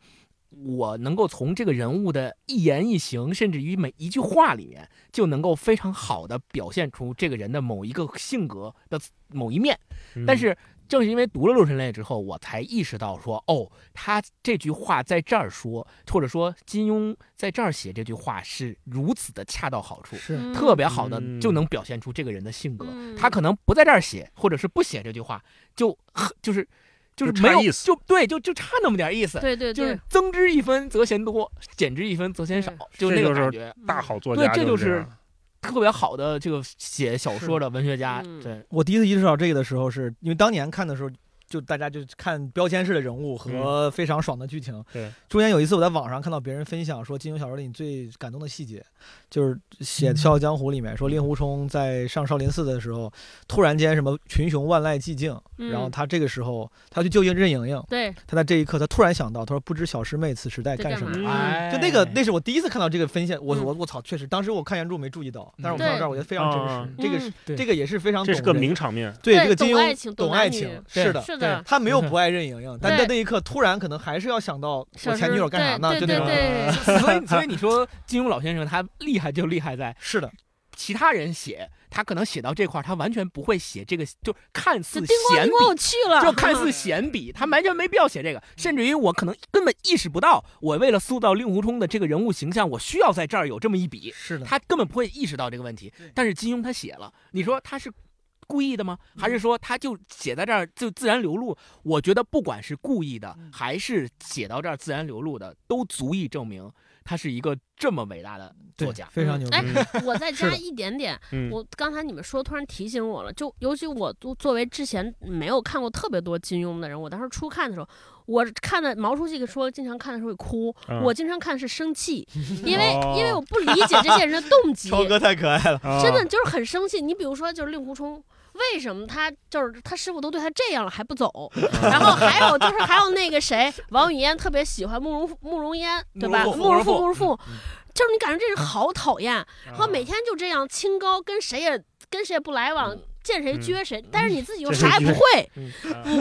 S2: 我能够从这个人物的一言一行，甚至于每一句话里面，就能够非常好的表现出这个人的某一个性格的某一面。
S4: 嗯
S2: 但是正是因为读了《六神磊》之后，我才意识到说，哦，他这句话在这儿说，或者说金庸在这儿写这句话是如此的恰到好处。
S3: 是
S2: 特别好的
S4: 嗯
S2: 就能表现出这个人的性格。
S5: 嗯
S2: 他可能不在这儿写，或者是不写这句话，就很就是就
S4: 就是差
S2: 没有
S4: 意思
S2: 就对，就就差那么点意思。
S5: 对对
S2: 就
S5: 对
S2: 是，增之一分则嫌多，减之一分则嫌少，就
S4: 这
S2: 那个
S4: 就是
S2: 感觉。
S5: 嗯
S4: 大好作
S2: 对
S4: 家，，
S2: 这
S4: 就是
S2: 是
S4: 样
S2: 特别好的这个写小说的文学家。
S5: 嗯
S2: 对，
S3: 我第一次意识到这个的时候是，因为当年看的时候，就大家就看标签式的人物和非常爽的剧情。
S4: 嗯对，
S3: 中间有一次我在网上看到别人分享说，金庸小说里你最感动的细节，就是写《笑傲江湖》里面
S4: 嗯
S3: 说令狐冲在上少林寺的时候，突然间什么群雄万籁寂静，
S5: 嗯
S3: 然后他这个时候他去救任盈盈，
S5: 对
S3: 他在这一刻他突然想到，他说不知小师妹此时在
S5: 在
S3: 干
S5: 干
S3: 什么
S5: 嘛。
S4: 嗯
S2: 哎
S3: 就那个，那是我第一次看到这个分线，我
S5: 嗯
S3: 我我操，确实，当时我看原著没注意到，但是我
S5: 对
S3: 看到这儿，我觉得非常真
S4: 啊
S3: 实，这个是
S2: 对
S3: 这个也是非常
S4: 这是个
S3: 懂人
S4: 名场面。
S3: 对
S5: 嗯对
S3: 这个金
S5: 懂爱
S3: 庸
S5: 情懂
S3: 懂
S5: 男
S3: 爱
S5: 女
S3: 情，
S2: 对
S3: 是
S5: 是的，
S3: 他没
S2: 嗯
S3: 有不爱任盈盈，但在那一刻突然可能还是要想到我
S5: 小时
S3: 前
S5: 候
S3: 女友干啥呢？
S5: 对
S3: 就
S5: 对
S3: 那种，
S5: 对对，
S2: 呃
S5: (laughs)
S2: 所以所以你说金庸老先生他厉害就厉害在
S3: 是的，
S2: 其他人写，他可能写到这块儿，他完全不会写这个，就看
S5: 这
S2: 似
S5: 叮咣
S2: 闲
S5: 叮咣我
S2: 笔，
S5: 去
S2: (laughs)
S5: 了，
S2: 就看似闲笔，他完全没必要写这个，甚至于我可能根本意识不到，我为了塑造令狐冲的这个人物形象，我需要在这儿有这么一笔，
S3: 是的，
S2: 他根本不会意识到这个问题。但是金庸他写了，你说他是故意的吗？还是说他就写在这儿就自然流露？我觉得不管是故意的，还是写到这儿自然流露的，都足以证明他是一个这么伟大的作家。
S3: 非常牛逼。
S5: 哎，我
S3: (laughs)
S5: 再
S3: 是
S5: 加
S3: 的
S5: 一点点，
S4: 嗯
S5: 我刚才你们说，突然提醒我了，就尤其我作作为之前没有看过特别多金庸的人，我当时初看的时候，我看的毛书记说经常看的时候会哭，
S4: 嗯
S5: 我经常看是生气，因为、
S4: 哦
S5: 因为我不理解这些人的动机，
S3: 超哥太可爱了，
S4: 啊
S5: 真的就是很生气。你比如说，就是令狐冲。为什么他就是他师傅都对他这样了还不走？
S4: 啊
S5: 然后还有就是还有那个谁，王语嫣特别喜欢慕容复慕容嫣，对吧？
S2: 慕容复
S5: 慕容复
S2: 慕
S5: 慕容复，就是你感觉这人好讨厌。然后每天就这样清高，跟谁也跟谁也不来往，见谁撅谁。但是你自己又
S4: 见
S5: 啥
S4: 谁嗯
S5: 也 不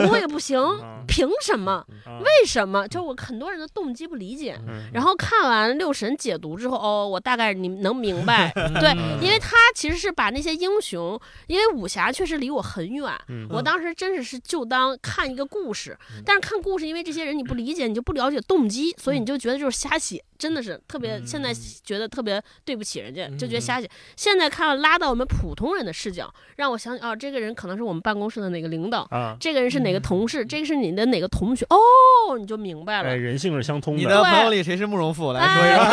S4: (laughs)
S5: 会，
S4: 为
S5: 不会也不行，
S4: 啊
S5: 凭什么？嗯
S4: 嗯
S5: 为什么？就是我很多人的动机不理解。然后看完《六神解读》之后，哦，我大概你能明白，
S3: (laughs)
S5: 对，
S4: 嗯
S5: 因为他其实是把那些英雄，因为武侠确实离我很远，
S4: 嗯
S5: 我当时真是是就当看一个故事，
S3: 嗯
S5: 但是看故事，因为这些人你不理解，你就不了解动机，所以
S3: 嗯
S5: 你就觉得就是瞎写，真的是特别，现在觉得特别对不起人
S3: 嗯
S5: 家，就觉得瞎写。现在看拉到我们普通人的视角，让我想起哦，这个人可能是我们办公室的哪个领导。
S4: 啊，
S5: 这个人是哪个
S3: 嗯
S5: 同事？这个是你的哪个同学？哦，你就明白了。
S4: 哎，人性是相通
S3: 你
S4: 的
S3: 的，朋友里谁是慕容复？来
S5: 啊
S3: 说一说。
S5: (laughs)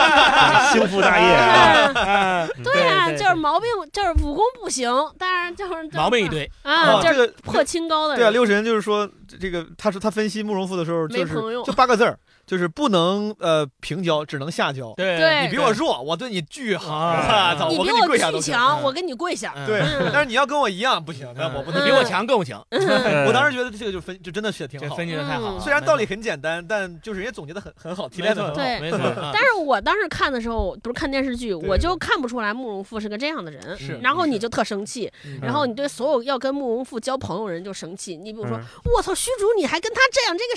S5: 哎，
S4: 兴嗯复大
S5: (laughs)
S4: 业啊，
S5: 哎这个对啊，
S2: 对对
S5: 就是毛病，就是武功不行，但是就是
S3: (laughs)
S2: 毛病一堆，
S5: 啊，
S3: 哦
S5: 就
S3: 这
S5: 是
S3: 个
S5: 破清高的人。
S3: 对啊，六神就是说这个，他说他分析慕容复的时候，就
S5: 没
S3: 是
S5: 朋友
S3: 就八个字儿，就是不能呃平交，只能下交。
S2: 对嗯
S5: 对
S3: 你比我弱，我对你巨好，
S4: 啊
S3: 啊操
S5: 你
S3: 我
S5: 比
S3: 跟你
S5: 我
S3: 跪下都
S5: 巨
S3: 行。
S5: 强，我跟你跪下。
S3: 对
S5: 嗯，
S3: 但是你要跟我一样不行，那我不
S2: 你
S3: 能。
S2: 比我强更不行，
S3: 我当时觉得这个就分就真的写得挺
S2: 这
S3: 好
S2: 分，析的太好了。啊
S3: 嗯虽然道理很简单，但就是人家总结的很很好，提
S2: 没
S3: 炼的
S2: 错，
S3: 嗯很好。
S2: 没错。啊
S5: 但是我当时看的时候，不是看电视剧，我就看不出来慕容复是个这样的人。
S3: 嗯
S2: 是
S5: 然后你就特生气，
S2: 嗯
S5: 然后你对所有要跟慕容复交朋友的人就生气。你比如说
S4: 嗯，
S5: 我操，虚竹你还跟他这样，这个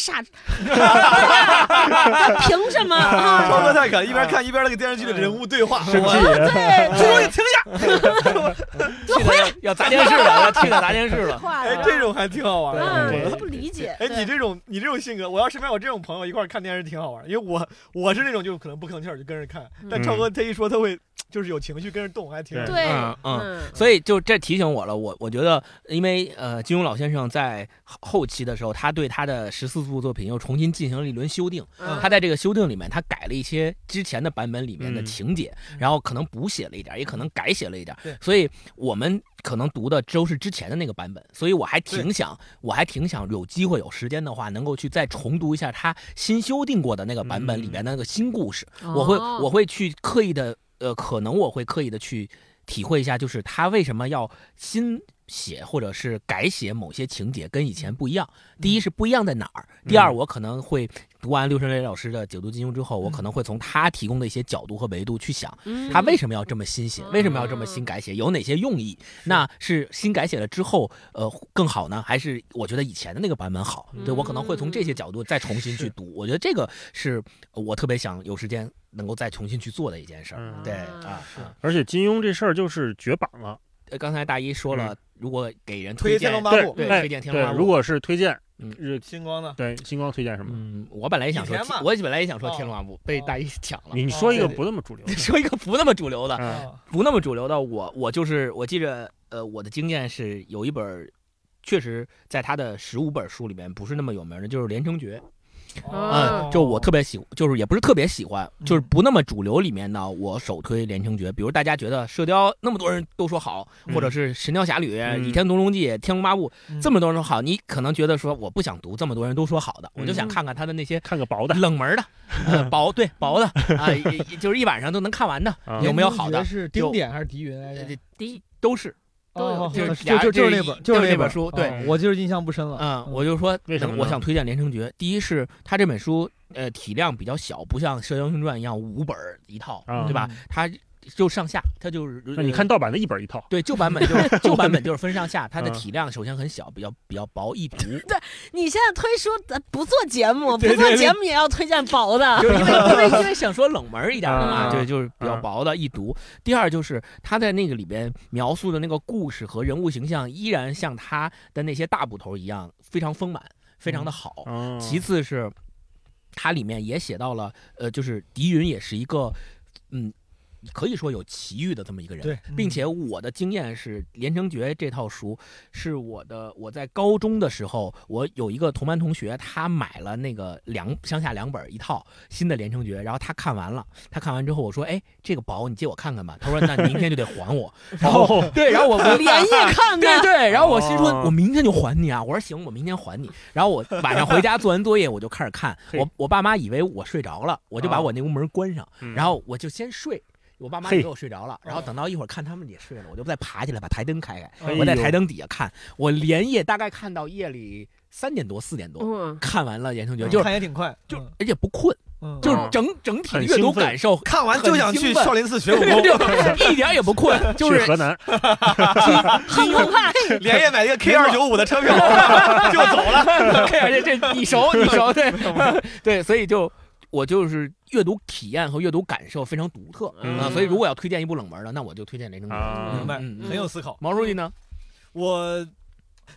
S5: (laughs) 傻，
S3: 嗯
S5: 他凭什
S3: (laughs)
S5: 么
S3: 超
S5: 啊？
S3: 哥太可爱，一边看一边那个电视剧的人物对话，
S4: 生气
S3: 我，
S5: 对，
S3: 终于停下，
S5: 就回来
S2: 要砸电视了，要去了砸电视了。
S5: 快
S3: 哎
S5: 了，
S3: 这种还挺好玩
S5: 啊，
S3: 的。
S5: 我不理解。
S3: 哎，
S5: 对
S3: 你这种你这种性格，我要身边有这种朋友一块儿看电视挺好玩儿，因为我我是那种就可能不吭气儿就跟着看，但超哥他一说他会就是有情绪跟着动，还挺好
S5: 对，
S2: 嗯嗯
S5: 嗯，
S2: 所以就这提醒我了，我我觉得，因为呃，金庸老先生在后后期的时候，他对他的十四部作品又重新进行了一轮修订。
S5: 嗯
S2: 他在这个修订里面，他改了一些之前的版本里面的
S4: 嗯
S2: 情节，然后可能补写了一点，也可能改写了一点
S3: 对。
S2: 所以我们可能读的都是之前的那个版本，所以我还挺
S3: 对
S2: 想，我还挺想有机会有时间的话，能够去再重读一下他新修订过的那个版本里面的那个新故事。我会
S5: 哦
S2: 我会去刻意的，呃，可能我会刻意的去体会一下，就是他为什么要新写或者是改写某些情节跟以前不一样。第一是不一样在哪儿，第二
S4: 嗯
S2: 我可能会读完刘春雷老师的《解读金庸》之后，我可能会从他提供的一些角度和维度去想，
S5: 嗯
S2: 他为什么要这么新
S3: 嗯
S2: 写？为什么要这么新改写？有哪些用意？那是新改写了之后，呃，更好呢，还是我觉得以前的那个版本好？
S3: 嗯
S2: 对我可能会从这些角度再重新去
S3: (laughs)
S2: 读。我觉得这个是呃我特别想有时间能够再重新去做的一件事儿
S4: 嗯。
S2: 对
S5: 啊
S2: 啊，
S4: 而且金庸这事儿就是绝版了，
S2: 呃刚才大一说
S3: 嗯
S2: 了，如果给人
S3: 推《
S2: 荐
S3: 天龙八
S4: 对
S3: 部》
S2: 对
S4: 哎
S2: 推荐天龙
S4: 对
S2: 八，部
S4: 如果是推荐
S2: 嗯，
S4: 是
S3: 星光呢？
S4: 对星光推荐什么？
S2: 嗯，我本来也想说
S3: 以前嘛，
S2: 我本来也想说《
S3: 哦
S2: 天龙八部》，被大一抢了。
S4: 你你说一个不那么主流的，
S2: (laughs) 说一个不那么主哦流的，
S3: 啊
S2: 哦
S4: 嗯
S2: 不那么主流的，我我就是我记着，呃，我的经验是有一本儿，确实在他的十五本书里面不是那么有名的，就是《连城诀》。
S5: 哦
S2: 嗯，就我特别喜，就是也不是特别喜欢，就是不那么主流里面呢，我首推《连城诀》。比如大家觉得《射雕》那么多人都说好，
S4: 嗯
S2: 或者是《神雕侠侣》
S4: 嗯
S2: 倚天屠龙记》《天龙八部》
S3: 嗯
S2: 这么多人说好，你可能觉得说我不想读这么多人都说好的，我就想
S5: 嗯
S2: 看看他的那些
S4: 看个薄的，
S2: 冷门的、呃薄对薄的啊，也也就是一晚上都能看完的，
S4: 啊
S2: 有没有好的？
S3: 是
S2: 丁
S3: 点还是狄云来
S2: 呃？第一都是
S5: 都有
S2: 就
S3: 哦就是
S2: 俩
S3: 就就是那
S2: 这
S3: 本，
S2: 就是
S3: 是
S2: 那
S3: 那
S2: 本书对
S3: 哦我就是印象不深了。
S2: 嗯，我就说
S4: 为什么呢
S2: 我想推荐《连城诀》。第一是它这本书，呃，体量比较小，不像《射雕英雄传》一样五本儿一套，
S3: 嗯
S4: 啊
S2: 对吧？它就上下，它就是
S4: 那你看盗版的一本一套，
S2: 对旧版本就是旧版本就是分上下，它的
S4: 嗯
S2: 体量首先很小，比较比较薄 (laughs) 易读，
S5: 你现在推书呃不做节
S2: (laughs)
S5: 目，
S2: 对
S5: 不
S2: 对
S5: 做
S2: 对
S5: 节目也要推荐薄
S2: (laughs)
S5: 的。
S2: 就是因为因为因为想说冷门儿一点的嘛，
S4: 嗯
S2: 对，就是比较薄的易读。第二就是他在那个里边描述的那个故事和人物形象，依然像他的那些大部头一样非常丰满，非常的好。
S4: 哦
S2: 其次是，它里面也写到了，呃，就是狄云也是一个，嗯。可以说有奇遇的这么一个人，
S3: 对嗯
S2: 并且我的经验是，《连城诀》这套书是我的我在高中的时候，我有一个同班同学，他买了那个两上下两本一套新的《连城诀》，然后他看完了，他看完之后我说，哎，这个薄你借我看看吧，他说那你明天就得还我，然后对，然后我我
S5: 连夜
S2: (laughs)
S5: 看
S2: 对
S5: 的，
S2: 对，然后我心说
S4: 哦，
S2: 我明天就还你啊！我说行，我明天还你。然后
S4: (laughs)
S2: 我晚上回家做完作业，我就开始看。
S4: 嘿
S2: 我我爸妈以为我睡着了，我就把
S4: 哦
S2: 我那屋门关上，
S4: 嗯
S2: 然后我就先睡。我爸妈以
S4: 嘿
S2: 为我睡着了，然后等到一会儿看他们也睡了，我就再爬起来把台灯开
S4: 哎
S2: 开，
S4: 呦
S2: 我在台灯底下看，我连夜大概看到夜里三点多四点多，
S5: 嗯，
S2: 看完了《言承
S3: 嗯
S2: 诀》，就是
S3: 看也挺快，
S2: 就
S3: 嗯
S2: 而且不困，
S3: 嗯
S2: 就是
S4: 哦
S2: 整整体
S4: 很
S2: 阅读
S4: 兴奋
S2: 感
S4: (laughs)
S2: 受
S3: 看完就想去
S2: 很兴奋
S3: 少林寺学武功，
S2: (laughs) 就一点儿也不
S4: (laughs)
S2: 困，就是
S4: 去
S2: (laughs)
S4: 河南，
S5: 很澎湃。
S3: (laughs) 连夜买一个 K 二九五的车票 (laughs) 就走了。
S2: (laughs) 对，而且这你熟，你熟，对对，所以就我就是阅读体验和阅读感受非常独特啊、
S4: 嗯
S2: 所以如果要推荐一部冷门的，那我就推荐《雷霆者》
S4: 啊
S3: 明白，
S2: 嗯嗯
S3: 很有思考。
S2: 毛书记呢？
S3: 我，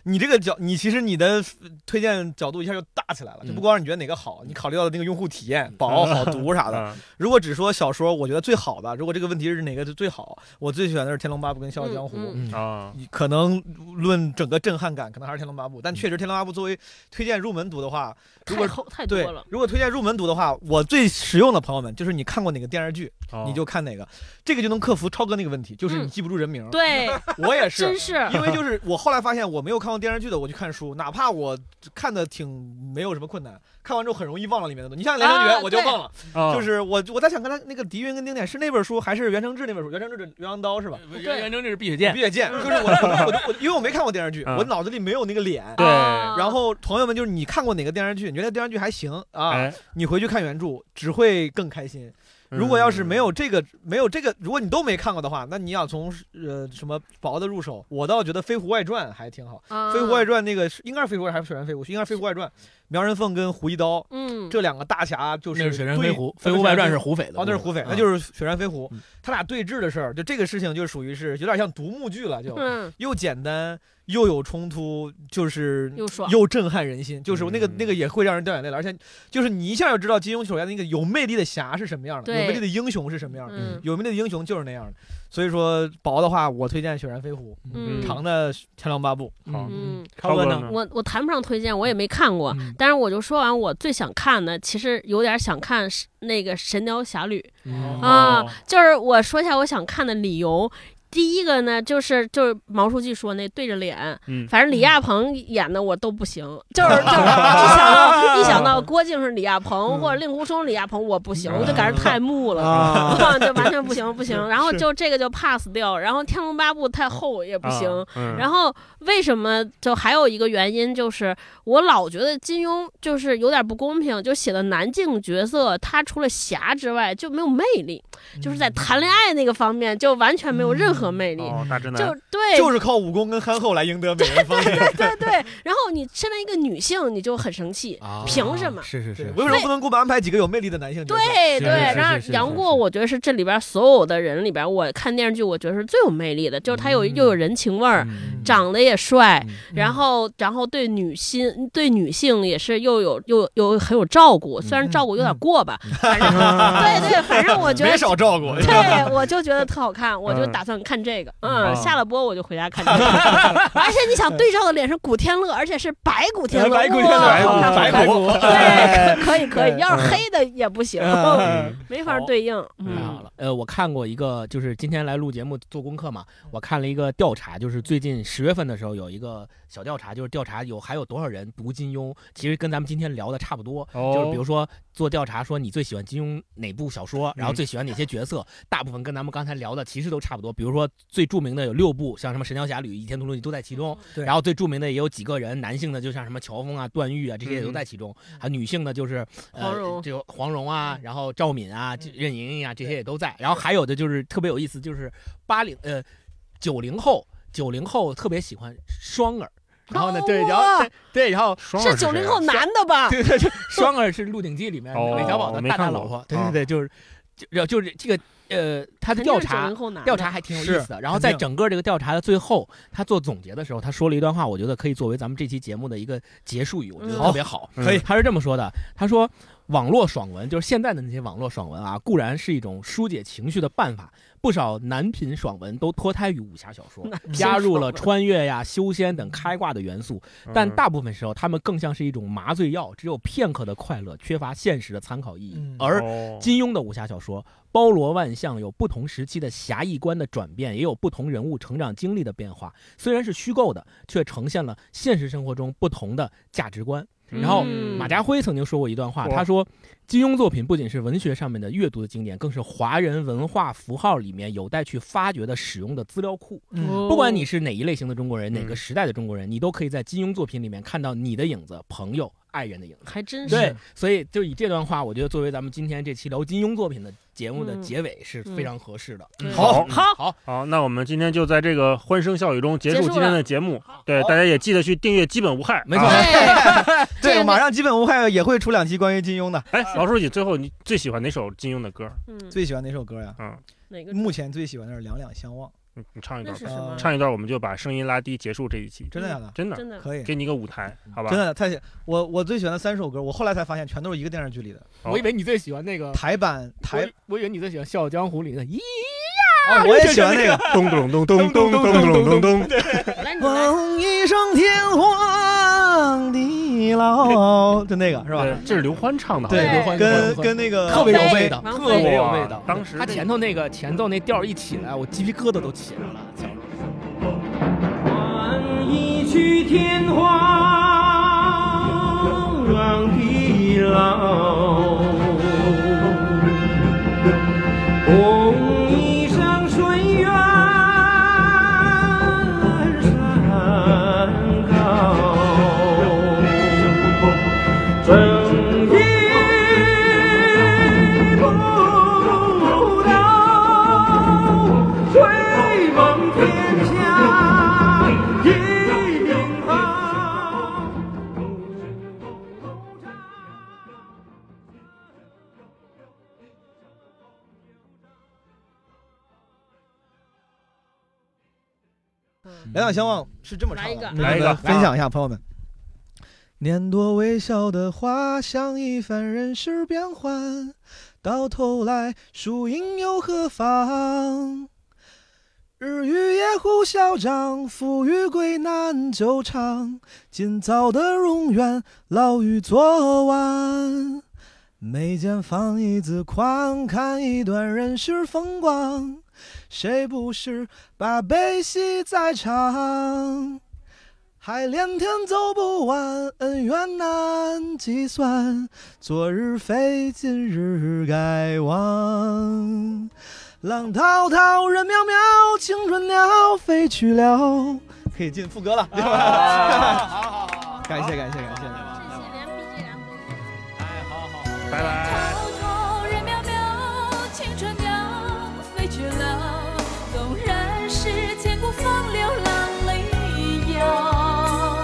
S3: 你这个角，你其实你的推荐角度一下就大起来
S2: 嗯
S3: 了，就不光是你觉得哪个好，你考虑到的那个用户体验、薄、好读
S2: (laughs)
S3: 啥的。
S4: 嗯
S3: 如果只说小说，我觉得最好的，如果这个问题是哪个是最好，我最喜欢的是《天龙八部》跟《笑傲江湖》
S5: 嗯嗯
S2: 嗯
S4: 啊，
S3: 你可能论整个震撼感，可能还是《天龙八部》，但确实《天龙八部》作为推荐入门读的话，如
S5: 太
S3: 果
S5: 厚太
S3: 对
S5: 多了，，
S3: 如果推荐入门读的话，我最实用的朋友们就是你看过哪个电视剧，
S4: 哦
S3: 你就看哪个，这个就能克服超哥那个问题，就是你
S5: 嗯
S3: 记不住人
S2: (laughs)
S3: 名。
S5: 对，
S3: (laughs) 我也是，
S5: 真是 (laughs)
S3: 因为就是我后来发现，我没有看过电视剧的，我去看书，哪怕我看的挺没有什么困难，看完之后很容易忘了里面的东西。你像《连城诀》
S5: 啊
S3: 我就
S5: 对
S3: 忘了，
S4: 啊
S3: 就是我我在想刚才那个狄云跟丁点是那本书还是袁承志那本书？袁承志的《鸳鸯刀》是吧？
S5: 嗯对
S2: 原正这是碧血剑
S3: 毕业剑，就是我我我因为我没看过电视剧，
S4: 嗯
S3: 我脑子里没有那个脸。
S4: 对
S5: 啊
S3: 然后朋友们就是你看过哪个电视剧？你觉得电视剧还行啊？
S4: 哎，嗯
S3: 你回去看原著只会更开心。如果要
S2: 嗯
S3: 是没有这个没有这个，如果你都没看过的话，那你想从呃什么薄的入手，我倒觉得《飞狐外传》还挺好。
S5: 啊
S3: 《飞狐外传》那个是应该是《飞狐》还是《雪山飞狐》？应该是《飞狐外传》，苗人凤跟胡一刀
S5: 嗯，
S3: 这两个大侠就是
S2: 那是《雪山
S3: 对
S2: 飞狐》，《飞狐外传》是胡斐的，啊
S3: 哦，那是胡斐，那
S2: 是
S3: 就是雪山飞狐
S2: 嗯，
S3: 他俩对峙的事儿，就这个事情就属于是有点像独幕剧
S5: (laughs)
S3: 了，就
S5: 嗯
S3: 又简单又有冲突，就是
S5: 又爽
S3: 又震撼人心，就是那个
S4: 嗯
S3: 那个也会让人掉眼泪了，而且就是你一下就知道金庸手下那个有魅力的侠是什么样的，
S5: 对
S3: 有魅力的英雄是什么样的，
S5: 嗯
S3: 有魅力的英雄就是那样的。所以说薄的话，我推荐雪山飞狐，
S5: 嗯
S3: 长的天龙八部。
S4: 好
S5: 嗯，
S4: 超
S3: 超哥
S4: 呢
S3: 呢？
S5: 我我谈不上推荐，我也没看过
S2: 嗯，
S5: 但是我就说完我最想看的，其实有点想看是那个《神雕侠侣》
S2: 嗯
S5: 啊
S4: 哦，
S5: 就是我说一下我想看的理由。第一个呢，就是就是毛书记说那对着脸，
S4: 嗯
S5: 反正李亚鹏演的我都不行，
S4: (laughs)
S5: 就是就是一
S2: (laughs)
S5: 想到一想到郭靖是李亚
S4: 嗯
S5: 鹏或者令狐冲李亚鹏，我不行，我就感觉太木
S3: (laughs)
S5: 了。
S3: 啊，
S5: (laughs) 就完全不行不行，然后就这个就 pass 掉，然后《天龙八部》太厚也不行，
S4: 啊，嗯
S5: 然后为什么就还有一个原因就是，我老觉得金庸就是有点不公平，就写的男性角色他除了侠之外就没有魅力，
S2: 嗯
S5: 就是在谈恋爱那个方面就完全没有任何魅力，
S4: 哦，大直男
S5: 就对，
S3: 就是靠武功跟憨厚来赢得美人芳心。
S5: 对对。然后你身为一个女性，你就很生气，
S2: 啊
S5: 凭什么
S2: 是是
S3: 对
S2: 是，
S3: 为什么不能给我们安排几个有魅力的男性角色？
S5: 对
S2: 是
S5: 对
S2: 是，是
S5: 然后
S2: 是
S5: 杨
S2: 是
S5: 过，
S2: 是
S5: 我觉得是这里边所有的人里边，我看电视剧我觉得是最有魅力的，就是他有又有人情味儿，
S2: 嗯
S5: 长得也帅，
S2: 嗯
S5: 然后然后对女性对女性也是又有又有很有照顾，虽
S2: 嗯
S5: 然照顾有点过吧，
S2: (laughs)
S5: 反正对对，反正我觉得
S3: 别。少照顾。
S5: 对，我就觉得特好看，我就
S4: 嗯
S5: 打算看这个。
S4: 嗯
S5: 嗯，下了播我就回家看这个。 (laughs) 而且你想对照的脸是古天乐，而且是白古天乐，
S3: (laughs) 白骨天
S5: 哇好
S3: 乐，
S5: 看
S3: 白骨，
S5: 对，可以可以，要是黑的也不行，
S3: 嗯
S5: (laughs) 没法对应。
S2: 太
S5: 嗯
S2: 好了，呃，我看过一个，就是今天来录节目做功课嘛，我看了一个调查，就是最近十月份的时候有一个小调查，就是调查有还有多少人读金庸，其实跟咱们今天聊的差不多，
S4: 哦
S2: 就是比如说做调查，说你最喜欢金庸哪部小说，然后最喜欢哪些角色，大部分跟咱们刚才聊的其实都差不多。比如说最著名的有六部，像什么《神雕侠侣》《倚天屠龙记》都在其中。
S3: 对
S2: 然后最著名的也有几个人，男性的就像什么乔峰啊、段誉啊，这些也都在其中。还有女性的就是
S5: 黄
S2: 呃
S5: 蓉，嗯
S2: 这个黄蓉啊，然后赵敏啊、这任盈盈啊，这些也都在。然后还有的就是特别有意思，就是八零呃九零后，九零后特别喜欢双儿。然后呢，对，
S5: 哦
S2: 然后对对，然后
S4: 双儿是
S5: 是九
S4: 谁
S5: 零
S4: 啊
S5: 后男的 (laughs) 吧？
S2: 对对对， (laughs) 双儿是《鹿鼎记》里面
S4: 哦
S2: 韦小宝的
S4: 没
S2: 大大
S4: 看过
S2: 老婆，对
S4: 啊
S2: 对对，就是，就就是这个呃，他的
S5: 肯定
S2: 调
S5: 是九
S2: 查
S5: 零后男的
S2: 调查还挺有意思的。然后在
S3: 肯定
S2: 整个这个调查的最后，他做总结的时候，他说了一段话，我觉得可以作为咱们这期节目的一个结束语，我觉得
S5: 嗯
S2: 特别好。
S4: 可以
S2: 他是这么说的，他说。网络爽文就是现在的那些网络爽文啊，固然是一种疏解情绪的办法，不少男频爽文都脱胎于武侠小
S5: (laughs)
S2: 说，加入了穿越呀、修仙等开挂的元素，
S4: 嗯
S2: 但大部分时候他们更像是一种麻醉药，只有片刻的快乐，缺乏现实的参考意义。
S3: 嗯
S2: 而
S4: 哦
S2: 金庸的武侠小说包罗万象，有不同时期的侠义观的转变，也有不同人物成长经历的变化。虽然是虚构的，却呈现了现实生活中不同的价值观。然后
S5: 嗯
S2: 马家辉曾经说过一段话，
S4: 哇
S2: 他说：“金庸作品不仅是文学上面的阅读的经典，更是华人文化符号里面有待去发掘的使用的资料库。”
S3: 嗯
S2: 不
S5: 哦
S2: 管你是哪一类型的中国人，哪个
S4: 嗯
S2: 时代的中国人，你都可以在金庸作品里面看到你的影子、朋友、爱人的影子。
S5: 还真是
S2: 对，所以就以这段话，我觉得作为咱们今天这期聊金庸作品的节目的
S5: 嗯
S2: 结尾是非
S5: 嗯
S2: 常合适的。
S5: 对
S4: 好
S2: 嗯
S5: 好
S2: 好，
S4: 好，那我们今天就在这个欢声笑语中结
S5: 结
S4: 束
S5: 束
S4: 今天
S5: 了
S4: 的节目。对，大家也记得去订阅《基本无害》。
S2: 没错
S4: 啊
S5: 对，这
S3: 对，
S5: 个
S3: 马上基本无害也会出两期关于金庸的。
S4: (laughs) 哎，老书记，最后你最喜欢哪首金庸的歌？
S5: 嗯，
S3: 最喜欢哪首歌呀？
S4: 嗯，
S5: 哪个
S3: 目前最喜欢的是《两两相望
S4: 你你唱一
S5: 那
S4: 段
S5: 是
S4: 吧，
S5: 什么？
S4: 唱一段，我们就把声音拉低，结束这一期》，。
S3: 真的假
S11: 嗯
S3: 的？
S4: 真的，
S5: 真的
S3: 可以，
S4: 给你一个舞台，好吧
S3: 真？的太喜我我最喜欢的三首歌，我后来才发现全都是一个电视剧里的
S4: 好
S11: 我以为你最喜欢那个
S3: 台版
S11: 我
S3: 台
S11: 以，我以为你最喜欢《笑傲江湖》里的咦，啊
S3: 哦，我也喜欢那
S4: (laughs)
S3: 个。
S4: 咚咚咚咚咚咚咚咚咚。
S5: 来你来，
S3: 望一声天荒地老，就那个是吧？
S4: 对，这是刘欢唱的，好
S3: 对
S4: 像
S5: 刘欢
S3: 跟跟那个
S11: 特别有
S5: 王菲
S11: 味道，
S5: 王
S11: 特
S5: 菲
S11: 别有味道
S4: 哇。当时
S11: 他
S4: 这
S11: 前头那个前奏那调儿一起来，我鸡皮疙瘩都起来了。小时候
S7: 换一曲天荒地老，共一生随缘山高，正遇不到，醉梦天下一命好。
S3: 两两相望是这么唱的，
S5: 来一个
S3: 嗯
S4: 来一个
S3: 我们分享一下朋友们。拈朵微笑的花，像一番人世变幻，到头来输赢又何妨？日与夜互消长，富与贵难久长。今早的容颜，老于昨晚。眉间放一字宽，看一段人世风光。谁不是把悲喜在尝？海连天走不完，恩怨难计算。昨日非，今日该忘。浪滔滔，人渺渺，青春鸟飞去了。可以进副歌了，对吧？ (laughs) 感谢感谢感谢。
S5: 这期连 (laughs) BGM 都没有
S4: 拜拜。
S14: 滔滔人渺渺，青春鸟飞去了，纵然是千古风流浪里摇。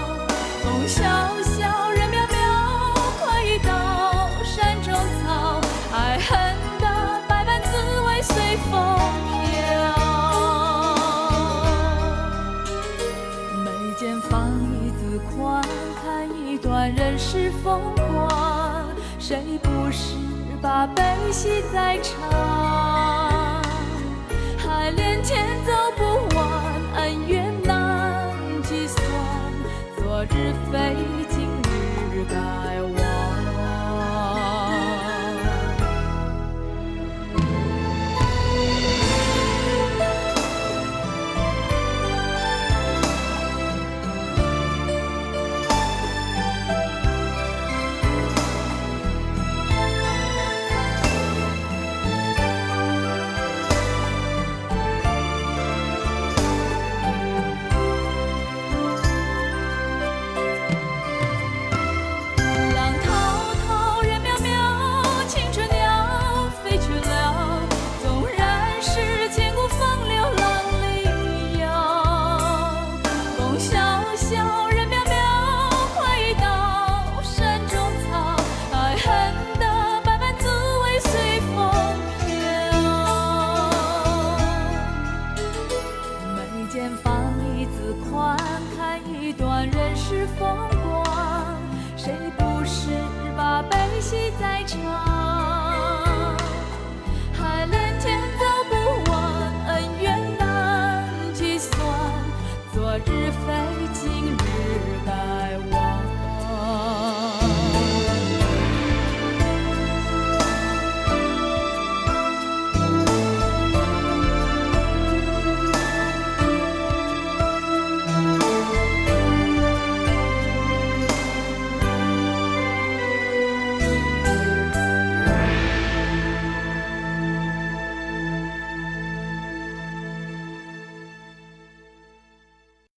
S14: 风萧萧，人渺渺，快意到山中草，爱恨的百般滋味随风飘。眉间放一字宽，看一段人世风光，谁不是把悲喜在尝？海连天走不完，恩怨难计算，昨日非，今日该忘。是非。